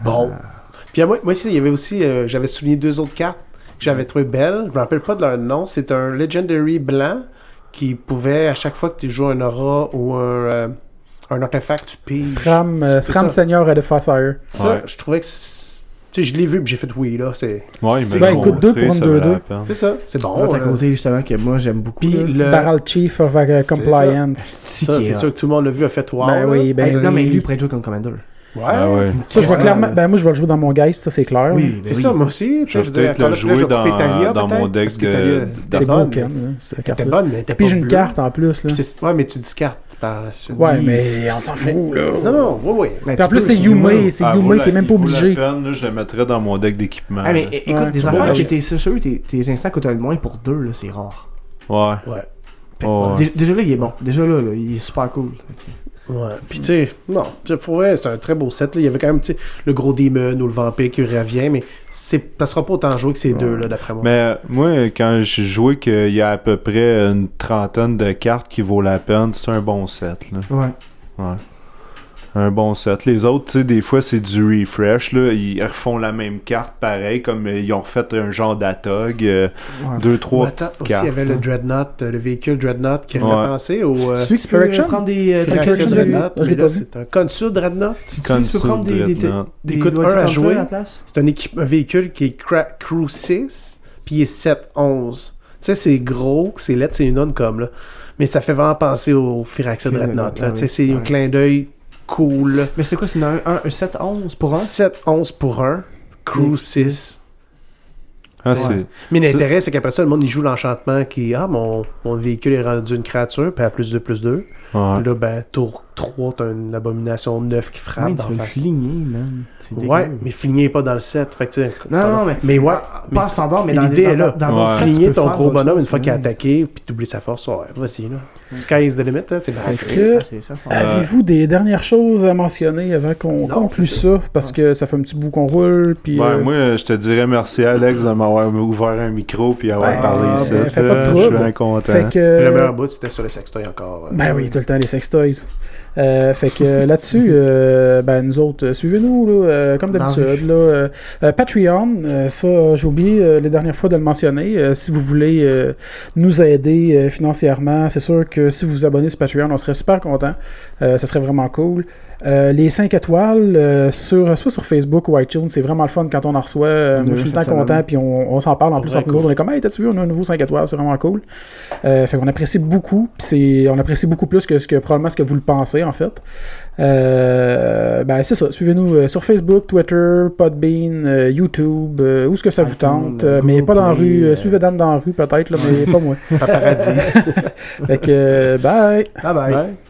S1: Bon. Ah. Puis à moi, moi aussi, il y avait aussi. euh, J'avais souligné deux autres cartes que j'avais trouvé belles. Je me rappelle pas de leur nom. C'est un Legendary blanc qui pouvait, à chaque fois que tu joues un aura ou un. euh, un artefact, tu piges.
S3: SRAM, euh,
S1: c'est
S3: SRAM
S1: ça.
S3: Senior at the Fire.
S1: Ça,
S6: Ouais.
S1: je trouvais que. c'est- Tu sais, je l'ai vu, puis j'ai fait oui, là. C'est
S6: Ouais, il m'a
S3: Ben, écoute, deux pour une
S6: ça valait
S3: deux-deux.
S6: la peine.
S1: c'est ça. C'est bon.
S4: L'autre à
S1: là.
S4: côté, justement, que moi, j'aime beaucoup.
S1: Puis
S4: là.
S1: le.
S3: Barrel Chief of euh,
S1: c'est
S3: Compliance.
S1: Ça, c'est sûr que tout le monde l'a vu, a fait wow.
S3: Ben
S1: là.
S3: oui, ben
S4: Hey,
S3: oui.
S4: non, mais lui, il pourrait jouer comme commander.
S1: Ouais.
S6: Ah ouais.
S3: Ça, je vois
S1: Ouais.
S3: clairement. Ben, moi, je vais le jouer dans mon Geist, ça, c'est clair.
S4: Oui, ben
S1: Ah C'est
S4: oui.
S1: ça, moi aussi. tu
S6: Je
S1: sais,
S6: vais
S1: Je veux dire,
S6: peut-être le
S1: Call of Duty,
S6: jouer
S1: je vais couper Talia,
S6: dans, dans mon
S1: peut-être,
S6: deck
S1: parce que Talia-
S6: de.
S3: C'est
S1: Dans-
S3: beau, Ken, là, cette
S1: T'es
S3: carte-là.
S1: bonne, mais t'es
S3: Puis j'ai
S1: pas
S3: une
S1: bleue.
S3: carte en plus, là.
S1: Puis c'est- Ouais, mais tu discartes par la suite.
S3: Ouais,
S1: Oui.
S3: mais on s'en fout, là.
S1: Non, non, oui, oui.
S4: Ben,
S3: Puis en
S4: tu
S3: plus,
S4: peux,
S3: c'est Yume, c'est
S6: Ah, vaut
S3: Yume,
S6: la-
S3: t'es même pas
S6: il vaut la
S3: obligé.
S6: peine, là, je le mettrais dans mon deck d'équipement.
S4: Ah, mais
S6: là.
S4: é- écoute,
S3: Ouais,
S4: des
S3: tu
S4: affaires
S3: vois,
S4: que
S3: ouais.
S4: t'es sûr, tes, tes instants que t'as le moins pour deux, là, c'est rare.
S6: Ouais.
S4: Fait-
S6: Ouais.
S4: Dé- Déjà là, il est bon. Déjà là, là, il est super cool.
S1: Euh, Ouais. Puis tu sais, non, puis pour vrai, c'est un très beau set. Là. Il y avait quand même tu sais, le gros Demon ou le Vampire qui revient, mais c'est- ça sera pas autant joué que ces deux-là, d'après moi.
S6: Mais euh, moi, quand j'ai joué qu'il y a à peu près une trentaine de cartes qui vaut la peine, c'est un bon set. Là.
S4: Ouais.
S6: Un bon set. Les autres, tu sais, des fois, c'est du refresh. Là. Ils refont la même carte pareil, comme euh, ils ont refait un genre d'atog. euh,
S4: Ouais.
S6: Deux, trois
S1: Attends,
S6: petites
S1: aussi, il y
S6: cartes.
S1: avait le Dreadnought, euh, le véhicule Dreadnought qui
S6: Ouais.
S1: fait penser au. Euh,
S4: Celui que tu peux
S3: Correction?
S4: euh, prendre des. euh,
S1: Firaxis
S3: Correction
S4: Correction
S3: de
S4: de-
S3: lui.
S1: Dreadnought,
S3: Ah, je
S1: mais
S3: l'ai
S1: là,
S3: pas vu.
S1: c'est un Consul Dreadnought.
S4: Tu- tu peux prendre des- des- des-
S6: Dreadnought.
S4: des
S1: Il coûte
S4: lois de
S1: un à
S4: counter
S1: jouer.
S4: la place.
S1: C'est un, équipe- un véhicule qui est cra- Crew 6, puis il est 7-11. Tu sais, c'est gros, c'est laid, c'est une onde comme, là. Mais ça fait vraiment penser au Firaxia
S4: Firaxia,
S1: Dreadnought, là.
S4: ah
S1: Tu sais, c'est
S4: oui,
S1: un
S4: ouais.
S1: clin d'œil cool.
S4: Mais c'est quoi, c'est une- un, un, 7-11 pour un
S1: 7-11 pour 1, Crew
S4: Mm.
S1: 6.
S6: Ah,
S4: c'est-
S6: c'est-
S1: Mais
S6: C'est-
S1: l'intérêt, c'est qu'après ça, le monde, il joue l'enchantement qui est Ah, mon, mon véhicule est rendu une créature, puis à plus 2, plus 2.
S6: ouais.
S1: Puis là, ben, tour 3, t'as une abomination 9 qui frappe
S4: Ouais,
S1: d'en
S4: tu veux le
S1: face.
S4: flinguer, man. C'est
S1: Ouais,
S4: dégueu.
S1: mais flignez pas dans le 7. Fait que, tu sais,
S4: Non,
S1: ça
S4: non,
S1: va.
S4: mais.
S1: Mais ouais, mais-
S4: Pas en standard, mais dans
S1: l'idée
S4: dans-
S1: est là.
S4: dans- dans- dans-
S6: Ouais.
S4: tu
S1: Fligner
S4: peux
S1: ton
S4: faire
S1: Ah, gros
S4: d'autres
S1: bonhomme
S4: choses,
S1: une fois qu'il a
S4: ouais.
S1: attaqué, puis t'oublies sa force, oh, ouais, vas-y, là. Sky is the limit, hein, c'est
S4: Fait
S1: pareil.
S4: que- Ah, c'est- ça, c'est-
S3: Avez-vous des dernières choses à mentionner avant qu'on conclue ça? Parce que ça fait un petit bout qu'on roule. Puis,
S6: Ouais,
S3: euh,
S6: moi, euh, je te dirais merci, Alex, de m'avoir ouvert un micro puis avoir
S3: Ben,
S6: parlé
S3: ben,
S6: ici.
S3: fais pas de
S6: là. Je suis
S3: trouble.
S6: bien content.
S3: fait que.
S1: Puis Le meilleur bout, c'était sur le sextoy encore. euh.
S3: Ben oui, tout le temps, les sextoys. Euh, fait que euh, là-dessus, euh, ben nous autres, euh, suivez-nous, là, euh, comme d'habitude. là, euh, euh, Patreon, euh, ça, euh, j'ai oublié euh, les dernières fois de le mentionner. Euh, si vous voulez euh, nous aider euh, financièrement, c'est sûr que si vous vous abonnez sur Patreon, on serait super content. Euh, ça serait vraiment cool. Euh, les 5 étoiles, euh, sur, soit sur Facebook ou iTunes, c'est vraiment le fun quand on en reçoit. Euh, moi, je suis tout le temps
S4: Cette
S3: content,
S4: semaine.
S3: puis on, on s'en parle en plus
S1: Ouais,
S3: entre nous autres. On est comme, hey, t'as-tu vu, on a un nouveau 5 étoiles, c'est vraiment cool. Euh, fait qu'on apprécie beaucoup, puis c'est, on apprécie beaucoup plus que, ce que probablement ce que vous le pensez, en fait. Euh, ben, c'est ça. Suivez-nous euh, sur Facebook, Twitter, Podbean, euh, YouTube, euh, où ce que ça vous
S4: iTunes,
S3: tente. euh,
S4: Google
S3: mais pas dans la
S4: Play,
S3: rue. euh,
S4: euh,
S3: Suivez Dan dans la rue, peut-être, là, mais pas moi. Paparazzi. fait que, euh, bye!
S4: Bye bye.
S1: Ouais.